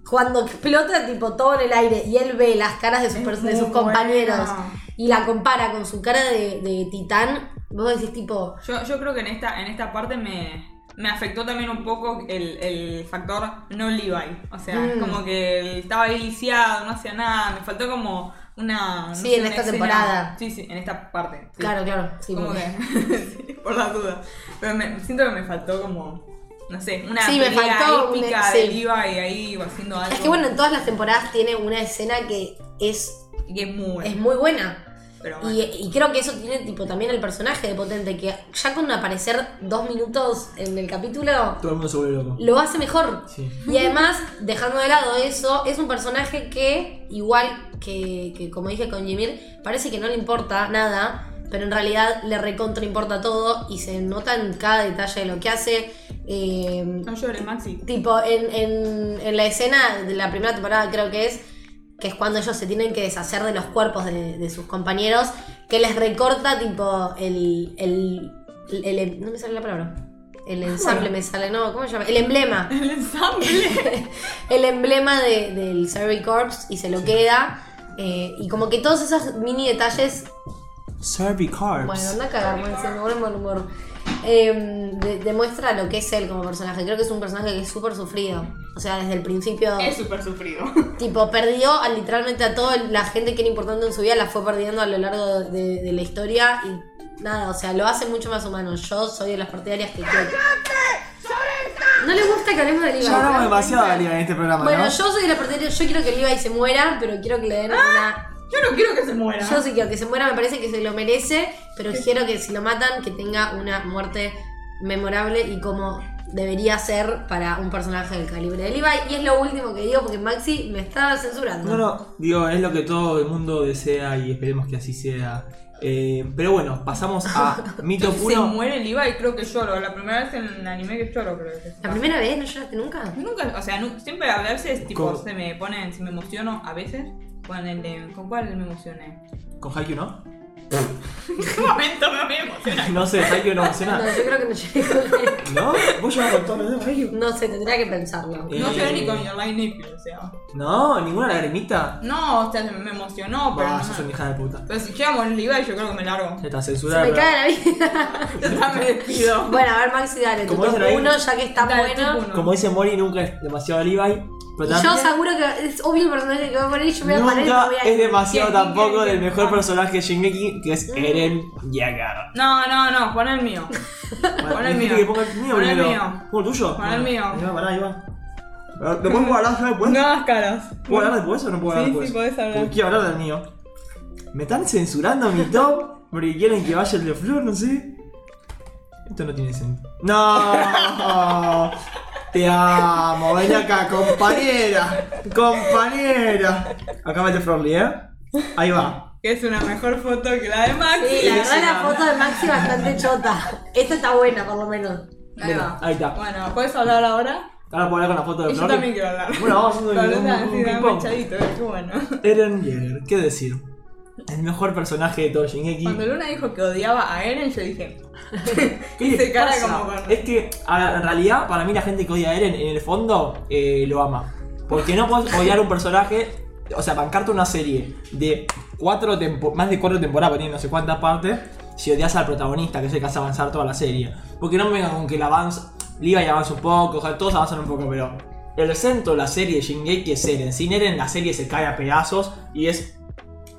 Speaker 2: cuando explota tipo todo en el aire y él ve las caras de sus,
Speaker 3: Es
Speaker 2: pers-
Speaker 3: muy
Speaker 2: de sus compañeros
Speaker 3: buena.
Speaker 2: y la compara con su cara de, de titán, vos decís tipo,
Speaker 3: Yo, yo creo que en esta, en esta parte me, me afectó también un poco el, el factor no Levi. O sea, es
Speaker 2: Mm.
Speaker 3: como que él estaba ahí lisiado, no hacía nada. Me faltó como una. no
Speaker 2: Sí, en
Speaker 3: una
Speaker 2: esta temporada.
Speaker 3: Sí, sí, en esta parte. sí.
Speaker 2: claro, claro, sí,
Speaker 3: Como
Speaker 2: porque- (laughs)
Speaker 3: que. (laughs) sí, por la duda. Pero me, siento que me faltó como. No sé, una
Speaker 2: Sí, me
Speaker 3: pelea
Speaker 2: faltó un-
Speaker 3: épica de
Speaker 2: sí.
Speaker 3: Levi ahí haciendo algo.
Speaker 2: es que bueno, en todas las temporadas tiene una escena que es,
Speaker 3: Y que es muy bueno.
Speaker 2: es muy buena.
Speaker 3: Pero bueno.
Speaker 2: Y, y creo que eso tiene tipo también el personaje de potente, que ya con aparecer dos minutos en el capítulo
Speaker 1: Todo el mundo se vuelve loco.
Speaker 2: lo hace mejor.
Speaker 1: Sí.
Speaker 2: Y además, dejando de lado eso, es un personaje que, igual que, que como dije con Jimir, parece que no le importa nada, pero en realidad le recontra importa todo y se nota en cada detalle de lo que hace. eh,
Speaker 3: No llores, Maxi. (laughs)
Speaker 2: Tipo, en, en- en la escena de la primera temporada creo que es, que es cuando ellos se tienen que deshacer de los cuerpos de, de sus compañeros, que les recorta tipo el... el, el- el- no me sale la palabra. El ensamble me sale, no, ¿cómo se llama? El emblema.
Speaker 3: El ensamble.
Speaker 2: el emblema de- del Survey Corps y se lo queda. eh, y como que todos esos mini detalles
Speaker 1: Servi Carbs.
Speaker 2: bueno, anda a cagar, Maxi, me pone mal humor. Em, de- demuestra lo que es él como personaje. Creo que es un personaje que es súper sufrido. O sea, desde el principio,
Speaker 3: (laughs) Es súper sufrido.
Speaker 2: tipo, perdió a, literalmente a toda la gente que era importante en su vida, la fue perdiendo a lo largo de, de la historia y nada, o sea, lo hace mucho más humano. Yo soy de las partidarias que creo. No le gusta que hablemos de Levi.
Speaker 1: Ya hablamos demasiado de Levi en este programa,
Speaker 2: Bueno,
Speaker 1: ¿no?
Speaker 2: yo soy de la partidaria, yo quiero que Levi se muera, pero quiero que le den una
Speaker 1: Ah,
Speaker 3: Yo no quiero que se muera.
Speaker 2: yo sí quiero que se muera, me parece que se lo merece, pero quiero que si lo matan, que tenga una muerte memorable y como debería ser para un personaje del calibre de Levi. Y es lo último que digo porque Maxi me está censurando.
Speaker 1: No, no, digo, es lo que todo el mundo desea y esperemos que así sea. Eh, pero bueno, pasamos
Speaker 2: (laughs)
Speaker 1: a mi top
Speaker 3: Se
Speaker 1: 1.
Speaker 3: muere el IVA y creo que lloro. La primera vez en el anime que lloro, creo que.
Speaker 2: ¿La primera vez no lloraste nunca?
Speaker 3: Nunca, o sea, nu- siempre a veces, tipo,
Speaker 1: Con-
Speaker 3: se me ponen, si me emociono a veces, con el de, ¿con cuál me (laughs) emocioné?
Speaker 1: ¿Con Haikyuu no? (laughs)
Speaker 3: ¿En qué momento me voy a emocionar?
Speaker 1: No sé, Haikyuu no
Speaker 2: No,
Speaker 1: emociona.
Speaker 2: yo creo que no lloré con él.
Speaker 1: ¿No? ¿Vos llevas con todos los demás Haikyuu?
Speaker 2: No sé, tendría que pensarlo.
Speaker 1: Eh.
Speaker 3: No lloré ni con Your Lie Naked, o sea.
Speaker 1: No, ninguna lagrimita.
Speaker 3: No, o sea, se me emocionó, pero
Speaker 1: Bah,
Speaker 3: no
Speaker 1: sos
Speaker 3: me-
Speaker 1: una hija de puta.
Speaker 3: Pero si llega a morir el IVA, yo creo que me largo.
Speaker 1: Ya está
Speaker 2: Se me
Speaker 1: censurada.
Speaker 2: cae
Speaker 1: (laughs)
Speaker 2: la vida.
Speaker 3: Yo (laughs) ya me despido.
Speaker 2: bueno, a ver Maxi, dale, tu
Speaker 1: Como
Speaker 2: top
Speaker 1: dicen ahí-
Speaker 2: uno, ya que está
Speaker 3: Dale,
Speaker 2: bueno.
Speaker 3: top uno.
Speaker 1: Como dice Mori, nunca es demasiado Levi. Pero
Speaker 2: Y yo
Speaker 1: también
Speaker 2: seguro que es obvio el personaje que voy a poner y yo me voy a poner y me
Speaker 1: nunca
Speaker 2: voy a
Speaker 1: es demasiado
Speaker 3: ¿Quién, quién,
Speaker 1: tampoco
Speaker 3: quién,
Speaker 1: del
Speaker 3: quién?
Speaker 1: mejor
Speaker 3: Ah.
Speaker 1: personaje de Shingeki, que es
Speaker 2: Mm.
Speaker 1: Eren Yeager.
Speaker 3: No, no, no, pon el mío. Pon el mío.
Speaker 1: Dijiste que ponga el mío
Speaker 3: Pon el
Speaker 1: primero.
Speaker 3: mío.
Speaker 1: ¿Pongo el tuyo?
Speaker 3: Pon el mío.
Speaker 1: Ahí va, pará, ahí va. Pero, ¿Después puedo hablar ya después?
Speaker 3: No hagas caras.
Speaker 1: ¿Puedo hablar después o no puedo
Speaker 3: Sí,
Speaker 1: hablar
Speaker 3: sí,
Speaker 1: después?
Speaker 3: podés hablar.
Speaker 1: Porque quiero hablar del mío. Me están censurando mi top porque quieren que vaya el de Flor, no sé. Esto no tiene sentido. ¡No! Te amo, ven acá, compañera. Compañera. Acá mete Florly, ¿eh? Ahí va.
Speaker 3: Que es una mejor foto que la de Maxi.
Speaker 2: Sí, la
Speaker 1: Sí,
Speaker 2: verdad
Speaker 1: sí,
Speaker 2: la
Speaker 1: no.
Speaker 2: foto de Maxi bastante chota. Esta está buena por lo menos.
Speaker 3: Ahí va.
Speaker 1: Ahí está.
Speaker 3: Bueno, ¿puedes hablar ahora?
Speaker 1: Ahora puedo hablar con la foto de
Speaker 3: Y yo
Speaker 1: Florly.
Speaker 3: también quiero hablar.
Speaker 1: Bueno, vamos haciendo
Speaker 3: Pero
Speaker 1: un-
Speaker 3: nada,
Speaker 1: un
Speaker 3: sí, da
Speaker 1: ping-pong.
Speaker 3: manchadito, qué eh, bueno.
Speaker 1: Eren Yeager, ¿qué decir? El mejor personaje de todo Shingeki.
Speaker 3: Cuando Luna dijo que odiaba a Eren, yo dije.
Speaker 1: (laughs) ¿Qué
Speaker 3: (laughs) hice
Speaker 1: le
Speaker 3: cara
Speaker 1: pasa?
Speaker 3: como con-
Speaker 1: Es que a- en realidad, para mí, la gente que odia a Eren, en el fondo, eh, lo ama. Porque no puedes odiar un personaje, o sea, bancarte una serie de cuatro tempo- más de cuatro temporadas, porque tiene no sé cuántas partes, si odias al protagonista, que es el que hace avanzar toda la serie. Porque no me vengan con que el avance, Levi avanza un poco, o sea, todos avanzan un poco, pero el centro de la serie de Shingeki es Eren. Sin Eren, la serie se cae a pedazos y es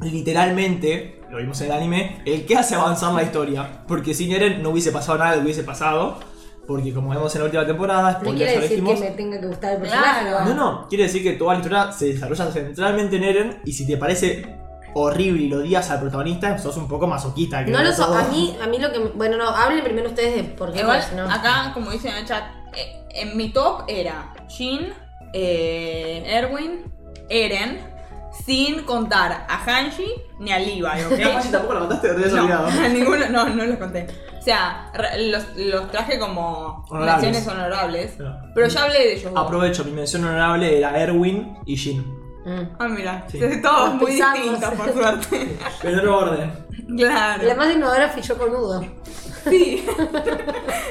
Speaker 1: literalmente, lo vimos en el anime, el que hace avanzar la historia. Porque sin Eren no hubiese pasado nada, hubiese pasado. Porque como vemos en la última temporada,
Speaker 2: No
Speaker 1: spoilers,
Speaker 2: quiere
Speaker 1: ya lo
Speaker 2: decir que
Speaker 1: dijimos.
Speaker 2: me tenga que gustar el personaje.
Speaker 3: Claro.
Speaker 1: No, no, quiere decir que toda la historia se desarrolla centralmente en Eren. Y si te parece horrible y lo odias al protagonista, sos un poco masoquista. creo,
Speaker 2: No lo
Speaker 1: de
Speaker 2: so,
Speaker 1: todo.
Speaker 2: a mí, a mí lo que me- bueno no, hablen primero ustedes de por qué
Speaker 3: Igual,
Speaker 2: pues, no.
Speaker 3: acá, como dicen en el chat, eh, en mi top era Jin, eh, Erwin, Eren, sin contar a Hanshi ni
Speaker 1: (laughs)
Speaker 3: a Levi,
Speaker 1: Eh, Capaz
Speaker 3: ¿ok?
Speaker 1: si tampoco lo contaste, te habías olvidado.
Speaker 3: No, ninguno, no, no los conté. O sea, re- los, los traje como
Speaker 1: Honorables.
Speaker 3: menciones honorables.
Speaker 1: No.
Speaker 3: Pero ya hablé de ellos.
Speaker 1: Aprovecho, mi mención honorable era Erwin y Jin.
Speaker 2: Mm.
Speaker 3: Ah, mira,
Speaker 1: Sí.
Speaker 3: (laughs) todos
Speaker 2: Nos
Speaker 3: muy
Speaker 2: pisamos.
Speaker 3: distintos,
Speaker 1: (laughs)
Speaker 3: por suerte.
Speaker 1: Pero en otro orden.
Speaker 3: claro.
Speaker 2: La más innovadora fui yo con Udo.
Speaker 5: (laughs)
Speaker 3: Sí.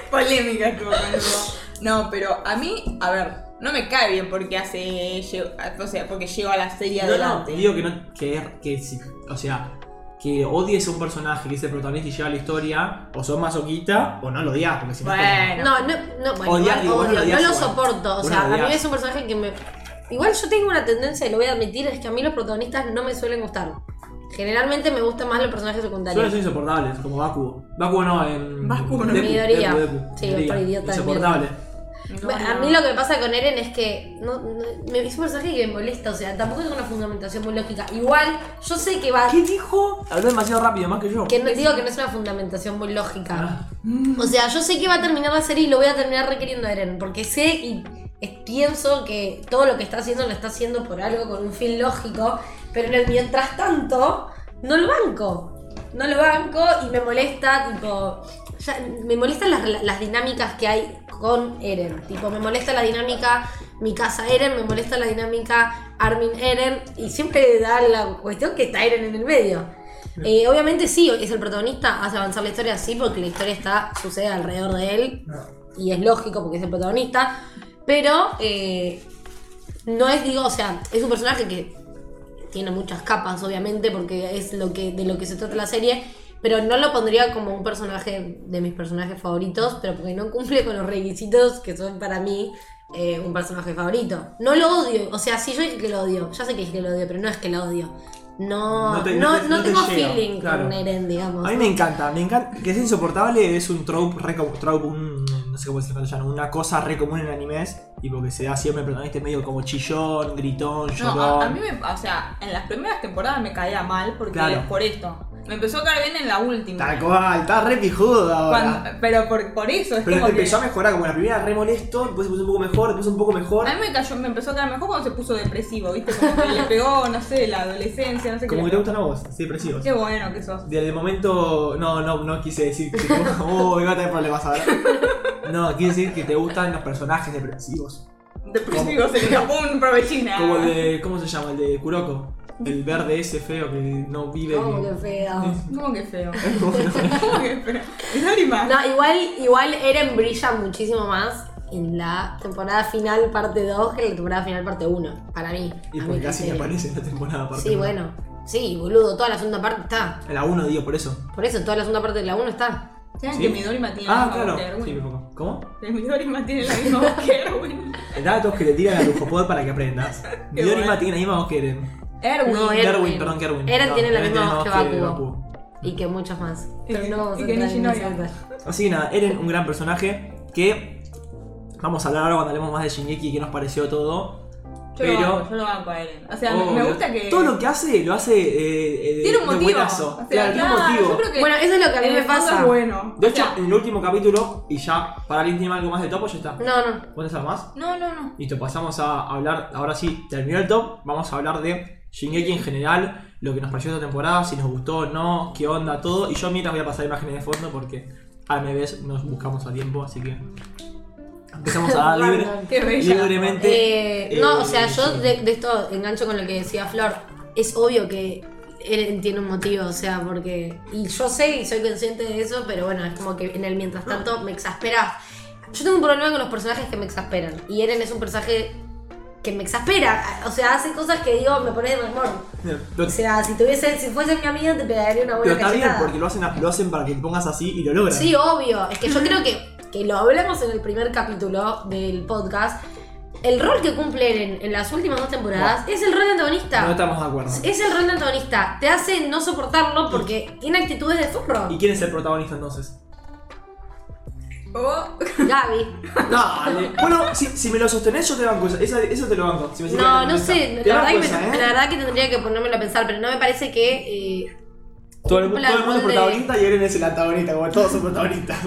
Speaker 3: Polémica estuvo con eso. No, pero a mí, a ver, no me cae bien porque hace. llevo- o sea, porque llego a la serie
Speaker 1: No, no,
Speaker 3: adelante.
Speaker 1: digo que no. Que, que si- o sea, que odies a un personaje que es el protagonista y lleva la historia, o sos masoquista, o no lo odias, porque si no. es como-
Speaker 3: Bueno.
Speaker 2: No, no, no, bueno,
Speaker 1: Odiar,
Speaker 2: igual,
Speaker 1: digo, vos
Speaker 2: obvio,
Speaker 1: lo
Speaker 2: no
Speaker 1: odias
Speaker 2: lo
Speaker 1: igual.
Speaker 2: soporto. O
Speaker 1: Vos
Speaker 2: sea,
Speaker 1: lo
Speaker 2: a mí
Speaker 1: odias.
Speaker 2: es un personaje que me. Igual yo tengo una tendencia, y lo voy a admitir, es que a mí los protagonistas no me suelen gustar. Generalmente me gustan más los personajes
Speaker 1: Suelen
Speaker 2: secundarios.
Speaker 1: ser insoportables, como Bakugo. Bakugo no, en.
Speaker 3: Bakugo no.
Speaker 2: Midoriya. Sí,
Speaker 1: Midoriya.
Speaker 2: otro idiota de
Speaker 1: Insoportable.
Speaker 2: Me- A mí lo que me pasa con Eren es que no, no- me- es un personaje que me molesta, o sea, tampoco tengo una fundamentación muy lógica. Igual, yo sé que va
Speaker 1: ¿Qué dijo? Habló demasiado rápido, más que yo.
Speaker 2: Que no, digo que no es una fundamentación muy lógica.
Speaker 1: Ah.
Speaker 2: O sea, yo sé que va a terminar la serie y lo voy a terminar requiriendo a Eren, porque sé y es- pienso que todo lo que está haciendo lo está haciendo por algo con un fin lógico, pero en el mientras tanto, no lo banco. No lo banco y me molesta, tipo. ya- me molestan las, rela- las dinámicas que hay con Eren. Tipo, me molesta la dinámica mi casa Eren, me molesta la dinámica Armin Eren, y siempre da la cuestión que está Eren en el medio. Eh, obviamente sí, es el protagonista, hace avanzar la historia, sí, porque la historia está, sucede alrededor de él, y es lógico porque es el protagonista, pero eh, no es, digo, o sea, es un personaje que tiene muchas capas, obviamente, porque es lo que, de lo que se trata la serie, pero no lo pondría como un personaje de mis personajes favoritos, pero porque no cumple con los requisitos que son para mí eh, un personaje favorito. No lo odio, o sea, sí yo dije que lo odio, ya sé que dije que lo odio, pero no es que lo odio. No,
Speaker 1: No
Speaker 2: no,
Speaker 1: te- no te-
Speaker 2: no
Speaker 1: no te
Speaker 2: tengo
Speaker 1: llega,
Speaker 2: feeling
Speaker 1: claro.
Speaker 2: con Eren, digamos.
Speaker 1: A mí me encanta, me encanta. Que es insoportable, es un trope, re com- trope, un- no sé cómo se llama, una cosa re común en animes. Y porque se da siempre el protagonista medio como chillón, gritón, llorón.
Speaker 5: No, a, a mí me. O sea, en las primeras temporadas me caía mal porque
Speaker 1: Claro.
Speaker 5: por esto. Me empezó a caer bien en la última.
Speaker 1: Tal cual, está re pijudo ahora.
Speaker 5: Cuando- pero por, por eso es
Speaker 1: Pero
Speaker 5: como que.
Speaker 1: empezó a mejorar, como la primera re molesto, después se puso un poco mejor, después un poco mejor.
Speaker 5: A mí me, cayó, me empezó a caer mejor cuando se puso depresivo, ¿viste? Como que le pegó, no sé, la adolescencia, no sé
Speaker 1: Como
Speaker 5: qué.
Speaker 1: que te gustan a vos, así depresivos.
Speaker 5: Qué bueno que sos.
Speaker 1: Desde el momento, no, no, no quise decir que
Speaker 5: (laughs)
Speaker 1: oh, iba a tener problemas ahora. No, quise decir que te gustan los personajes depresivos.
Speaker 5: Depresivo, se le tapó un provechina.
Speaker 1: Como el de, ¿cómo se llama? El de Kuroko. El verde ese feo que no vive.
Speaker 2: Oh,
Speaker 1: ni-
Speaker 2: qué feo.
Speaker 5: ¿Cómo que (laughs) feo? ¿Cómo que feo? ¿Es lágrima?
Speaker 2: No, igual, igual Eren brilla muchísimo más en la temporada final parte 2 que en la temporada final parte 1, para mí.
Speaker 1: Y
Speaker 2: a
Speaker 1: porque
Speaker 2: mi
Speaker 1: casi ni
Speaker 2: criterio.
Speaker 1: aparece en la temporada aparte.
Speaker 2: Sí, bueno. Sí, boludo, toda la segunda parte está.
Speaker 1: En la 1 digo, por eso.
Speaker 2: Por eso, toda la segunda parte de la 1 está.
Speaker 5: ¿Sabes
Speaker 1: ¿Sí?
Speaker 5: que Midorima tiene la
Speaker 1: Ah,
Speaker 5: misma
Speaker 1: claro.
Speaker 5: voz que
Speaker 1: Sí,
Speaker 5: Erwin?
Speaker 1: me pongo. ¿Cómo?
Speaker 5: El Midorima tiene la misma voz que Erwin.
Speaker 1: Datos que le tiran a Lujopod para que aprendas.
Speaker 5: (laughs) Qué
Speaker 1: Midorima
Speaker 5: bueno.
Speaker 1: tiene la misma voz que Eren.
Speaker 5: (laughs) Erwin.
Speaker 2: No, Erwin.
Speaker 1: Erwin, perdón, que Erwin.
Speaker 2: Eren
Speaker 1: No,
Speaker 2: tiene la misma voz que Bakugo.
Speaker 1: Bakugo.
Speaker 2: Y que muchos más.
Speaker 5: Y
Speaker 2: Pero
Speaker 5: que-
Speaker 2: no vamos
Speaker 5: y
Speaker 2: a
Speaker 5: que
Speaker 2: entrar en
Speaker 5: Nishinori.
Speaker 2: ese detalle.
Speaker 1: Así que nada, Eren, un gran personaje que vamos a hablar ahora cuando hablemos más de Shingeki y qué nos pareció todo.
Speaker 5: Yo,
Speaker 1: Pero
Speaker 5: lo banco, yo lo banco a Eren. O sea, me-
Speaker 1: oh,
Speaker 5: me gusta que.
Speaker 1: todo lo que hace lo hace eh, eh, de,
Speaker 5: Tiene un
Speaker 1: de
Speaker 5: motivo.
Speaker 1: buenazo.
Speaker 5: O sea,
Speaker 1: claro, tiene un
Speaker 5: claro,
Speaker 1: motivo.
Speaker 5: Yo creo que
Speaker 2: Bueno, eso es lo que a mí
Speaker 5: en el
Speaker 2: me
Speaker 5: fondo
Speaker 2: pasa.
Speaker 5: Eh, Es bueno.
Speaker 1: De
Speaker 5: O
Speaker 1: hecho,
Speaker 5: sea,
Speaker 1: en el último capítulo, y ya, para alguien tiene algo más de topo, ya está.
Speaker 2: No, no.
Speaker 1: ¿Puedes algo más?
Speaker 5: no, no, no.
Speaker 1: Listo, pasamos a hablar, ahora sí, terminó el top, vamos a hablar de Shingeki en general, lo que nos pareció esta temporada, si nos gustó o no, qué onda, todo. Y yo mientras voy a pasar imágenes de fondo porque al ves nos buscamos a tiempo, así que empezamos a dar
Speaker 2: (laughs)
Speaker 1: libre,
Speaker 2: Random.
Speaker 5: Qué bella.
Speaker 1: libremente.
Speaker 2: Eh, no, o sea,
Speaker 1: eh,
Speaker 2: yo
Speaker 1: sí.
Speaker 2: de, de esto engancho con lo que decía Flor. Es obvio que Eren tiene un motivo, o sea, porque. Y yo sé y soy consciente de eso, pero bueno, es como que en el mientras tanto me exaspera. Yo tengo un problema con los personajes que me exasperan. Y Eren es un personaje que me exaspera. O sea, hace cosas que digo, me pone de mal humor.
Speaker 1: Pero,
Speaker 2: O sea, si tuviese, si fuese mi amiga, te pegaría
Speaker 1: pero
Speaker 2: una buena
Speaker 1: está bien
Speaker 2: cachetada.
Speaker 1: porque lo hacen, a- lo hacen para que te pongas así y lo logran.
Speaker 2: Sí, obvio. Es que yo creo que, que lo hablamos en el primer capítulo del podcast. El rol que cumple Eren en las últimas dos temporadas es el rol de antagonista.
Speaker 1: No estamos de acuerdo.
Speaker 2: Es el rol de antagonista. Te hace no soportarlo porque tiene actitudes de forro.
Speaker 1: ¿Y quién es el protagonista entonces?
Speaker 5: Oh,
Speaker 2: (laughs) Gaby.
Speaker 1: (laughs) Dale. Bueno, si, si me lo sostenés, yo te banco. esa- esa- Eso te lo banco. Si me decís que
Speaker 2: No, no
Speaker 1: me gusta.
Speaker 2: sé.
Speaker 1: Te
Speaker 2: La verdad,
Speaker 1: banco
Speaker 2: que
Speaker 1: esa,
Speaker 2: me-
Speaker 1: ¿eh?
Speaker 2: la verdad que tendría que ponérmelo a pensar, pero no me parece que. eh,
Speaker 1: Todo el,
Speaker 2: Cumpla
Speaker 1: todo el mundo es
Speaker 2: el rol de-
Speaker 1: protagonista y Eren es el antagonista, como todos
Speaker 2: (laughs)
Speaker 1: son protagonistas.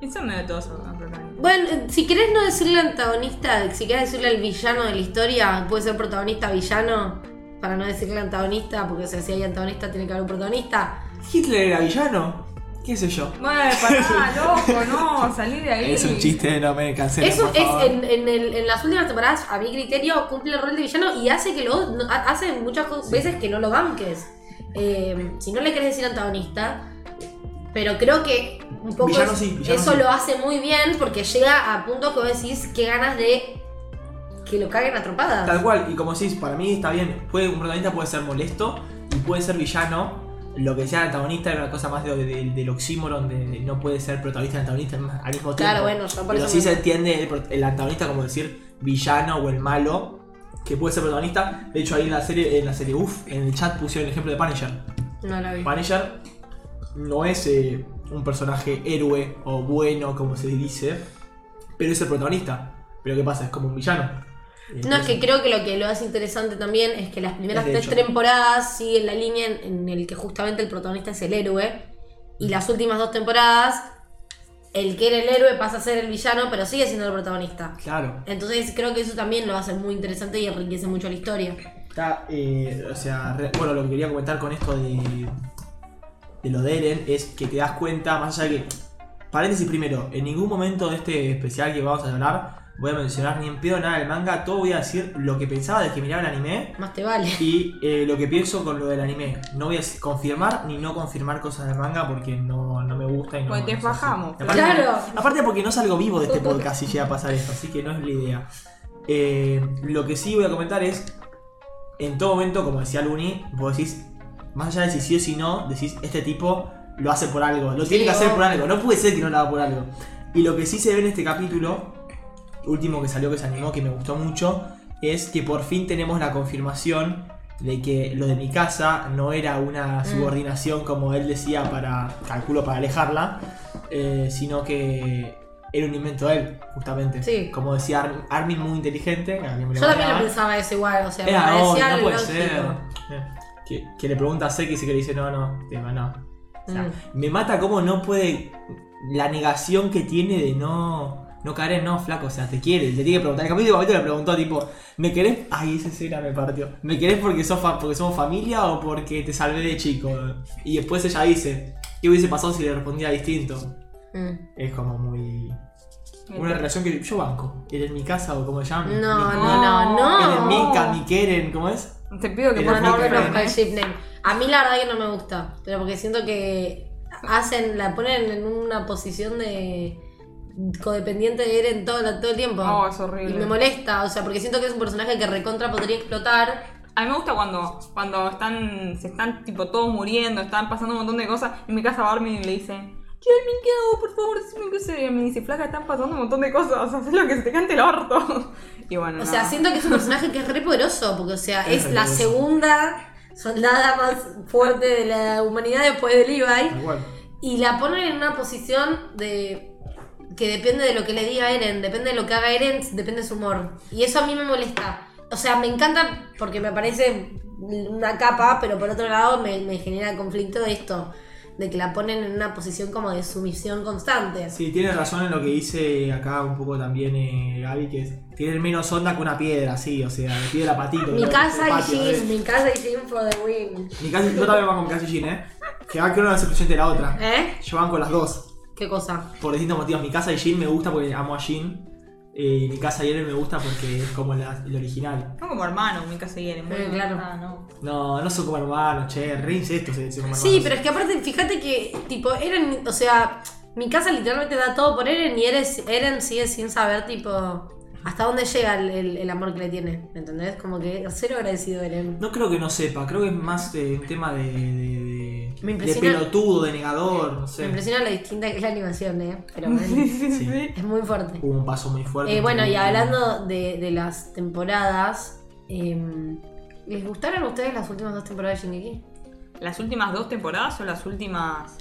Speaker 5: eso me da todo eso. ¿no? Pero no.
Speaker 2: Bueno, eh, si querés no decirle antagonista, si querés decirle el villano de la historia, puede ser protagonista villano, para no decirle antagonista, porque o sea, si hay antagonista tiene que haber un protagonista.
Speaker 1: ¿Hitler era villano? ¿Qué sé yo?
Speaker 5: Bueno, pará, loco, no, salí de ahí.
Speaker 1: no me cansé.
Speaker 2: Eso es en, en el- en las últimas temporadas, a mi criterio, cumple el rol de villano y hace que lo no- ha- hace muchas co- veces que no lo banques. Eh, si no le querés decir antagonista, pero creo que un poco
Speaker 1: Villano
Speaker 2: es-
Speaker 1: sí, villano
Speaker 2: eso
Speaker 1: sí.
Speaker 2: lo hace muy bien porque llega a punto que vos decís que ganas de que lo caguen atropadas.
Speaker 1: Tal cual, y como decís, para mí está bien. Puede, un protagonista puede ser molesto y puede ser villano. Lo que sea antagonista era una cosa más de- de- del oxímoron, de, de no puede ser protagonista y antagonista al mismo tiempo.
Speaker 2: Claro, bueno, yo por
Speaker 1: Pero
Speaker 2: eso
Speaker 1: sí
Speaker 2: me-
Speaker 1: se entiende el, pro- el antagonista como decir villano o el malo, que puede ser protagonista. De hecho, ahí en la serie, en la serie, uff, en el chat pusieron el ejemplo de Punisher.
Speaker 2: No lo vi.
Speaker 1: Punisher no es eh, un personaje héroe o bueno, como se dice, pero es el protagonista. Pero ¿qué pasa? Es como un villano.
Speaker 2: No, es
Speaker 1: Entonces,
Speaker 2: que creo que lo que lo hace interesante también es que las primeras
Speaker 1: Es de
Speaker 2: tres
Speaker 1: hecho.
Speaker 2: temporadas siguen la línea en, en el que justamente el protagonista es el héroe. Y las últimas dos temporadas, el que era el héroe pasa a ser el villano, pero sigue siendo el protagonista.
Speaker 1: Claro.
Speaker 2: Entonces creo que eso también lo hace muy interesante y enriquece mucho la historia.
Speaker 1: Está, eh, o sea, re- bueno, lo que quería comentar con esto de, de lo de Eren es que te das cuenta, más allá de que Paréntesis primero, en ningún momento de este especial que vamos a hablar voy a mencionar ni en pedo nada del manga, todo voy a decir lo que pensaba de que miraba el anime
Speaker 2: Más te vale.
Speaker 1: y eh, lo que pienso con lo del anime. No voy a s- confirmar ni no confirmar cosas del manga porque no, no me gusta y no...
Speaker 3: Porque Pues te
Speaker 1: no sé si-
Speaker 3: fajamos,
Speaker 1: Aparte-
Speaker 2: Claro.
Speaker 1: Aparte porque no salgo vivo de este podcast si llega a pasar esto, así que no es la idea. Eh, lo que sí voy a comentar es, en todo momento, como decía Luni, vos decís, más allá de si sí o si no, decís, este tipo lo hace por algo, lo tiene que hacer por algo, no puede ser que no lo haga por algo. Y lo que sí se ve en este capítulo, último que salió, que se animó, que me gustó mucho, es que por fin tenemos la confirmación de que lo de mi casa no era
Speaker 2: Mm.
Speaker 1: una subordinación como él decía para, calculo, para alejarla, eh, sino que era un invento de él, justamente.
Speaker 2: Sí.
Speaker 1: Como decía Ar- Armin, muy inteligente. a quien me lo
Speaker 2: Yo también lo
Speaker 1: bancaba.
Speaker 2: pensaba eso igual, o sea, me
Speaker 1: Era, oh,
Speaker 2: parecía
Speaker 1: no
Speaker 2: algo
Speaker 1: puede ser.
Speaker 2: lógico.
Speaker 1: Eh, Que, que le pregunta a Seki y Seki le dice, no, no, tema, no. O sea,
Speaker 2: Mm.
Speaker 1: Me mata cómo no puede. La negación que tiene de no. No caer en no, flaco, o sea, te quiere, te tiene que preguntar. El capítulo capítulo le preguntó, tipo, ¿me querés? Ay, esa escena me partió. ¿Me querés porque, sos fa- porque somos familia o porque te salvé de chico? Y después ella dice, ¿qué hubiese pasado si le respondía distinto?
Speaker 2: Mm.
Speaker 1: Es como muy. Una relación que yo banco. Él en mi casa o como se llama.
Speaker 2: No,
Speaker 1: Mi-
Speaker 2: no, no,
Speaker 1: Él en
Speaker 2: no.
Speaker 1: mi ca- mi Keren, ¿cómo es?
Speaker 3: Te pido que
Speaker 1: Era muy
Speaker 3: por
Speaker 2: No, no,
Speaker 3: favor
Speaker 2: no,
Speaker 3: me
Speaker 1: diferente.
Speaker 2: no,
Speaker 3: frenes.
Speaker 2: el ship name. A mí la verdad que no me gusta, pero porque siento que hacen, la ponen en una posición de codependiente de Eren todo, la- todo el tiempo.
Speaker 3: Oh, es horrible.
Speaker 2: Y me molesta, o sea, porque siento que es un personaje que recontra podría explotar.
Speaker 3: A mí me gusta cuando, cuando están, se están tipo todos muriendo, están pasando un montón de cosas, y en mi casa va Armin y le dice, ¿qué Armin qué hago? Por favor, decime qué sé. Y me dice, flaca, están pasando un montón de cosas, haz lo que se te cante el orto. (laughs) Y bueno,
Speaker 2: O sea,
Speaker 3: nada.
Speaker 2: siento que es un personaje que es re poderoso, porque, o sea,
Speaker 1: Es
Speaker 2: es,
Speaker 1: re
Speaker 2: la
Speaker 1: poderoso.
Speaker 2: segunda soldada más fuerte de la humanidad después de Levi.
Speaker 1: Tal cual.
Speaker 2: Y la ponen en una posición de que depende de lo que le diga Eren, depende de lo que haga Eren, depende de su humor. Y eso a mí me molesta. O sea, me encanta porque me parece una capa, pero por otro lado me, me genera conflicto de esto, de que la ponen en una posición como de sumisión constante.
Speaker 1: Sí, tiene razón en lo que dice acá un poco también eh, Gaby, que es- tiene menos onda que una piedra, sí, o sea, le pide la patito.
Speaker 2: Mi
Speaker 1: ¿no?
Speaker 2: casa
Speaker 1: El
Speaker 2: y
Speaker 1: patio,
Speaker 2: Jin,
Speaker 1: ¿eh?
Speaker 2: mi casa y Jin for the win.
Speaker 1: Mi casa, yo también banco mi casa y Jin, ¿eh? Que va que una no es excluyente de la otra.
Speaker 2: ¿Eh?
Speaker 1: Yo banco las dos,
Speaker 2: ¿Qué cosa?
Speaker 1: por distintos motivos. Mi casa y Jin me gusta porque amo a Jin. eh, y mi casa y Eren me gusta porque es como la, el original.
Speaker 5: Son como hermanos, mi casa y Eren. muy
Speaker 2: Eh, claro.
Speaker 5: Ah,
Speaker 3: (laughs)
Speaker 5: no.
Speaker 1: No, no son como hermanos, che, rins esto se dice como
Speaker 2: Sí,
Speaker 1: hermanos.
Speaker 2: pero es que aparte, fíjate que, tipo, Eren, o sea, mi casa literalmente da todo por Eren y Eren, Eren sigue sin saber, tipo, hasta dónde llega el, el- el amor que le tiene, ¿me entendés? Como que cero agradecido Eren.
Speaker 1: No creo que no sepa, creo que es más eh, un tema de, de,
Speaker 2: Me
Speaker 1: de, de
Speaker 2: impresiona-
Speaker 1: pelotudo, de negador, no
Speaker 2: Me
Speaker 1: sé.
Speaker 2: impresiona lo distinta que es la animación, ¿eh?
Speaker 3: (laughs)
Speaker 2: Pero bueno, (laughs)
Speaker 1: Sí.
Speaker 2: es muy fuerte.
Speaker 1: Hubo un paso muy fuerte.
Speaker 2: Eh, bueno, y
Speaker 1: entre-
Speaker 2: hablando de, de las temporadas, em, ¿les gustaron a ustedes las últimas dos temporadas de Shingeki?
Speaker 3: ¿Las últimas dos temporadas o las últimas...?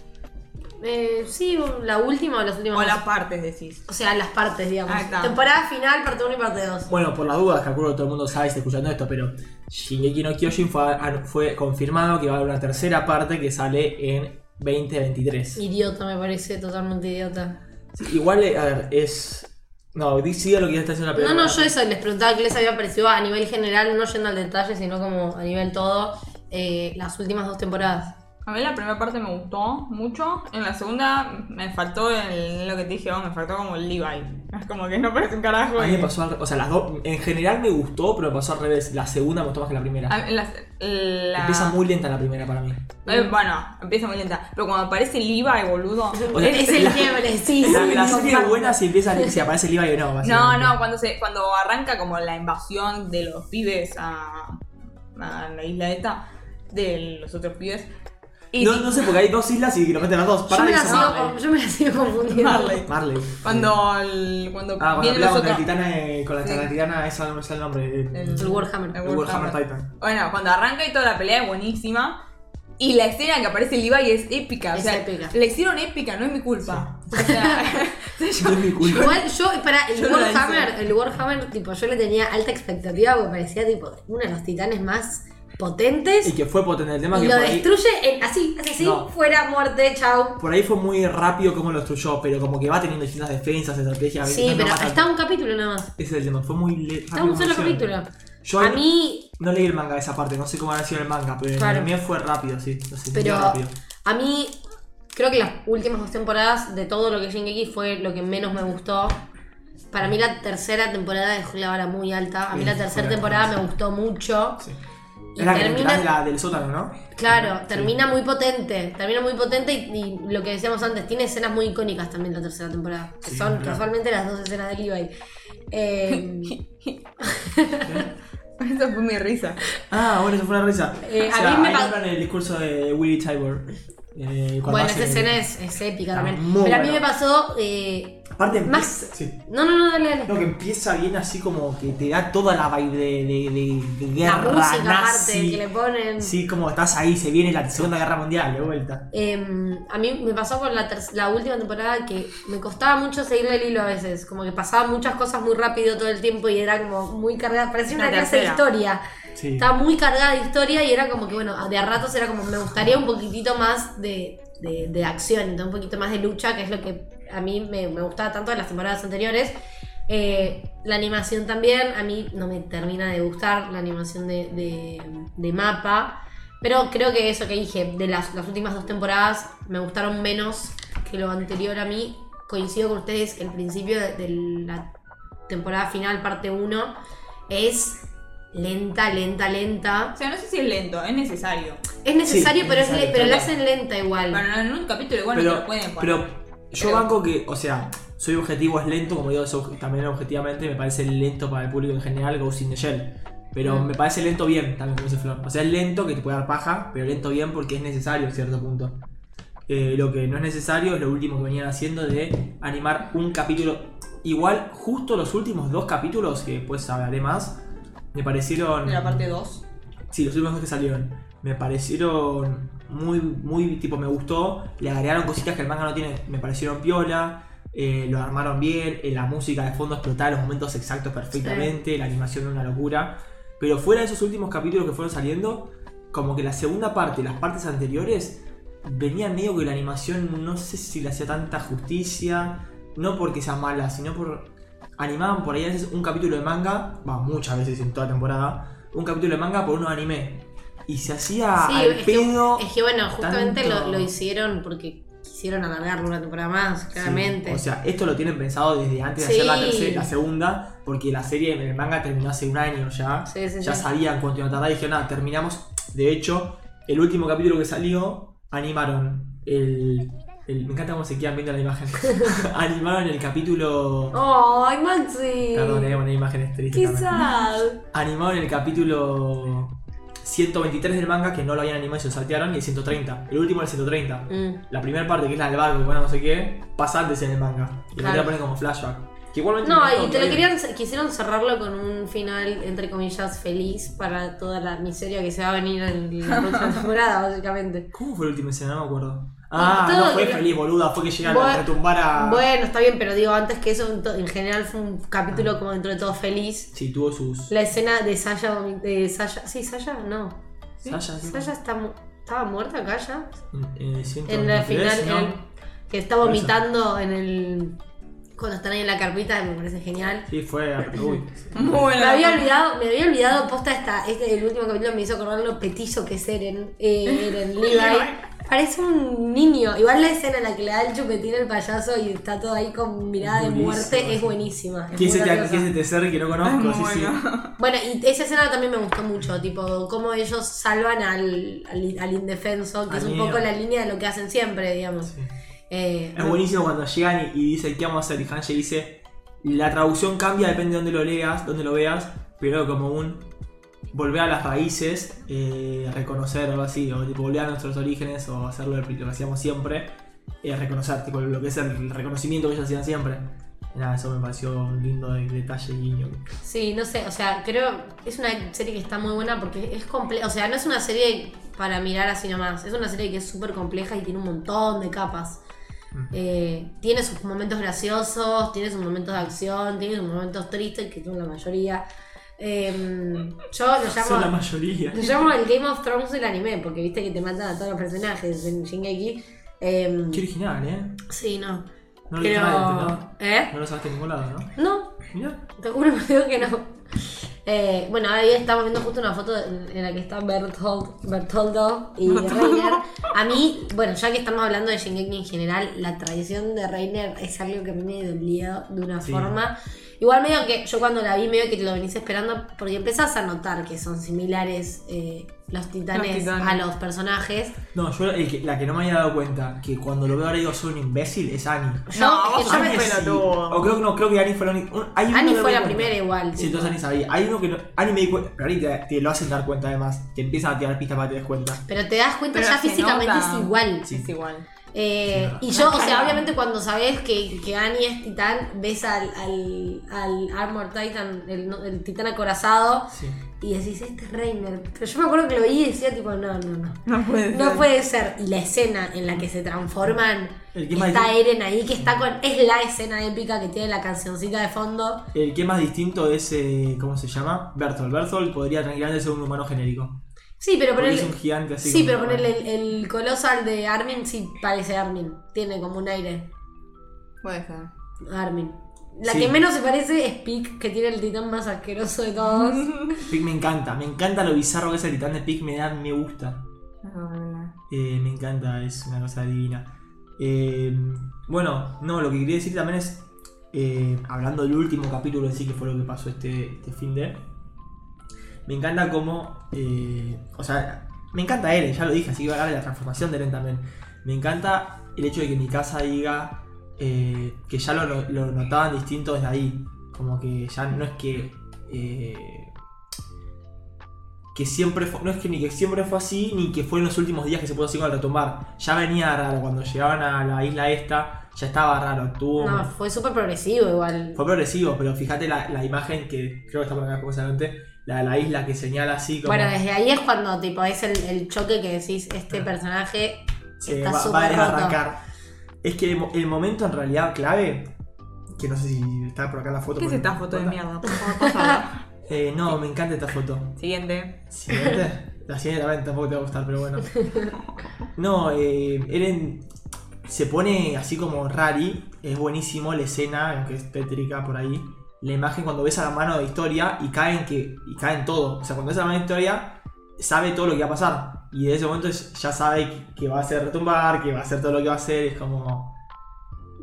Speaker 2: Eh, sí, la última o las últimas
Speaker 5: O
Speaker 2: dos.
Speaker 5: las partes decís.
Speaker 2: O sea, las partes, digamos.
Speaker 3: Ah, está.
Speaker 2: Temporada final, parte 1 y parte 2.
Speaker 1: Bueno, por las dudas, calculo que todo el mundo sabe y está escuchando esto, pero Shingeki no Kyojin fue, an- fue confirmado que va a haber una tercera parte que sale en 2023.
Speaker 2: Idiota, me parece, totalmente idiota.
Speaker 1: Sí, igual, eh, a ver, es. No, di- siga lo que ya está haciendo la
Speaker 2: No,
Speaker 1: película.
Speaker 2: no, yo eso les preguntaba qué les había parecido a nivel general, no yendo al detalle, sino como a nivel todo, eh, las últimas dos temporadas.
Speaker 3: A mí la primera parte me gustó mucho, en la segunda me faltó el, lo que te dije, oh, me faltó como el Levi. Es como que no parece un carajo.
Speaker 1: A mí me
Speaker 3: y-
Speaker 1: pasó al- O sea, las dos. En general me gustó, pero me pasó al revés. La segunda me gustó más que la primera.
Speaker 3: A- las- la-
Speaker 1: Empieza muy lenta la primera para mí.
Speaker 3: Eh, bueno, empieza muy lenta. Pero cuando aparece Liva, el boludo.
Speaker 1: O sea,
Speaker 2: (laughs) es el
Speaker 1: la-
Speaker 2: quiebre, sí,
Speaker 1: La,
Speaker 2: sí,
Speaker 1: la
Speaker 2: sí,
Speaker 1: serie
Speaker 2: comparto.
Speaker 1: buena si empieza si aparece el IVA y no.
Speaker 3: No,
Speaker 1: básicamente.
Speaker 3: no, cuando se, cuando arranca como la invasión de los pibes a, a la isla esta, de los otros pibes. Y
Speaker 1: No, no sé, porque hay dos islas y lo meten las dos.
Speaker 2: Yo
Speaker 1: Para
Speaker 2: me,
Speaker 1: y
Speaker 2: la
Speaker 1: se-
Speaker 2: sigo,
Speaker 1: Marley.
Speaker 2: con- yo me la sigo confundiendo.
Speaker 3: Marley.
Speaker 1: Marley.
Speaker 3: cuando el- cuando
Speaker 1: Ah, cuando
Speaker 3: vienen
Speaker 1: pelea
Speaker 3: los
Speaker 1: contra
Speaker 3: otros.
Speaker 1: el titana, eh, con la,
Speaker 3: Sí.
Speaker 1: la titana, esa no me sale el nombre. El,
Speaker 2: El Warhammer.
Speaker 1: el Warhammer Titan.
Speaker 3: Bueno, cuando arranca y toda la pelea es buenísima. Y la escena que aparece Levi es épica.
Speaker 2: Es
Speaker 3: o sea,
Speaker 2: épica.
Speaker 3: La hicieron épica, no es mi culpa. O sea, (laughs)
Speaker 1: No (laughs) es mi culpa.
Speaker 2: Igual yo,
Speaker 1: (laughs)
Speaker 2: para el
Speaker 3: Yo no la hice.
Speaker 2: Warhammer, el Warhammer, tipo, yo le tenía alta expectativa porque parecía tipo uno de los titanes más potentes.
Speaker 1: Y que fue potente el tema
Speaker 2: Y
Speaker 1: que
Speaker 2: lo
Speaker 1: por ahí,
Speaker 2: destruye en- así, así, así,
Speaker 1: No.
Speaker 2: fuera muerte, chau.
Speaker 1: por ahí fue muy rápido como lo destruyó, pero como que va teniendo distintas defensas, estrategias. no
Speaker 2: Sí,
Speaker 1: lo
Speaker 2: pero
Speaker 1: matan.
Speaker 2: está un capítulo nada más.
Speaker 1: Ese es el tema, fue muy le- rápido.
Speaker 2: Está un
Speaker 1: como
Speaker 2: solo
Speaker 1: lo hicieron.
Speaker 2: capítulo.
Speaker 1: Yo
Speaker 2: A mí,
Speaker 1: no leí el manga de esa parte, no sé cómo habrá sido el manga, pero
Speaker 2: Claro.
Speaker 1: el anime fue rápido, sí. Lo sentí
Speaker 2: pero
Speaker 1: rápido.
Speaker 2: a mí Creo que las últimas dos temporadas de todo lo que es Shingeki fue lo que menos me gustó. Para mí la tercera temporada dejó la vara muy alta. A mí
Speaker 1: Sí,
Speaker 2: la
Speaker 1: fue
Speaker 2: tercera
Speaker 1: la
Speaker 2: temporada me
Speaker 1: mejor.
Speaker 2: gustó mucho.
Speaker 1: Sí.
Speaker 2: Y
Speaker 1: Es la, que
Speaker 2: termina-
Speaker 1: es la del sótano, ¿no?
Speaker 2: Claro, termina muy potente. Termina muy potente y, y lo que decíamos antes, tiene escenas muy icónicas también la tercera temporada. Que
Speaker 1: Sí,
Speaker 2: son
Speaker 1: claro.
Speaker 2: casualmente las dos escenas de Levi. Eh,
Speaker 3: Esa fue mi risa.
Speaker 1: Ah, bueno, eso fue una risa.
Speaker 2: Eh,
Speaker 1: o
Speaker 2: a
Speaker 1: sea,
Speaker 2: mí me
Speaker 1: ahí
Speaker 2: pa-
Speaker 1: nombran el discurso de Willy Tybor. eh, (laughs) cuando
Speaker 2: bueno,
Speaker 1: hace-
Speaker 2: esa escena es, es épica
Speaker 1: Está
Speaker 2: también. Pero
Speaker 1: muy
Speaker 2: a mí me
Speaker 1: bueno.
Speaker 2: pasó. eh,
Speaker 1: Aparte,
Speaker 2: más-
Speaker 1: empieza- sí.
Speaker 2: No, no, no, dale, dale.
Speaker 1: No, que empieza bien así como que te da toda la vibe de, de, de, de
Speaker 2: la
Speaker 1: guerra
Speaker 2: música aparte
Speaker 1: nazi.
Speaker 2: que le ponen.
Speaker 1: Sí, como estás ahí, se viene la Segunda Guerra Mundial de vuelta.
Speaker 2: Eh, a mí me pasó con la, ter- la última temporada que me costaba mucho seguir el hilo a veces. Como que pasaba muchas cosas muy rápido todo el tiempo y era como muy cargada. Parecía
Speaker 3: La
Speaker 2: una clase de
Speaker 3: tercera.
Speaker 2: historia.
Speaker 1: Sí.
Speaker 2: Estaba muy cargada de historia y era como que, bueno, de a ratos era como me gustaría un poquitito más de, de, de acción, entonces un poquito más de lucha, que es lo que a mí me, me gustaba tanto de las temporadas anteriores. Eh, la animación también, a mí no me termina de gustar la animación de, de, de mapa, pero creo que eso que dije, de las, las últimas dos temporadas me gustaron menos que lo anterior a mí. Coincido con ustedes que el principio de, de la temporada final, parte 1, es lenta, lenta, lenta.
Speaker 5: O sea, no sé si es lento, es necesario.
Speaker 2: Es necesario,
Speaker 1: Sí,
Speaker 2: pero, es
Speaker 1: necesario,
Speaker 2: le- pero la
Speaker 1: claro.
Speaker 2: hacen lenta igual.
Speaker 5: Bueno, en un capítulo igual no te
Speaker 1: pero,
Speaker 5: lo pueden poner.
Speaker 1: pero yo banco que, o sea, soy objetivo, es lento, como digo, es obje- también objetivamente me parece lento para el público en general Ghost in the Shell. Pero
Speaker 2: Mm.
Speaker 1: me parece lento bien, también como dice Flor. O sea, es lento que te puede dar paja, pero lento bien porque es necesario en cierto punto. Eh, lo que no es necesario es lo último que venían haciendo de animar un capítulo. Igual, justo los últimos dos capítulos, que después hablaré más, me parecieron...
Speaker 5: De la parte
Speaker 3: (laughs)
Speaker 5: 2.
Speaker 1: Sí, los últimos dos que salieron. Me parecieron muy, muy, tipo, me gustó. Le agregaron cositas que el manga no tiene. Me parecieron piola. eh, lo armaron bien. eh, la música de fondo explotaba los momentos exactos perfectamente. La animación era una locura. Pero fuera de esos últimos capítulos que fueron saliendo, como que la segunda parte, las partes anteriores, venían medio que la animación no sé si le hacía tanta justicia. No porque sea mala, sino por. Animaban por ahí a veces un capítulo de manga, va, muchas veces en toda temporada, un capítulo de manga por uno de anime. Y se hacía
Speaker 2: Sí,
Speaker 1: Ah, al
Speaker 2: es que,
Speaker 1: pedo.
Speaker 2: es que, bueno, justamente lo,
Speaker 1: tanto-
Speaker 2: lo hicieron porque quisieron alargarlo una temporada más,
Speaker 1: Sí,
Speaker 2: claramente.
Speaker 1: o sea, esto lo tienen pensado desde antes de hacer la,
Speaker 2: Sí.
Speaker 1: tercera, la segunda, porque la serie en el manga terminó hace un año ya.
Speaker 2: Sí, sí,
Speaker 1: ya
Speaker 2: sí.
Speaker 1: sabían cuánto iba a tardar y dijeron, nada, terminamos. De hecho, el último capítulo que salió, animaron el. el- me encanta cómo se quedan viendo la
Speaker 2: (laughs)
Speaker 1: imagen. animaron el capítulo.
Speaker 2: ¡Ay, Maxi!
Speaker 1: Perdón, eh, poner imágenes tristes.
Speaker 2: ¡Qué
Speaker 1: también.
Speaker 2: sad!
Speaker 1: animaron el capítulo 123 del manga, que no lo habían animado y se lo saltearon, y el 130. El último era el 130.
Speaker 2: Mm.
Speaker 1: La primera parte, que es la del barco, que bueno, no sé qué, pasa antes en el manga. Y
Speaker 2: Claro.
Speaker 1: la ponen como flashback. Que igualmente me
Speaker 2: No,
Speaker 1: gustó,
Speaker 2: y te lo
Speaker 1: está bien.
Speaker 2: querían, quisieron cerrarlo con un final, entre comillas, feliz para toda la miseria que se va a venir en la
Speaker 1: (laughs)
Speaker 2: próxima temporada, básicamente.
Speaker 1: ¿Cómo fue la última escena? No me acuerdo. Ah,
Speaker 2: todo
Speaker 1: no
Speaker 2: lo
Speaker 1: fue
Speaker 2: que-
Speaker 1: feliz, boluda. Fue que llegaron
Speaker 2: Bueno,
Speaker 1: a retumbar a.
Speaker 2: Bueno, está bien, pero digo, antes que eso, en, to- en general fue un capítulo como dentro de todo feliz.
Speaker 1: Sí, tuvo sus.
Speaker 2: La escena de Sasha, vomi- de Sasha, sí, Sasha, no.
Speaker 1: Sasha, sí.
Speaker 2: Sasha está, mu- estaba muerta acá ya.
Speaker 1: En, el
Speaker 2: En la
Speaker 1: 123,
Speaker 2: final,
Speaker 1: ¿no?
Speaker 2: en el- que está vomitando en el. Cuando están ahí en la carpita, me parece genial.
Speaker 1: Sí, fue.
Speaker 2: (laughs)
Speaker 1: Uy.
Speaker 5: Muy buena.
Speaker 2: Me había olvidado, me había olvidado, posta esta, este, el último capítulo me hizo acordar lo petizo que es Eren,
Speaker 1: (laughs)
Speaker 2: eh, Eren Levi. Parece un niño. Igual la escena en la que le da el chupetín al payaso y está todo ahí con mirada de
Speaker 1: Buenísimo.
Speaker 2: muerte es buenísima. es
Speaker 1: ¿Quién es
Speaker 2: muy
Speaker 1: este
Speaker 2: graciosa.
Speaker 1: quién es este ser que no conozco?
Speaker 5: Es muy
Speaker 1: sí, sí.
Speaker 5: bueno.
Speaker 2: Bueno, y esa escena también me gustó mucho, tipo, cómo ellos salvan al, al, al indefenso,
Speaker 1: Al
Speaker 2: que es un
Speaker 1: niño.
Speaker 2: poco la línea de lo que hacen siempre, digamos.
Speaker 1: Sí.
Speaker 2: Eh,
Speaker 1: Es buenísimo cuando llegan y, y dicen qué vamos a hacer. Y Hanji dice, la traducción cambia, depende de dónde lo leas, dónde lo veas, pero como un volver a las raíces, eh, reconocer algo así, o tipo, volver a nuestros orígenes, o hacerlo lo que hacíamos siempre, eh, reconocer, tipo, lo que es el reconocimiento que ellos hacían siempre. Y Nada, eso me pareció un lindo de- detalle guiño.
Speaker 2: Sí, no sé, o sea, creo es una serie que está muy buena porque es compleja, o sea, no es una serie para mirar así nomás, es una serie que es súper compleja y tiene un montón de capas.
Speaker 1: Mm.
Speaker 2: Eh, tiene sus momentos graciosos, tiene sus momentos de acción, tiene sus momentos tristes, que son la mayoría. Em, yo lo
Speaker 1: Son la
Speaker 2: llamo,
Speaker 1: mayoría.
Speaker 2: (laughs) lo llamo el Game of Thrones del anime, porque viste que te matan a todos los personajes en Shingeki. Em,
Speaker 1: Qué original, ¿eh?
Speaker 2: sí, no.
Speaker 1: No lo
Speaker 2: Pero-
Speaker 1: dijiste nadie, ¿no?
Speaker 2: ¿Eh?
Speaker 1: No lo sabes en ningún lado, ¿no?
Speaker 2: No, (laughs)
Speaker 1: Mira,
Speaker 2: te juro por Dios que no. Eh, bueno, ahí estamos viendo justo una foto en, en la que está Bertold, Bertoldo y Reiner. A mí, bueno, ya que estamos hablando de Shingeki en general, la traición de Reiner es algo que a mí me dolió de una
Speaker 1: Sí.
Speaker 2: forma. Igual medio que yo cuando la vi medio que lo venís esperando porque empezás a notar que son similares eh, los, titanes
Speaker 3: Los titanes.
Speaker 2: a los personajes.
Speaker 1: No, yo el que- la que no me había dado cuenta, que cuando lo veo ahora digo soy un imbécil, es Annie.
Speaker 2: Yo,
Speaker 3: No,
Speaker 2: es que yo
Speaker 3: vos
Speaker 2: me-
Speaker 1: Annie
Speaker 3: sos
Speaker 1: sí.
Speaker 3: pelotudo.
Speaker 1: O creo que no, creo que Annie fue la única. un- hay uno
Speaker 2: Ah, Annie
Speaker 1: que me
Speaker 2: fue
Speaker 1: di
Speaker 2: la
Speaker 1: cuenta.
Speaker 2: primera igual.
Speaker 1: Sí, entonces Annie sabía. Hay uno que no. Annie me di cuenta. Pero Annie te, te lo hacen dar cuenta además. Te empiezan a tirar pistas para que te des cuenta.
Speaker 2: Pero te das cuenta
Speaker 3: Pero
Speaker 2: ya
Speaker 3: se
Speaker 2: físicamente
Speaker 3: nota.
Speaker 2: es igual.
Speaker 1: Sí.
Speaker 3: Es igual.
Speaker 2: Eh, y yo, o sea, obviamente cuando sabes que, que Annie es titán, ves al, al, al Armor Titan, el, no- el titán acorazado,
Speaker 1: Sí.
Speaker 2: y decís, este es Reiner. Pero yo me acuerdo que lo vi y decía, tipo, no, no, no.
Speaker 3: No puede ser.
Speaker 1: (laughs)
Speaker 2: No puede ser. Y la escena en la que se transforman,
Speaker 1: El que más
Speaker 2: está
Speaker 1: dice-
Speaker 2: Eren ahí, que está con. Es la escena épica que tiene la cancioncita de fondo.
Speaker 1: El que más distinto es. eh, ¿Cómo se llama? Berthold. Berthold podría tranquilamente ser un humano genérico.
Speaker 2: Sí, pero
Speaker 1: Porque
Speaker 2: ponerle.
Speaker 1: es un gigante así.
Speaker 2: Sí,
Speaker 1: como-
Speaker 2: pero ponerle el, el colosal de Armin, sí parece Armin. Tiene como un aire.
Speaker 3: Puede ser.
Speaker 2: Armin. La
Speaker 1: Sí.
Speaker 2: que menos se parece es Pic, que tiene el titán más asqueroso
Speaker 1: (laughs)
Speaker 2: de todos.
Speaker 1: Pig me encanta. Me encanta lo bizarro que es el titán de Pig. Me da, me gusta. Eh, me encanta, es una cosa divina. Eh, bueno, no, lo que quería decir también es, eh, hablando del último capítulo en sí, que fue lo que pasó este, este fin de... Me encanta cómo... eh, o sea, me encanta Eren, ya lo dije, así que iba a hablar de la transformación de Eren también. Me encanta el hecho de que mi casa diga eh, que ya lo, lo notaban distinto desde ahí. Como que ya no es que... eh, que siempre fue, no es que ni que siempre fue así, ni que fue en los últimos días que se puso así con el retombar. Ya venía raro, cuando llegaban a la isla esta, ya estaba raro, tuvo...
Speaker 2: No, fue súper progresivo igual.
Speaker 1: Fue progresivo, pero fíjate la, la imagen que creo que está por acá como adelante, la de la isla que señala así como...
Speaker 2: Bueno, desde ahí es cuando tipo es el, el choque que decís, este personaje
Speaker 1: se
Speaker 2: está
Speaker 1: va,
Speaker 2: súper
Speaker 1: va a
Speaker 2: roto.
Speaker 1: arrancar. Es que el, mo- el momento en realidad clave, que no sé si está por acá la foto.
Speaker 3: ¿Qué es
Speaker 1: porque-
Speaker 3: esta foto de mierda? Por favor, (laughs) pasala.
Speaker 1: Eh, no, me encanta esta foto.
Speaker 3: Siguiente.
Speaker 1: Siguiente. La siguiente también tampoco te va a gustar, pero bueno. No, eh, Eren se pone así como rari. Es buenísimo la escena, aunque es tétrica por ahí. La imagen cuando ves a la mano de historia y caen que y caen todo. O sea, cuando ves a la mano de historia, sabe todo lo que va a pasar. Y de ese momento es- ya sabe que- que va a hacer retumbar, que va a hacer todo lo que va a hacer. Es como.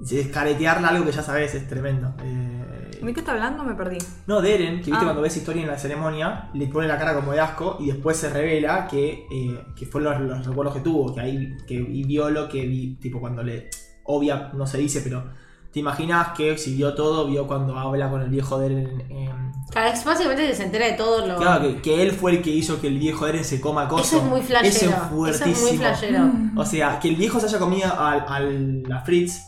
Speaker 1: Escaretearla algo que ya sabes, es tremendo. Eh,
Speaker 3: ¿De qué está hablando? Me perdí.
Speaker 1: no, de Eren, que viste
Speaker 3: Ah.
Speaker 1: cuando ves historia en la ceremonia, le pone la cara como de asco y después se revela que, eh, que fueron los, los recuerdos que tuvo, que ahí que y vio lo que vi, tipo cuando le. Obvia, no se dice, pero. ¿Te imaginas que si vio todo, vio cuando habla con el viejo de Eren? em,
Speaker 2: Claro, es básicamente se entera de todo lo.
Speaker 1: claro, que, que él fue el que hizo que el viejo de Eren se coma cosas.
Speaker 2: Oh. Eso es muy flashero.
Speaker 1: Eso es
Speaker 2: Eso
Speaker 1: fuertísimo. Mm.
Speaker 2: es muy flashero.
Speaker 1: O sea, que el viejo se haya comido al, al- a Fritz,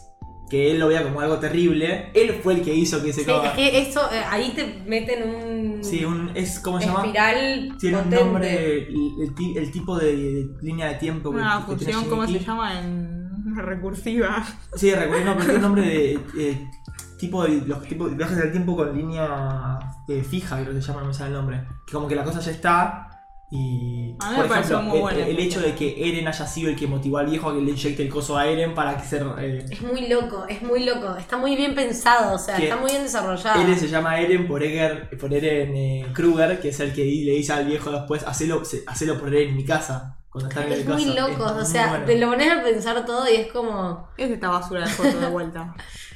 Speaker 1: que él lo vea como algo terrible, él fue el que hizo que se
Speaker 2: Sí,
Speaker 1: coma.
Speaker 2: es que eso, eh, ahí te meten un
Speaker 1: Sí, un, es, ¿cómo se llama?
Speaker 5: Espiral
Speaker 1: Tiene un
Speaker 5: potente.
Speaker 1: nombre, el, el ti- el tipo de, de línea de tiempo. que-
Speaker 3: Una
Speaker 1: que tiene
Speaker 3: función, Ah, ¿cómo se
Speaker 1: Shingeki.
Speaker 3: llama? En (laughs) recursiva.
Speaker 1: Sí, recuerdo, no, pero tiene un nombre de eh, tipo de los tipos de viajes del tiempo con línea eh, fija, creo que se llama, no me sale el nombre. Que como que la cosa ya está. Y.
Speaker 3: A mí me
Speaker 1: por
Speaker 3: pareció muy
Speaker 1: el-
Speaker 3: buena
Speaker 1: el,
Speaker 3: esa
Speaker 1: hecho de que Eren haya sido el que motivó al viejo a que le inyecte el coso a Eren para que se. eh,
Speaker 2: Es muy loco, es muy loco. Está muy bien pensado, o sea,
Speaker 1: Que
Speaker 2: está muy bien desarrollado.
Speaker 3: Ah.
Speaker 1: Eren se llama Eren por, Eger, por Eren eh, Kruger, que es el que di- le dice al viejo después, hacelo, se- hacelo por Eren en mi casa. Cuando están en
Speaker 2: Es
Speaker 1: el
Speaker 2: muy
Speaker 1: coso".
Speaker 2: loco, o
Speaker 1: muy
Speaker 2: sea,
Speaker 1: bueno.
Speaker 2: te lo pones a pensar todo y es como.
Speaker 3: Es esta basura de foto de (laughs) vuelta.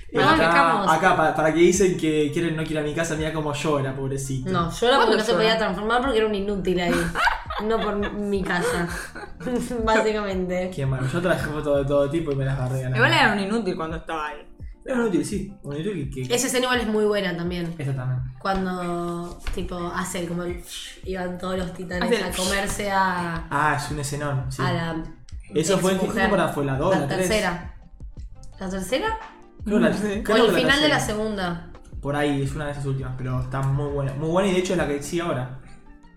Speaker 1: Eh,
Speaker 2: Ah,
Speaker 1: acá,
Speaker 2: dejamos.
Speaker 1: acá, para, para que dicen que quieren no quiera mi casa, mira como yo era, pobrecito.
Speaker 2: No, yo era
Speaker 3: ¿Cuándo
Speaker 2: porque no se
Speaker 3: llora?
Speaker 2: podía transformar porque era un inútil ahí. No por mi casa. (laughs) Básicamente.
Speaker 1: Qué malo. Yo traje fotos de todo tipo y me las agarré.
Speaker 3: Igual era un inútil cuando estaba ahí.
Speaker 1: Era un útil, sí. Un útil que. que-
Speaker 2: Esa escena igual es muy buena también.
Speaker 1: Esa también.
Speaker 2: Cuando, tipo, hace el como el. Iban todos los
Speaker 3: Hace
Speaker 2: titanes
Speaker 3: el
Speaker 2: a comerse a.
Speaker 1: Ah, es un escenón. Sí.
Speaker 2: a la.
Speaker 1: Eso fue en qué
Speaker 2: exmujer.
Speaker 1: temporada fue la 2, la,
Speaker 2: La
Speaker 1: 3.
Speaker 2: tercera. ¿La tercera?
Speaker 1: Creo la-
Speaker 3: No sé.
Speaker 1: creo
Speaker 2: O el
Speaker 1: que
Speaker 2: Mm. final de la
Speaker 1: tercera.
Speaker 2: segunda.
Speaker 1: Por ahí, es una de esas últimas, pero está muy buena. Muy buena y de hecho es la que sí ahora.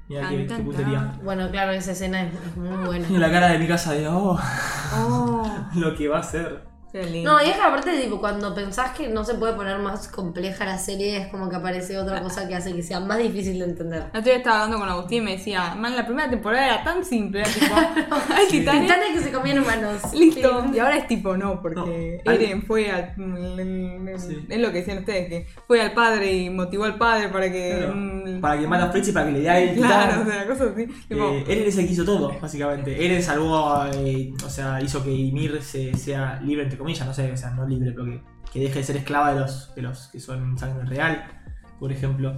Speaker 1: Mira
Speaker 3: Tan,
Speaker 1: qué,
Speaker 3: tan,
Speaker 1: qué putería.
Speaker 2: Bueno,
Speaker 1: (laughs)
Speaker 2: claro, esa escena es, es muy buena.
Speaker 1: Tiene la cara de mi casa de oh,
Speaker 3: Oh.
Speaker 1: (laughs) lo que va a ser.
Speaker 3: (laughs) Qué lindo.
Speaker 2: No, y es que aparte, tipo, cuando pensás que no se puede poner más compleja la serie, es como que
Speaker 1: (laughs)
Speaker 2: aparece otra cosa que hace que sea más difícil de entender.
Speaker 3: El otro día estaba hablando con Agustín y me decía, man, la primera temporada era tan simple, era (laughs) tipo, hay titanes,
Speaker 2: Titanes que se comían humanos.
Speaker 3: listo.
Speaker 2: Fin.
Speaker 3: Y ahora es tipo, no, porque
Speaker 1: No, hay-
Speaker 3: Eren fue al...
Speaker 1: Sí.
Speaker 3: Es lo que decían ustedes, que fue al padre y motivó al padre para que...
Speaker 2: Em,
Speaker 3: mm,
Speaker 1: Para que mate a Fritz y para que le dé a él
Speaker 3: Claro, o sea, cosas así. (laughs) Tipo,
Speaker 1: Eh, Eren es el que hizo todo, básicamente. Eren salvó, eh, o sea, hizo que Ymir se- sea libre, entre comillas, no sé, o sea, no libre, pero que, que deje de ser esclava de los, de los que son sangre real, por ejemplo.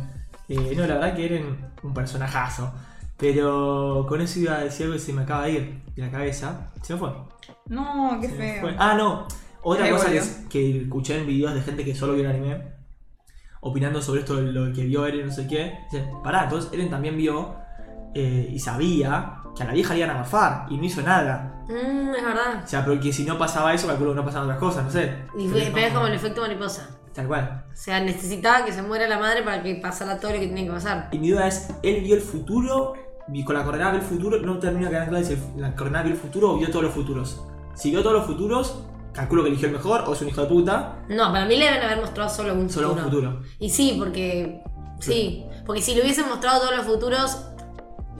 Speaker 1: Eh, no, la verdad que Eren, un personajazo. Pero con eso iba a decir algo que se me acaba de ir de la cabeza. Se me fue.
Speaker 5: No, qué
Speaker 1: Se me
Speaker 5: feo.
Speaker 1: fue. Ah, no. Otra
Speaker 3: Ahí
Speaker 1: cosa que,
Speaker 3: volvió.
Speaker 1: es- que escuché en videos de gente que solo vio el anime, opinando sobre esto de lo que vio Eren, no sé qué. Dicen, pará, entonces Eren también vio eh, y sabía que a la vieja le iban a mafar y no hizo nada.
Speaker 2: Mm, es verdad.
Speaker 1: O sea, porque si no pasaba eso, calculo que no pasaban otras cosas, no sé.
Speaker 2: Y
Speaker 1: Pero
Speaker 2: fue,
Speaker 1: no,
Speaker 2: pero es como el efecto mariposa.
Speaker 1: Tal cual.
Speaker 2: O sea, necesitaba que se muera la madre para que pasara todo lo que tenía que pasar.
Speaker 1: Y mi duda es, ¿él vio el futuro? Y con la coordenada del futuro, no termina de quedar claro si el- la coordenada vio el futuro o vio todos los futuros. Si vio todos los futuros, calculo que eligió el mejor o es un hijo de puta,
Speaker 2: No, para mí le deben haber mostrado solo un
Speaker 1: solo un
Speaker 2: futuro.
Speaker 1: futuro.
Speaker 2: Y sí, porque. Sí. Porque si le hubiesen mostrado todos los futuros,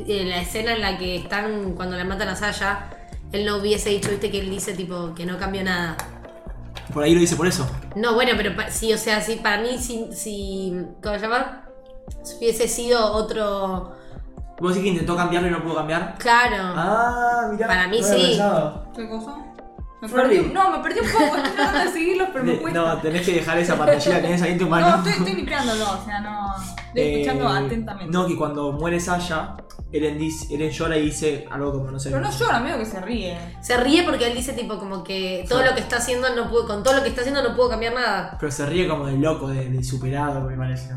Speaker 2: eh, la escena en la que están cuando la matan a Saya, él no hubiese dicho, viste, que él dice, tipo, que no cambió nada.
Speaker 1: Por ahí lo dice por eso.
Speaker 2: No, bueno, pero pa- sí, o sea, sí, para mí, si. si ¿Cómo se llama? Si hubiese sido otro.
Speaker 1: ¿Vos decís que intentó cambiarlo y no pudo cambiar?
Speaker 2: Claro.
Speaker 1: Ah, mirá.
Speaker 2: Para mí
Speaker 1: no lo había
Speaker 2: sí.
Speaker 1: pensado.
Speaker 5: ¿Qué cosa? Me
Speaker 1: Furby.
Speaker 5: perdí. No, me perdí un poco. Estoy tratando de seguirlos, pero me
Speaker 1: De-
Speaker 5: cuesta.
Speaker 1: no, tenés que dejar esa pantallita que tenés ahí en tu mano.
Speaker 5: No, estoy, estoy limpiándolo, o sea, no. Estoy
Speaker 1: (laughs) Eh,
Speaker 5: escuchando atentamente.
Speaker 1: No, que cuando muere Sasha, Eren, dice, Eren llora y dice algo como, no sé.
Speaker 5: Pero no llora, medio que se ríe.
Speaker 2: Se ríe porque él dice, tipo, como que todo lo que está haciendo, no pudo, con todo lo que está haciendo, no pudo cambiar nada.
Speaker 1: Pero se ríe como de loco, de, de superado, me parece.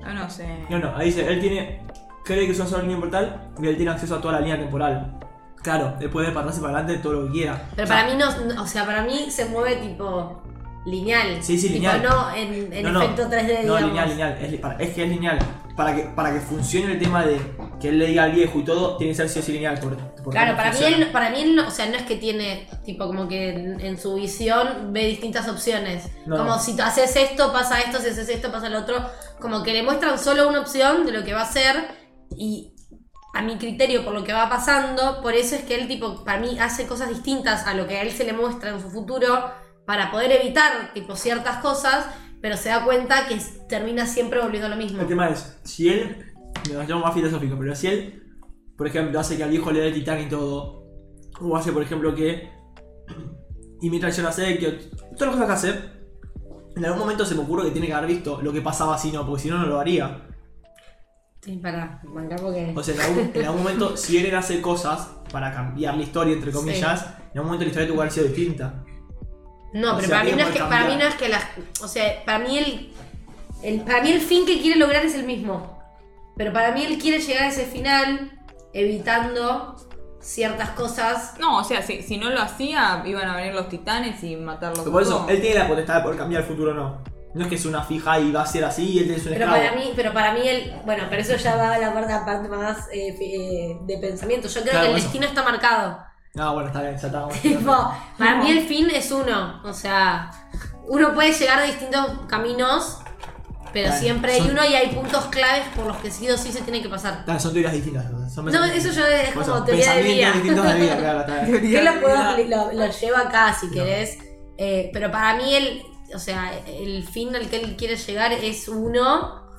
Speaker 5: No, no sé.
Speaker 1: No, no, ahí dice, él tiene. Cree que es una sola línea portal y él tiene acceso a toda la línea temporal. Claro, él puede pararse para adelante todo lo que quiera.
Speaker 2: Pero
Speaker 1: O sea,
Speaker 2: para mí no, no- o sea, para mí se mueve tipo lineal.
Speaker 1: Sí, sí,
Speaker 2: Tipo,
Speaker 1: lineal.
Speaker 2: no en, en
Speaker 1: No, no.
Speaker 2: efecto 3D,
Speaker 1: No,
Speaker 2: digamos.
Speaker 1: lineal, lineal. Es, li- para- es que es lineal. Para que, para que funcione el tema de que él le diga al viejo y todo, tiene que ser sí o sí lineal. por- por
Speaker 2: Claro,
Speaker 1: cómo
Speaker 2: para mí,
Speaker 1: funciona.
Speaker 2: él, para mí él no, o sea, no es que tiene, tipo, como que en, en su visión ve distintas opciones.
Speaker 1: No,
Speaker 2: como
Speaker 1: no.
Speaker 2: si t- haces esto, pasa esto, si haces esto, pasa lo otro. Como que le muestran solo una opción de lo que va a hacer y a mi criterio por lo que va pasando, por eso es que él, tipo, para mí hace cosas distintas a lo que a él se le muestra en su futuro para poder evitar, tipo, ciertas cosas, pero se da cuenta que s- termina siempre volviendo a lo mismo.
Speaker 1: El tema es, si él, nos llamo más filosófico, pero si él, por ejemplo, hace que al viejo le dé el titán y todo, o hace, por ejemplo, que (clears throat) imita acción a que todas las cosas que hace, en algún momento se me ocurre que tiene que haber visto lo que pasaba si no, porque si no, no lo haría.
Speaker 2: Sí, para, bancar porque...
Speaker 1: O sea, en algún, en algún momento, si Eren hace cosas para cambiar la historia, entre comillas, en algún momento la historia tuvo que haber sido distinta.
Speaker 2: No,
Speaker 1: O
Speaker 2: pero
Speaker 1: sea,
Speaker 2: para, mí no
Speaker 1: tiene
Speaker 2: es que,
Speaker 1: por
Speaker 2: para mí
Speaker 1: cambiar.
Speaker 2: no es que las. O sea, para mí el, el- Para mí el fin que quiere lograr es el mismo. Pero para mí él quiere llegar a ese final evitando ciertas cosas.
Speaker 3: No, o sea, si, si no lo hacía, iban a venir los titanes y matarlos.
Speaker 1: Por eso,
Speaker 3: todos.
Speaker 1: él tiene la potestad de poder cambiar el futuro o no. No es que es una fija y va a ser así y él es un
Speaker 2: Pero
Speaker 1: esclavo.
Speaker 2: para mí, pero para mí el. Bueno, pero eso ya va a la parte, parte más eh, fi- eh, de pensamiento. Yo creo
Speaker 1: Claro,
Speaker 2: que el
Speaker 1: por eso.
Speaker 2: destino está marcado.
Speaker 1: No, Ah, bueno, está bien, ya está. vamos.
Speaker 2: Tipo, para mí el fin es uno. O sea, uno puede llegar a distintos caminos, pero
Speaker 1: Bueno,
Speaker 2: siempre hay
Speaker 1: son-
Speaker 2: uno y hay puntos claves por los que sí o sí se tiene que pasar.
Speaker 1: Claro, son teorías distintas. Son
Speaker 2: No,
Speaker 1: pensamientos
Speaker 2: eso yo
Speaker 1: distintos.
Speaker 2: es
Speaker 1: Por
Speaker 2: como
Speaker 1: eso,
Speaker 2: teoría de vida.
Speaker 1: pensamientos distintos de vida, claro, está bien.
Speaker 2: (laughs)
Speaker 3: Teoría
Speaker 2: Yo
Speaker 3: de
Speaker 2: lo, puedo,
Speaker 3: vida.
Speaker 2: lo, lo llevo acá si querés. Eh, pero para mí el, o sea, el fin al que él quiere llegar es uno,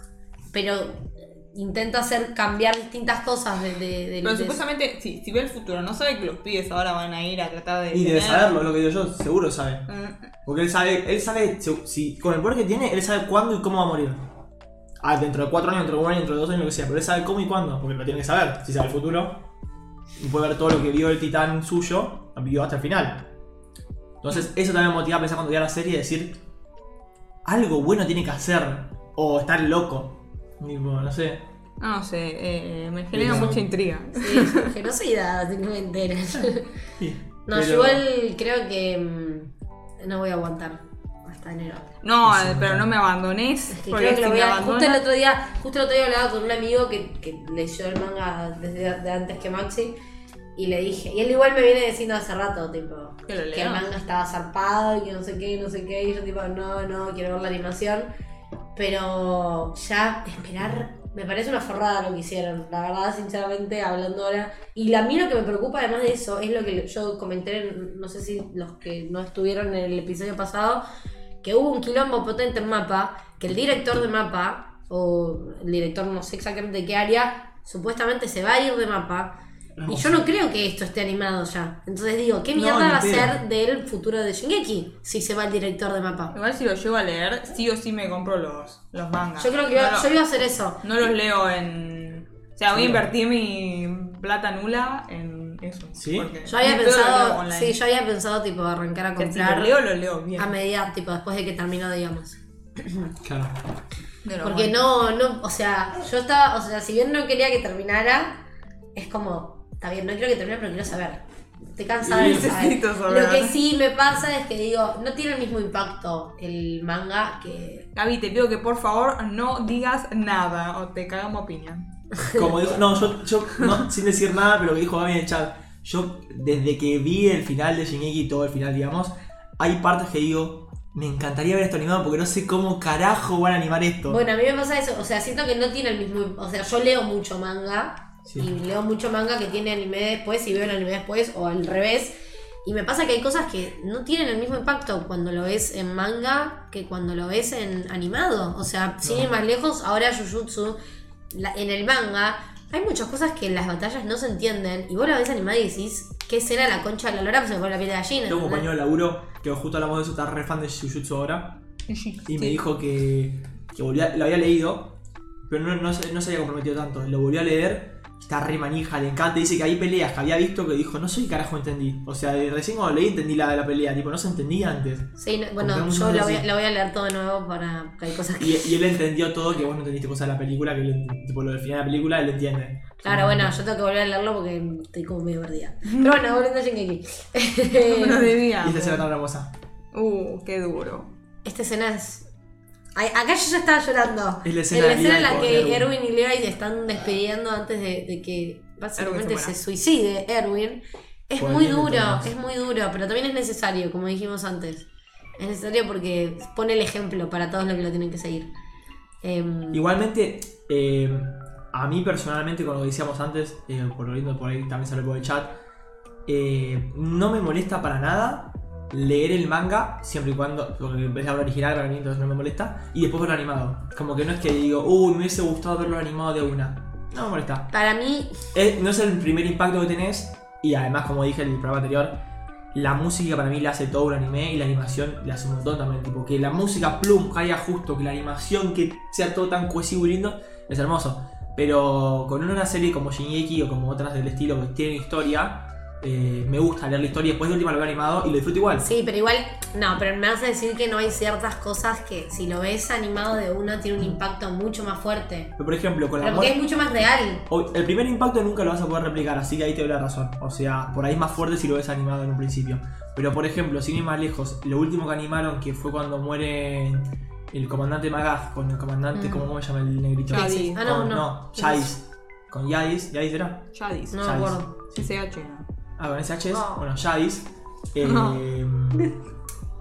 Speaker 2: pero intenta hacer cambiar distintas cosas de, de- de-
Speaker 3: Pero
Speaker 2: de-
Speaker 3: supuestamente, si, si ve el futuro, no sabe que los pibes ahora van a ir a tratar de.
Speaker 1: Y debe
Speaker 3: tener-
Speaker 1: saberlo, es lo que digo yo, seguro sabe.
Speaker 3: Mm,
Speaker 1: Porque él sabe, él sabe, se- si, con el poder que tiene, él sabe cuándo y cómo va a morir. Ah, dentro de cuatro años, dentro de un año, dentro de dos años, lo que sea, pero él sabe cómo y cuándo, porque lo tiene que saber, si sabe el futuro. Y puede ver todo lo que vio el titán suyo, lo vio hasta el final. Entonces, eso también me motiva a pensar cuando veía la serie y decir, algo bueno tiene que hacer, o estar loco. Tipo, no sé.
Speaker 5: Ah,
Speaker 3: No, no sé, eh, me genera
Speaker 1: Pero-
Speaker 3: mucha intriga.
Speaker 2: de genocida, (laughs) si no me entero.
Speaker 1: Sí,
Speaker 2: No,
Speaker 1: pero-
Speaker 2: yo igual creo que mm, no voy a aguantar hasta enero.
Speaker 3: No,
Speaker 5: eh,
Speaker 1: Sí, sí,
Speaker 3: pero
Speaker 1: sí.
Speaker 3: no me abandones.
Speaker 2: Es que
Speaker 3: porque
Speaker 2: creo que
Speaker 3: si
Speaker 2: lo
Speaker 3: me
Speaker 2: voy a- justo el
Speaker 3: abandonas.
Speaker 2: otro día, justo el otro día hablaba con un amigo que, que leyó el manga desde de antes que Maxi Y le dije, y él igual me viene diciendo hace rato, tipo,
Speaker 5: Que lo
Speaker 2: que el
Speaker 5: lea.
Speaker 2: manga estaba zarpado y que no sé qué, no sé qué, y yo tipo, no, no, quiero ver la animación. Pero ya esperar, me parece una forrada lo que hicieron, la verdad, sinceramente, hablando ahora. Y la mí lo que me preocupa además de eso, es lo que yo comenté, en- no sé si los que no estuvieron en el episodio pasado, que hubo un quilombo potente en mapa, que el director de mapa, o el director no sé exactamente de qué área, supuestamente se va a ir de mapa. Y yo no creo que esto esté animado ya. Entonces digo, ¿qué
Speaker 1: No,
Speaker 2: mierda
Speaker 1: ni
Speaker 2: va a
Speaker 1: pedo.
Speaker 2: ser del futuro de Shingeki si se va el director de mapa?
Speaker 5: Igual si lo llevo a leer, sí o sí me compro los, los mangas.
Speaker 2: Yo creo que iba-
Speaker 5: no, lo-
Speaker 2: yo iba a hacer eso.
Speaker 5: no los leo en. O sea, voy a invertir mi plata nula en eso.
Speaker 1: ¿Sí?
Speaker 5: porque
Speaker 2: Yo había
Speaker 5: ni pedo lo leo
Speaker 2: pensado,
Speaker 5: online.
Speaker 2: sí, yo había pensado tipo arrancar a
Speaker 5: Que si
Speaker 2: comprar
Speaker 5: lo leo, lo leo bien.
Speaker 2: a mediar, tipo después de que terminó, digamos.
Speaker 1: Claro.
Speaker 5: Pero
Speaker 2: Porque
Speaker 5: bueno.
Speaker 2: no, no, o sea, yo estaba, o sea, si bien no quería que terminara, es como, está bien, no quiero que termine, pero quiero saber. Estoy cansada de
Speaker 5: Necesito
Speaker 2: Lo
Speaker 5: saber.
Speaker 2: que sí me pasa es que digo, no tiene el mismo impacto el manga que
Speaker 5: Gaby, te pido que por favor no digas nada o te cagamos opinión.
Speaker 1: Como dijo, no, yo, yo no, sin decir nada, pero lo que dijo Gaby en el chat, yo desde que vi el final de Shingeki, todo el final, digamos, hay partes que digo, me encantaría ver esto animado porque no sé cómo carajo van a animar esto.
Speaker 2: Bueno, a mí me pasa eso, o sea, siento que no tiene el mismo, o sea, yo leo mucho manga
Speaker 1: Sí.
Speaker 2: y leo mucho manga que tiene anime después y veo el anime después o al revés y me pasa que hay cosas que no tienen el mismo impacto cuando lo ves en manga que cuando lo ves en animado, o sea, sin ir más lejos, ahora Jujutsu la- en el manga hay muchas cosas que en las batallas no se entienden y vos la ves animada y decís, ¿qué será la concha de la lora? Pues se me pone la piel de gallina.
Speaker 1: Tengo un
Speaker 2: ¿entendés?
Speaker 1: compañero de laburo que justo hablamos de eso, está re fan de Jujutsu ahora. Y me dijo que, que volvía- lo había leído, pero no, no se, no se había comprometido tanto. Lo volvió a leer, está re manija, le encanta. Dice que hay peleas que había visto que dijo, no sé qué carajo entendí. O sea, de- recién cuando leí entendí la de la pelea, tipo, no se entendía antes.
Speaker 2: Sí, no- bueno,
Speaker 1: Compramos
Speaker 2: yo
Speaker 1: un
Speaker 2: la voy, a-
Speaker 1: así.
Speaker 2: la voy a leer todo de nuevo para porque hay cosas que...
Speaker 1: Y, y él entendió todo, que vos no entendiste cosas de la película, que él ent- tipo, lo del final de la película, él entiende.
Speaker 2: Claro, bueno, yo tengo que volver a leerlo porque estoy como
Speaker 1: (laughs)
Speaker 2: medio perdida. Pero bueno, volviendo a Shingeki.
Speaker 5: No nos
Speaker 1: Y esta será
Speaker 5: debíamos.
Speaker 1: tan hermosa.
Speaker 5: Uh, qué duro.
Speaker 2: Esta escena es. Ay, acá yo ya estaba llorando.
Speaker 1: Es la escena
Speaker 2: En
Speaker 1: de
Speaker 2: escena
Speaker 1: Levi
Speaker 2: en la
Speaker 1: con
Speaker 2: que
Speaker 1: Erwin.
Speaker 2: Erwin y Levi se están despidiendo antes de, de que básicamente
Speaker 5: Erwin se
Speaker 2: se
Speaker 5: muera.
Speaker 2: suicide Erwin. Es
Speaker 1: Por
Speaker 2: muy
Speaker 1: bien de
Speaker 2: duro,
Speaker 1: todos.
Speaker 2: es muy duro, pero también es necesario, como dijimos antes. Es necesario porque pone el ejemplo para todos los que lo tienen que seguir. Em,
Speaker 1: Igualmente, eh, a mí personalmente, con lo que decíamos antes, eh, por lo lindo por ahí también salió por el chat, eh, no me molesta para nada leer el manga, siempre y cuando, porque es la obra original, para mí entonces no me molesta, y después verlo animado. Como que no es que digo, uy, me hubiese gustado verlo animado de una. No me molesta.
Speaker 2: para mí,
Speaker 1: Es- no es el primer impacto que tenés, y además, como dije en el programa anterior, la música para mí la hace todo un anime y la animación la hace un montón también. Tipo, que la música plum caiga justo, que la animación que sea todo tan cohesivo y lindo, es hermoso. Pero con una serie como Shingeki o como otras del estilo que tienen historia, eh, me gusta leer la historia después de última lo veo animado y lo disfruto igual.
Speaker 2: Sí, pero igual, no, pero me vas a decir que no hay ciertas cosas que si lo ves animado de una tiene un impacto mucho más fuerte.
Speaker 1: Pero por ejemplo, con la
Speaker 2: Pero
Speaker 1: muerte-
Speaker 2: porque es mucho más real.
Speaker 1: O- El primer impacto nunca lo vas a poder replicar, así que ahí te doy la razón. O sea, por ahí es más fuerte si lo ves animado en un principio. Pero por ejemplo, sin ir más lejos, lo último que animaron, que fue cuando muere el comandante Magaz con el comandante,
Speaker 2: Mm.
Speaker 1: ¿cómo, cómo se llama el negrito?
Speaker 5: Yadis.
Speaker 2: Sí. Ah, no,
Speaker 1: Con-
Speaker 2: no.
Speaker 1: Yadis. Con Yadis, Yadis era.
Speaker 5: Ya dice.
Speaker 2: No me
Speaker 1: Yadis.
Speaker 2: acuerdo.
Speaker 5: SH, no.
Speaker 1: Ah, con ese H es.
Speaker 2: No.
Speaker 1: Bueno, Yadis. eh,
Speaker 5: No.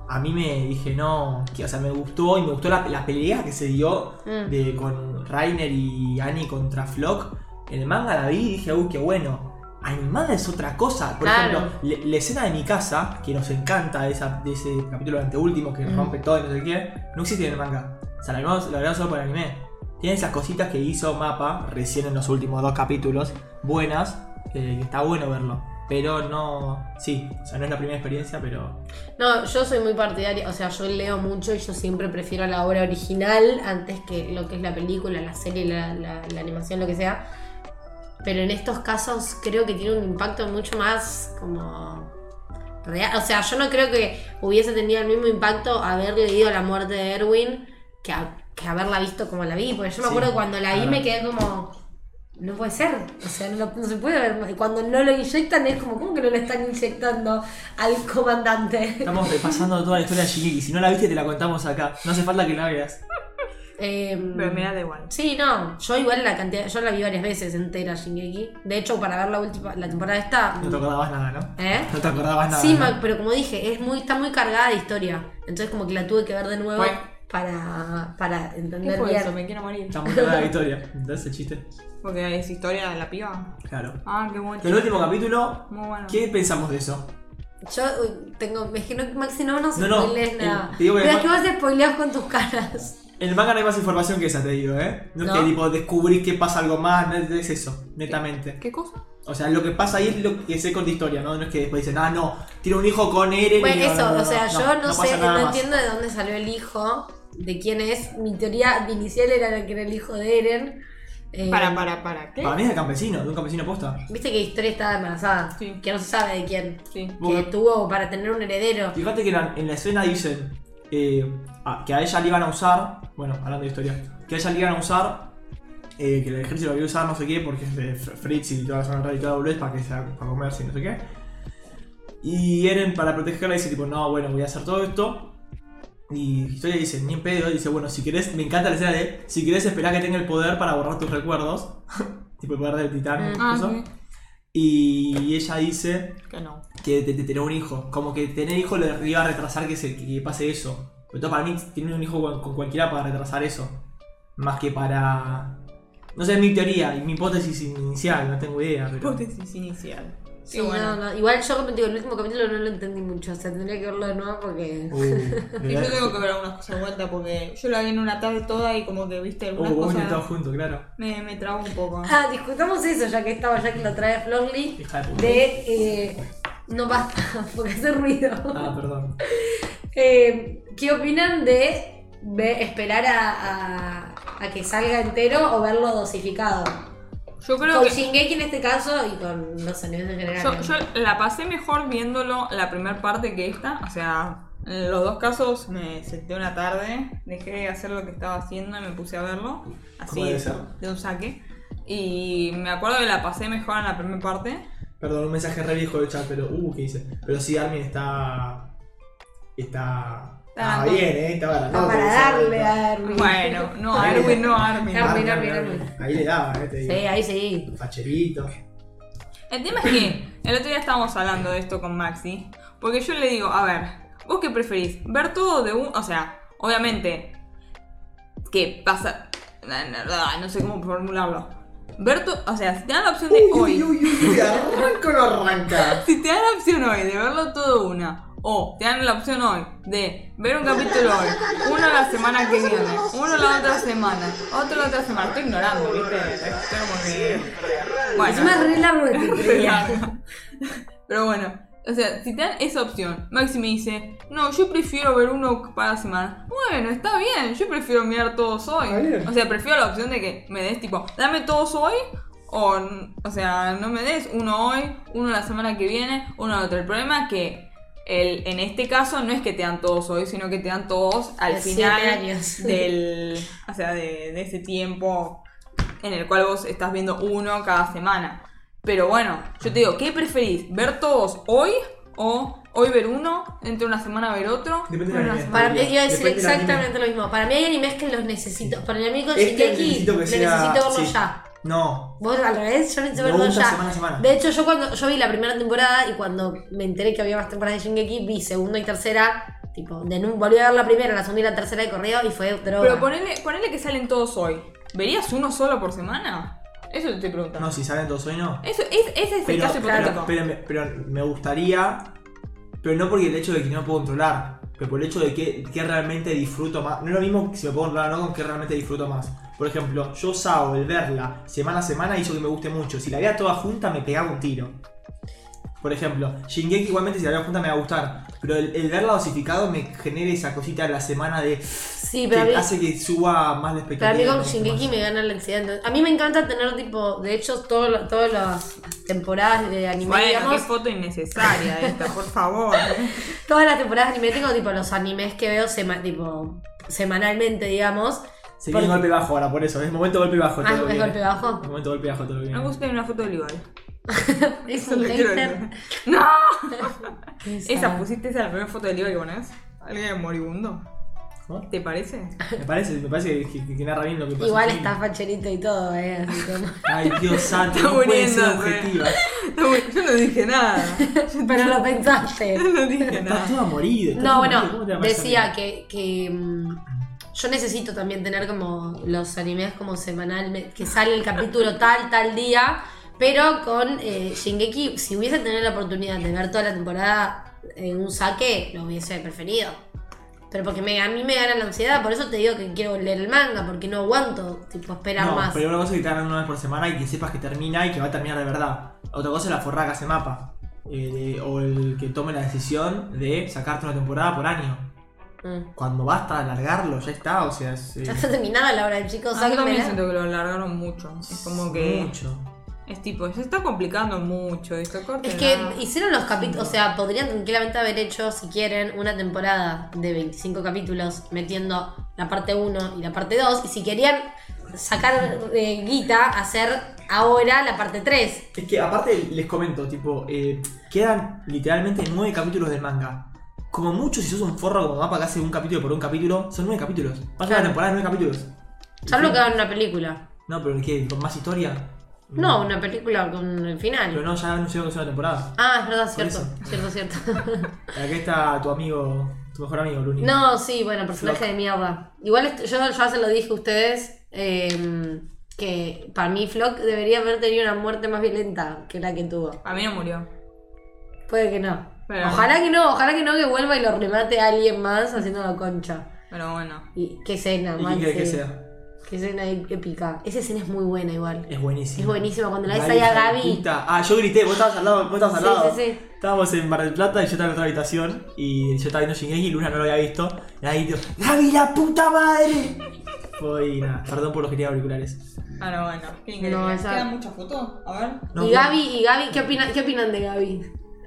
Speaker 1: A mí me dije, no, que- o sea, me gustó y me gustó la, la pelea que se dio
Speaker 2: Mm.
Speaker 1: de, con Rainer y Annie contra Flock. En el manga la vi y dije, uy, qué bueno. Animada es otra cosa. Por
Speaker 2: Claro.
Speaker 1: ejemplo, le- la escena de mi casa, que nos encanta de, esa- de ese capítulo anteúltimo que
Speaker 2: Mm.
Speaker 1: rompe todo y no sé qué, no existe en el manga. O sea, la animamos- la verdad solo por anime. Tiene esas cositas que hizo Mapa recién en los últimos dos capítulos, buenas, eh, que está bueno verlo. Pero no. Sí, o sea, no es la primera experiencia, pero.
Speaker 2: No, yo soy muy partidaria, o sea, yo leo mucho y yo siempre prefiero la obra original antes que lo que es la película, la serie, la, la- la animación, lo que sea. Pero en estos casos creo que tiene un impacto mucho más como real. O sea, yo no creo que hubiese tenido el mismo impacto haber leído la muerte de Erwin que, a- que haberla visto como la vi. Porque yo me
Speaker 1: Sí,
Speaker 2: acuerdo cuando la vi
Speaker 1: claro.
Speaker 2: me quedé como... No puede ser, o sea, no, lo- no se puede ver. más. Y Cuando no lo inyectan es como, ¿cómo que no lo están inyectando al comandante?
Speaker 1: Estamos repasando toda la historia de Shigeki. Si no la viste, te la contamos acá. No hace falta que la veas.
Speaker 2: Em,
Speaker 3: Pero me da igual.
Speaker 2: Sí, no, yo igual la cantidad, yo la vi varias veces entera Shingeki. De hecho, para ver la última, la temporada esta.
Speaker 1: No te acordabas nada, ¿no?
Speaker 2: ¿Eh?
Speaker 1: No te acordabas (laughs) nada.
Speaker 2: sí,
Speaker 1: ¿no?
Speaker 2: ma- pero como dije, es muy, está muy cargada de historia. Entonces como que la tuve que ver de nuevo
Speaker 3: Bueno.
Speaker 2: para, para
Speaker 3: ¿Qué
Speaker 2: entender
Speaker 3: fue
Speaker 2: bien.
Speaker 3: eso? Me quiero morir.
Speaker 1: Está muy clara
Speaker 2: (laughs)
Speaker 1: la historia. ¿Entendés el chiste?
Speaker 3: Porque es historia de la piba.
Speaker 1: Claro.
Speaker 3: Ah, qué bueno.
Speaker 1: El último capítulo,
Speaker 3: Muy bueno.
Speaker 1: ¿qué pensamos de eso?
Speaker 2: Yo uy, tengo, es que no, Maxi, no nos
Speaker 1: No, no,
Speaker 2: spoilees
Speaker 1: el-
Speaker 2: nada.
Speaker 1: te digo que
Speaker 2: Pero es
Speaker 1: ma-
Speaker 2: que vos spoileás con tus caras.
Speaker 1: En el manga no hay más información que esa, te digo, ¿eh? No,
Speaker 2: No.
Speaker 1: es que tipo descubrís que pasa algo más, no es es eso, netamente.
Speaker 6: ¿Qué cosa?
Speaker 1: O sea, lo que pasa ahí es lo que se con la historia, ¿no? No es que después dicen, ah, no, tiene un hijo con Eren. y
Speaker 2: Bueno,
Speaker 1: no, no,
Speaker 2: eso,
Speaker 1: no,
Speaker 2: o sea, yo no,
Speaker 1: pasa
Speaker 2: sé,
Speaker 1: nada
Speaker 2: no
Speaker 1: más.
Speaker 2: entiendo de dónde salió el hijo, de quién es. Mi teoría inicial era que era el hijo de Eren. Eh,
Speaker 3: Para, para, para. ¿Qué?
Speaker 1: Para mí es de campesino, de un campesino posta.
Speaker 2: Viste que Historia estaba embarazada,
Speaker 3: Sí.
Speaker 2: que no se sabe de quién.
Speaker 3: Sí.
Speaker 2: Que
Speaker 1: Bueno.
Speaker 2: tuvo para tener un heredero.
Speaker 1: Fíjate que en la, en la escena dicen eh, a- que a ella le iban a usar, bueno, hablando de historia, que a ella le iban a usar, eh, que el ejército la iba a usar no sé qué, porque es de Fr- Fritz y toda la zona rara y toda la boludez para que sea para comerse y no sé qué. Y Eren para protegerla dice tipo, no, bueno, voy a hacer todo esto. Y Historia dice, ni en pedo, dice, bueno, si querés, me encanta la escena de, si querés esperar que tenga el poder para borrar tus recuerdos, (laughs) tipo el poder del titán,
Speaker 2: Mm.
Speaker 3: Ah,
Speaker 1: eso.
Speaker 3: sí.
Speaker 1: Y ella dice,
Speaker 3: Que no.
Speaker 1: que te, te- tener un hijo. Como que tener hijo le, le iba a retrasar que, se, que, que pase eso. Entonces para mí tener un hijo con, con cualquiera para retrasar eso. Más que para... No sé, es mi teoría, y mi hipótesis inicial, no tengo idea. Pero...
Speaker 3: Hipótesis inicial.
Speaker 2: Sí,
Speaker 3: Qué bueno.
Speaker 2: no, no. Igual yo, como te digo, el último capítulo no lo entendí mucho. O sea, tendría que verlo de nuevo porque.
Speaker 1: Uh,
Speaker 3: Y yo (laughs)
Speaker 1: ¿verdad?
Speaker 3: tengo que ver algunas cosas de vuelta porque yo la vi en una tarde toda y como que viste
Speaker 1: Uh,
Speaker 3: algunas
Speaker 1: vos venís todos
Speaker 3: cosas.
Speaker 1: juntos, claro.
Speaker 3: Me, me trabo un poco.
Speaker 2: Ah, discutamos eso ya que estaba, ya que lo trae Florly.
Speaker 1: Hija de puta.
Speaker 2: De. eh, no basta, (laughs) porque hace ruido.
Speaker 1: Ah, perdón.
Speaker 2: Eh, ¿Qué opinan de, ve- esperar a, a- a que salga entero o verlo dosificado?
Speaker 3: Yo creo
Speaker 2: con
Speaker 3: que.
Speaker 2: Shingeki en este caso y con los animes en general.
Speaker 3: Yo,
Speaker 2: ¿no?
Speaker 3: yo la pasé mejor viéndolo la primera parte que esta. O sea, en los dos casos me senté una tarde, dejé de hacer lo que estaba haciendo y me puse a verlo. Así,
Speaker 1: debe ser.
Speaker 3: de un saque. Y me acuerdo que la pasé mejor en la primera parte.
Speaker 1: Perdón, un mensaje re viejo del chat, pero... Uh, ¿qué dice? Pero sí, Armin está... Está... Está
Speaker 3: Está-
Speaker 1: bien, ¿eh? Está para,
Speaker 2: Ah, para darle a Erwin.
Speaker 3: Bueno,
Speaker 1: (laughs)
Speaker 3: no, Armin, no, Armin.
Speaker 2: Claro.
Speaker 1: Armin, Armin,
Speaker 2: Armin, Armin.
Speaker 1: Armin. Ahí le daba, ¿eh? Te
Speaker 2: Sí,
Speaker 1: digo.
Speaker 2: ahí sí.
Speaker 1: Facherito.
Speaker 3: El tema es que el otro día estábamos hablando de esto con Maxi, porque yo le digo, a ver, ¿vos qué preferís? ¿Ver todo de un...? O sea, obviamente, que pasa... na- na- na- No sé cómo formularlo. Ver to- O sea, si te dan la opción de hoy...
Speaker 1: arranca o no arranca.
Speaker 3: Si te dan la opción hoy de verlo todo de una, o te dan la opción hoy de ver un capítulo hoy, uno la semana que viene, uno la otra semana, otro la otra semana, estoy ignorando, ¿viste? Estoy como que- Bueno.
Speaker 2: Encima es re largo de tu
Speaker 3: (laughs)
Speaker 2: teoría.
Speaker 3: Pero bueno, o sea, si te dan esa opción, Maxi me dice, no, yo prefiero ver uno cada semana. Bueno, está bien, yo prefiero mirar todos hoy.
Speaker 1: Está bien.
Speaker 3: O sea, prefiero la opción de que me des tipo, dame todos hoy. O, n- o sea, no me des uno hoy, uno la semana que viene, uno la otra. El problema es que el, en este caso no es que te dan todos hoy, sino que te dan todos al
Speaker 2: De siete
Speaker 3: final
Speaker 2: años. (laughs)
Speaker 3: del, o sea, de, de ese tiempo en el cual vos estás viendo uno cada semana. Pero bueno, yo te digo, ¿qué preferís? ¿Ver todos hoy o hoy ver uno, entre una semana ver otro?
Speaker 1: Depende
Speaker 3: Bueno,
Speaker 1: del anime.
Speaker 2: Para mí, iba a decir
Speaker 1: Depende del anime.
Speaker 2: exactamente lo mismo. Para mí hay animes que los necesito. Para mí con
Speaker 1: Este
Speaker 2: Shingeki
Speaker 1: necesito que
Speaker 2: lo
Speaker 1: sea-
Speaker 2: necesito verlo
Speaker 1: sí.
Speaker 2: ya.
Speaker 1: No.
Speaker 2: Vos al revés, yo necesito
Speaker 1: Me
Speaker 2: verlo
Speaker 1: gusta
Speaker 2: ya.
Speaker 1: semana a semana.
Speaker 2: De hecho, yo cuando yo vi la primera temporada y cuando me enteré que había más temporadas de Shingeki, vi segunda y tercera, tipo, de nu- volví a ver la primera, la segunda y la tercera de corrido y fue droga.
Speaker 3: Pero ponele, ponele que salen todos hoy. ¿Verías uno solo por semana? Eso te estoy preguntando.
Speaker 1: No, si salen todos hoy no.
Speaker 3: Eso, es, ese es el
Speaker 1: Pero,
Speaker 3: caso hipotético.
Speaker 1: pero, pero me- pero me gustaría. Pero no por el hecho de que no lo puedo controlar. Pero por el hecho de que, que realmente disfruto más. No es lo mismo si lo puedo controlar o no con que realmente disfruto más. Por ejemplo, yo Sao, el verla semana a semana hizo que me guste mucho. Si la veía toda junta me pegaba un tiro. Por ejemplo, Shingeki igualmente si la veo junta me va a gustar. Pero el, el verla dosificado me genera esa cosita de la semana de...
Speaker 2: sí,
Speaker 1: que
Speaker 2: pero a mí,
Speaker 1: hace que suba más la
Speaker 2: para
Speaker 1: expectativa.
Speaker 2: mí
Speaker 1: de
Speaker 2: con
Speaker 1: los
Speaker 2: Shingeki
Speaker 1: demás.
Speaker 2: me gana la ansiedad. entonces- A mí me encanta tener, tipo, de hecho, todo lo- todas las temporadas de anime,
Speaker 3: Bueno, qué
Speaker 2: digamos.
Speaker 3: foto innecesaria esta, por
Speaker 1: (laughs)
Speaker 3: favor.
Speaker 2: Todas las temporadas de anime tengo, tipo, los animes que veo sema- tipo, semanalmente, digamos.
Speaker 1: Se viene
Speaker 2: Porque-
Speaker 1: golpe bajo ahora, por eso. Es momento golpe bajo.
Speaker 2: Ah,
Speaker 1: todo lo
Speaker 2: ¿es
Speaker 1: que
Speaker 2: golpe
Speaker 1: viene.
Speaker 2: bajo?
Speaker 1: Es momento golpe bajo todo lo que
Speaker 3: Me
Speaker 1: viene.
Speaker 3: gusta tener una foto de Olival. (laughs)
Speaker 2: Es
Speaker 3: Eso
Speaker 2: un
Speaker 3: lo quiero
Speaker 2: hater.
Speaker 3: decir.
Speaker 2: (laughs)
Speaker 3: ¡No!
Speaker 2: Qué
Speaker 3: Esa,
Speaker 2: sad.
Speaker 3: pusiste esa la primera foto de Olival que ponés. Alguien moribundo.
Speaker 1: ¿Cómo? (laughs)
Speaker 3: ¿Te parece?
Speaker 1: Me parece, me parece que, que- que narra bien lo que pasa.
Speaker 2: Igual
Speaker 1: en
Speaker 2: está
Speaker 1: Chile.
Speaker 2: facherito y todo, ¿eh? Así que-
Speaker 1: Ay, Dios santo,
Speaker 3: Está
Speaker 1: no puede ser
Speaker 3: muriéndose.
Speaker 1: objetiva.
Speaker 3: No, güey, yo no dije nada.
Speaker 2: (laughs) Pero lo pensaste.
Speaker 3: Yo (laughs) no dije
Speaker 1: Está
Speaker 3: nada.
Speaker 1: toda morida. está
Speaker 2: No,
Speaker 1: toda morida,
Speaker 2: bueno,
Speaker 1: ¿cómo te va a pasar
Speaker 2: decía
Speaker 1: bien?
Speaker 2: que, que mm, yo necesito también tener como los animes como semanal, que sale
Speaker 1: (laughs)
Speaker 2: el capítulo tal, tal día, pero con eh, Shingeki, si hubiese tenido la oportunidad de ver toda la temporada en un saque, lo hubiese preferido. Pero porque me- a mí me gana la ansiedad, por eso te digo que quiero leer el manga, porque no aguanto, tipo, esperar
Speaker 1: No,
Speaker 2: más.
Speaker 1: pero una cosa es que te hagan una vez por semana y que sepas que termina y que va a terminar de verdad. Otra cosa es la forrada que hace mapa. Eh, de- o el que tome la decisión de sacarte una temporada por año.
Speaker 2: Mm.
Speaker 1: Cuando basta alargarlo, ya está. O sea, es, eh,
Speaker 2: Ya (laughs) está terminada la hora, chicos,
Speaker 3: A mí también
Speaker 2: sáquenmela.
Speaker 3: siento que lo alargaron mucho. Es como que.
Speaker 1: Mucho.
Speaker 3: Es tipo, se está complicando mucho. Esto corte.
Speaker 2: Es que hicieron los capítulos, o sea, podrían tranquilamente haber hecho, si quieren, una temporada de 25 capítulos metiendo la parte 1 y la parte 2. Y si querían sacar eh, guita, hacer ahora la parte 3.
Speaker 1: Es que aparte les comento, tipo, eh, quedan literalmente nueve capítulos del manga. Como mucho, si sos un forro como mapa que hace un capítulo por un capítulo, son nueve capítulos. Pasa
Speaker 2: Claro.
Speaker 1: la temporada de nueve capítulos.
Speaker 2: Salvo que hagan una película.
Speaker 1: No, pero ¿qué? ¿Con más historia?
Speaker 2: No, una película con el
Speaker 1: Pero
Speaker 2: final.
Speaker 1: no, ya anunciaron que es una temporada.
Speaker 2: Ah, es verdad,
Speaker 1: Por
Speaker 2: cierto, cierto, cierto.
Speaker 1: Acá está tu amigo, tu mejor amigo, Luni.
Speaker 2: No, sí, bueno, personaje de mierda. Igual est- yo ya se lo dije a ustedes eh, que para mí Flock debería haber tenido una muerte más violenta que la que tuvo.
Speaker 3: A mí no murió.
Speaker 2: Puede que no.
Speaker 3: Pero-
Speaker 2: ojalá que no, ojalá que no que vuelva y lo remate a alguien más haciendo la concha.
Speaker 3: Pero bueno.
Speaker 2: Y qué escena,
Speaker 1: ¿Y
Speaker 2: man,
Speaker 1: qué quiere que
Speaker 2: sí.
Speaker 1: sea?
Speaker 2: Qué escena épica. Esa escena es muy buena igual.
Speaker 1: Es buenísimo.
Speaker 2: Es buenísima, cuando la ves
Speaker 1: Gaby,
Speaker 2: ahí a
Speaker 1: hija de
Speaker 2: Gaby.
Speaker 1: puta. Ah, yo grité, vos estabas al lado, vos estabas al
Speaker 2: Sí,
Speaker 1: lado.
Speaker 2: sí, sí.
Speaker 1: Estábamos en Mar del Plata y yo estaba en otra habitación y yo estaba viendo Shingeki y Luna no lo había visto. Y ahí digo, ¡Gaby la puta madre! Fue y nada, perdón por los que tenía auriculares.
Speaker 3: Pero bueno. ¿Qué increíble.
Speaker 2: No, esa-
Speaker 3: ¿Quedan muchas fotos? A ver.
Speaker 1: No,
Speaker 2: y
Speaker 1: no.
Speaker 2: Gaby, y Gaby, ¿qué opinan, ¿qué opinan de Gaby?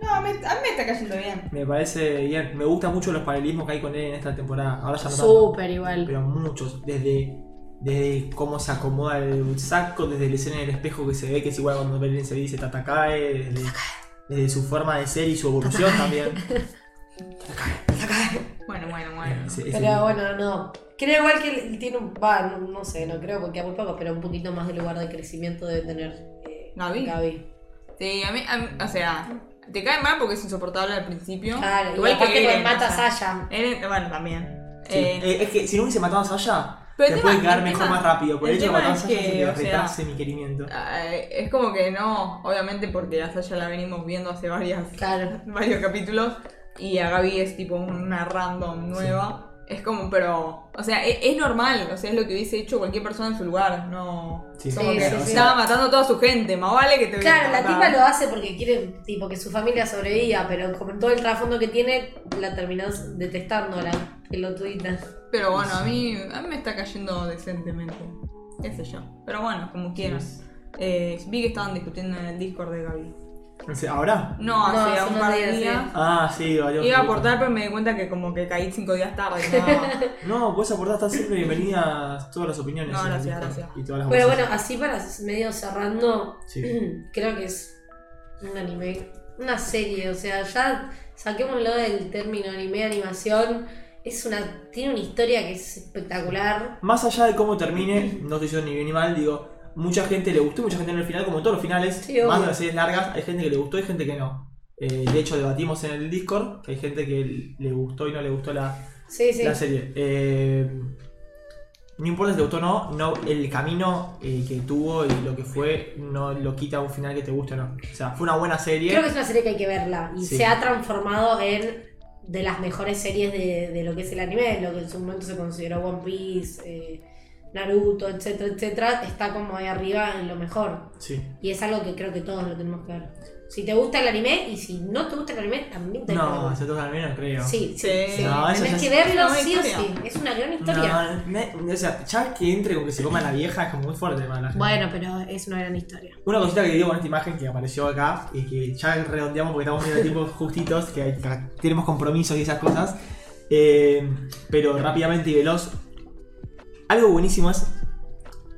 Speaker 3: No, me- a mí me está cayendo bien.
Speaker 1: Me parece bien, me gustan mucho los paralelismos que hay con él en esta temporada. Ahora ya no tanto,
Speaker 2: Súper igual.
Speaker 1: Pero muchos, desde, desde cómo se acomoda el saco, desde la escena en el espejo que se ve, que es igual cuando Belén se dice Tatakae, desde, desde su forma de ser y su evolución también. (laughs)
Speaker 3: Bueno, bueno, bueno.
Speaker 1: Ese- ese-
Speaker 2: Pero bueno, no. Creo igual que él tiene un. Va, no, no sé, no creo porque a muy poco, pero un poquito más de lugar de crecimiento debe tener eh,
Speaker 3: Gaby.
Speaker 2: Gaby.
Speaker 3: Sí, a mí, a mí- O sea, te cae mal porque es insoportable al principio.
Speaker 2: Claro, igual que
Speaker 3: Eren, o
Speaker 2: mata a
Speaker 3: sea,
Speaker 2: Sasha.
Speaker 3: Eren- bueno, también.
Speaker 1: Sí.
Speaker 3: Eh,
Speaker 1: Eh, es que si no hubiese matado a Sasha,
Speaker 3: Pero el
Speaker 1: te
Speaker 3: tema-
Speaker 1: puede quedar
Speaker 3: el
Speaker 1: mejor
Speaker 3: tema-
Speaker 1: más rápido. Por el
Speaker 3: el
Speaker 1: hecho de matar a
Speaker 3: tema
Speaker 1: Sasha,
Speaker 3: es que,
Speaker 1: se
Speaker 3: o sea,
Speaker 1: retrase mi querimiento.
Speaker 3: eh, es como que no, obviamente porque a Sasha la venimos viendo hace varias,
Speaker 2: Claro.
Speaker 3: varios capítulos y a Gaby es tipo una random nueva. Es como, pero, o sea, e- es, normal, o sea, es lo que hubiese hecho cualquier persona en su lugar, no...
Speaker 1: Sí.
Speaker 3: como
Speaker 2: Sí,
Speaker 3: que
Speaker 2: sí, sí.
Speaker 3: estaba matando a toda su gente, más vale que te
Speaker 2: Claro,
Speaker 3: hubiese
Speaker 2: la tipa
Speaker 3: matado.
Speaker 2: lo hace porque quiere tipo que su familia sobreviva, pero con todo el trasfondo que tiene, la terminás detestando la pelotudita.
Speaker 3: Pero bueno, a mí, a mí me está cayendo decentemente, qué sé yo. Pero bueno, como quieran. Eh, vi que estaban discutiendo en el Discord de Gaby.
Speaker 1: No sé, ¿Ahora?
Speaker 3: No,
Speaker 2: No,
Speaker 3: hace
Speaker 2: hace
Speaker 3: un
Speaker 2: unos
Speaker 3: par de
Speaker 2: días, sí.
Speaker 3: días.
Speaker 1: Ah, sí, valió.
Speaker 3: Iba a
Speaker 1: un poquito.
Speaker 3: aportar, pero me di cuenta que como que caí cinco días tarde.
Speaker 2: (laughs)
Speaker 3: No.
Speaker 1: No, puedes aportar, estás siempre bienvenida a todas las opiniones.
Speaker 3: No,
Speaker 1: en el
Speaker 3: gracias,
Speaker 1: Discord
Speaker 3: gracias.
Speaker 1: Y todas las
Speaker 2: Pero
Speaker 1: voces.
Speaker 2: bueno, así para medio cerrando,
Speaker 1: Sí.
Speaker 2: (clears throat) creo que es un anime, una serie, o sea, ya saquémoslo del término anime, animación, es una, tiene una historia que es espectacular.
Speaker 1: Más allá de cómo termine, no estoy diciendo ni bien ni mal, digo, mucha gente le gustó, mucha gente no al final, como en todos los finales,
Speaker 2: Sí, obvio.
Speaker 1: más de las series largas, hay gente que le gustó y gente que no. Eh, de hecho, debatimos en el Discord que hay gente que le gustó y no le gustó la,
Speaker 2: Sí, sí.
Speaker 1: la serie. Eh, no importa si te gustó o no, no el camino eh, que tuvo y lo que fue no lo quita a un final que te guste o no. O sea, fue una buena serie.
Speaker 2: Creo que es una serie que hay que verla y
Speaker 1: Sí.
Speaker 2: se ha transformado en de las mejores series de, de lo que es el anime, lo que en su momento se consideró One Piece, eh, Naruto, etcétera, etcétera, está como ahí arriba en lo mejor.
Speaker 1: Sí.
Speaker 2: Y es algo que creo que todos lo tenemos que ver. Si te gusta el anime y si no te gusta el anime, también tenés que
Speaker 1: No,
Speaker 2: verlo.
Speaker 1: se toca al menos, creo.
Speaker 2: Sí, sí,
Speaker 3: Sí.
Speaker 2: sí.
Speaker 1: No, eh. eso ya
Speaker 2: tenés que
Speaker 1: es-
Speaker 2: verlo
Speaker 3: Es una
Speaker 2: sí o
Speaker 3: historia.
Speaker 2: sí. Es una gran
Speaker 1: No,
Speaker 2: historia.
Speaker 1: me- o sea, ya que entre con que se coma la vieja es como muy fuerte para la gente.
Speaker 2: Bueno, pero es una gran historia.
Speaker 1: Una cosita que digo con esta imagen que apareció acá y que ya redondeamos porque estamos viendo tiempos justitos, que hay- que tenemos compromisos y esas cosas. Eh, pero rápidamente y veloz. Algo buenísimo es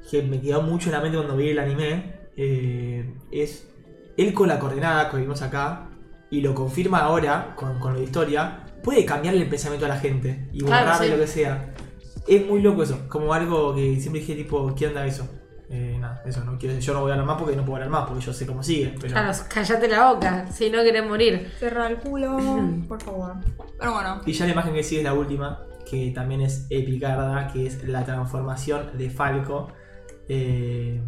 Speaker 1: que me quedó mucho en la mente cuando vi el anime. eh, es él con la coordenada que vimos acá y lo confirma ahora con, con la historia. puede cambiarle el pensamiento a la gente y
Speaker 2: Claro,
Speaker 1: borrar
Speaker 2: sí.
Speaker 1: lo que sea. Es muy loco eso, como algo que siempre dije tipo, ¿qué onda eso? Eh, nada, eso, no quiero, yo no voy a hablar más porque no puedo hablar más, porque yo sé cómo sigue, pero
Speaker 2: Claro, callate la boca, si no querés morir.
Speaker 5: Cerra el culo, por favor. Pero bueno,
Speaker 1: Y ya la imagen que sigue es la última, que también es epicarda, que es la transformación de Falco, eh,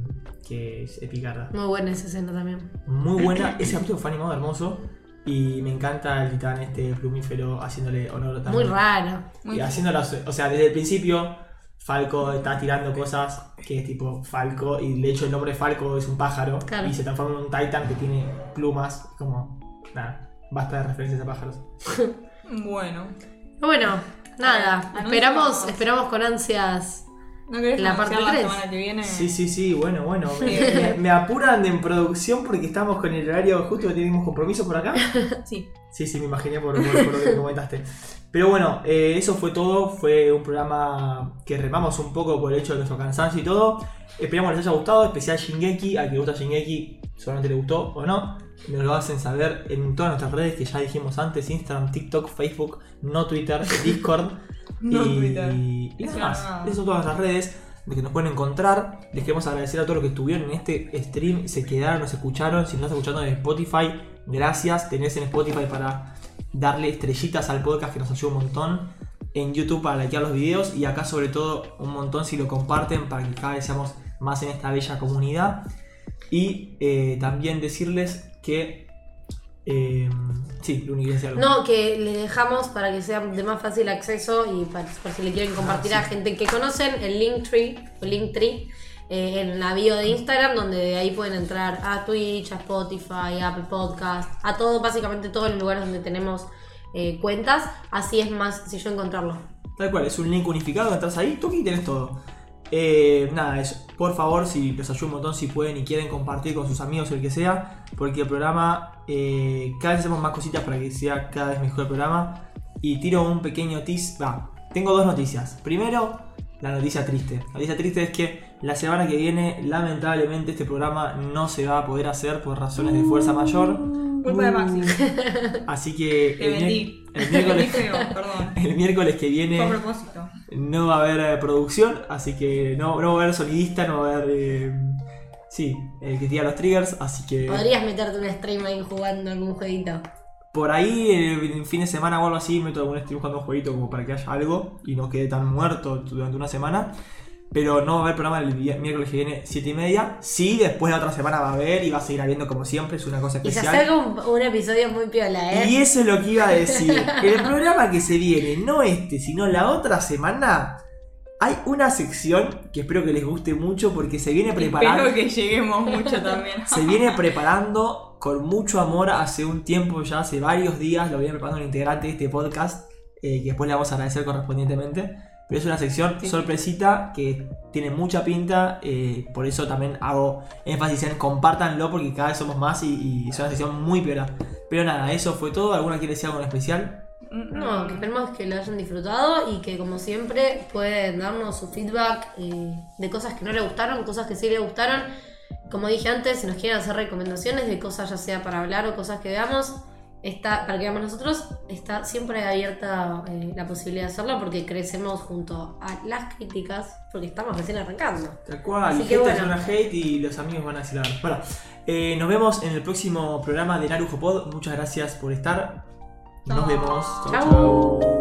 Speaker 1: que es epicarda.
Speaker 2: Muy buena esa escena también.
Speaker 1: Muy buena, ese capítulo fue animado hermoso y me encanta el titán este plumífero haciéndole honor también.
Speaker 2: Muy raro.
Speaker 1: Y haciéndolo, o sea, desde el principio Falco está tirando cosas que es tipo Falco y de hecho el nombre Falco es un pájaro
Speaker 2: Claro.
Speaker 1: y se transforma en un titán que tiene plumas, como nada, basta de referencias a pájaros.
Speaker 5: bueno.
Speaker 2: Bueno, nada,
Speaker 5: Anuncio.
Speaker 2: esperamos, esperamos con ansias.
Speaker 5: ¿No querés
Speaker 2: La parte
Speaker 5: anunciar la
Speaker 2: tres.
Speaker 5: semana que viene?
Speaker 1: Sí, sí, sí, bueno,
Speaker 2: (laughs)
Speaker 1: bueno. Me, me- me apuran de en producción porque estamos con el horario justo que tenemos compromiso por acá.
Speaker 5: Sí.
Speaker 1: Sí, sí, me imaginé por, por- por lo que me comentaste. Pero bueno, eh, eso fue todo. Fue un programa que remamos un poco por el hecho de nuestro cansancio y todo. Esperamos les haya gustado, especial Shingeki. Al que le gusta Shingeki, seguramente le gustó o no. Nos lo hacen saber en todas nuestras redes que ya dijimos antes: Instagram, TikTok, Facebook, no Twitter, Discord.
Speaker 5: No
Speaker 1: y,
Speaker 5: Twitter.
Speaker 1: y
Speaker 5: Eso
Speaker 1: nada más.
Speaker 5: no.
Speaker 1: Esas son todas nuestras redes de que nos pueden encontrar. Les queremos agradecer a todos los que estuvieron en este stream, se quedaron, nos escucharon. Si nos estás escuchando en Spotify, gracias. Tenés en Spotify para darle estrellitas al podcast que nos ayuda un montón. En YouTube para likear los videos y acá sobre todo un montón si lo comparten para que cada vez seamos más en esta bella comunidad. Y eh, también decirles que... eh, sí, lo único que decía algo.
Speaker 2: No, que le dejamos para que sea de más fácil acceso y para, por si le quieren compartir a gente que conocen el Linktree, o Linktree eh, en la bio de Instagram, donde de ahí pueden entrar a Twitch, a Spotify, a Apple Podcast, a todo, básicamente todos los lugares donde tenemos eh, cuentas. Así es más sencillo encontrarlo.
Speaker 1: Tal cual, es un link unificado, entras ahí, tú y tenés todo. Eh, nada, eso. Por favor, si les ayuda un montón, si pueden y quieren compartir con sus amigos o el que sea, porque el programa, eh, cada vez hacemos más cositas para que sea cada vez mejor el programa. Y tiro un pequeño tease. Va, tengo dos noticias. Primero, la noticia triste. La noticia triste es que la semana que viene, lamentablemente, este programa no se va a poder hacer por razones de fuerza mayor.
Speaker 5: Culpa de Maxi.
Speaker 1: Así que.
Speaker 5: Te
Speaker 1: el mier-
Speaker 5: vendí. (laughs)
Speaker 1: El
Speaker 5: Te vendí
Speaker 1: miércoles,
Speaker 5: feo,
Speaker 1: (laughs)
Speaker 5: perdón.
Speaker 1: el miércoles que viene.
Speaker 5: Fue a propósito.
Speaker 1: No va a haber eh, producción, así que no, no va a haber sonidista, no va a haber. eh, sí, el que tira los triggers, así que.
Speaker 2: Podrías meterte un stream ahí jugando algún jueguito.
Speaker 1: Por ahí, el fin de semana o algo así, meto algún stream jugando un jueguito como para que haya algo y no quede tan muerto durante una semana. Pero no va a haber programa el vi- miércoles que viene, 7 y media. Sí, después la otra semana va a haber y va a seguir habiendo como siempre, es una cosa
Speaker 2: Y se
Speaker 1: especial.
Speaker 2: acerca un, un episodio muy piola, ¿eh?
Speaker 1: Y eso es lo que iba a decir. El programa que se viene, no este, sino la otra semana, hay una sección que espero que les guste mucho porque se viene preparando.
Speaker 5: Espero que lleguemos mucho también. (laughs)
Speaker 1: Se viene preparando con mucho amor hace un tiempo ya, hace varios días, lo viene preparando un integrante de este podcast, eh, que después le vamos a agradecer correspondientemente. Pero es una sección
Speaker 5: Sí.
Speaker 1: sorpresita que tiene mucha pinta, eh, por eso también hago énfasis en compártanlo porque cada vez somos más y, y es una sección muy peor. Pero nada, eso fue todo. ¿Alguna quiere decir algo en especial?
Speaker 2: No, que esperemos que lo hayan disfrutado y que como siempre pueden darnos su feedback eh, de cosas que no le gustaron, cosas que sí le gustaron. Como dije antes, si nos quieren hacer recomendaciones de cosas ya sea para hablar o cosas que veamos, está, para que veamos nosotros, está siempre abierta eh, la posibilidad de hacerlo porque crecemos junto a las críticas porque estamos recién arrancando.
Speaker 1: Tal cual,
Speaker 2: Así
Speaker 1: hate
Speaker 2: que
Speaker 1: es
Speaker 2: bueno.
Speaker 1: una hate y los amigos van a decir la verdad. Bueno, eh, nos vemos en el próximo programa de Narujo Pod. Muchas gracias por estar. Nos vemos. Chau,
Speaker 2: Chau.
Speaker 1: chau.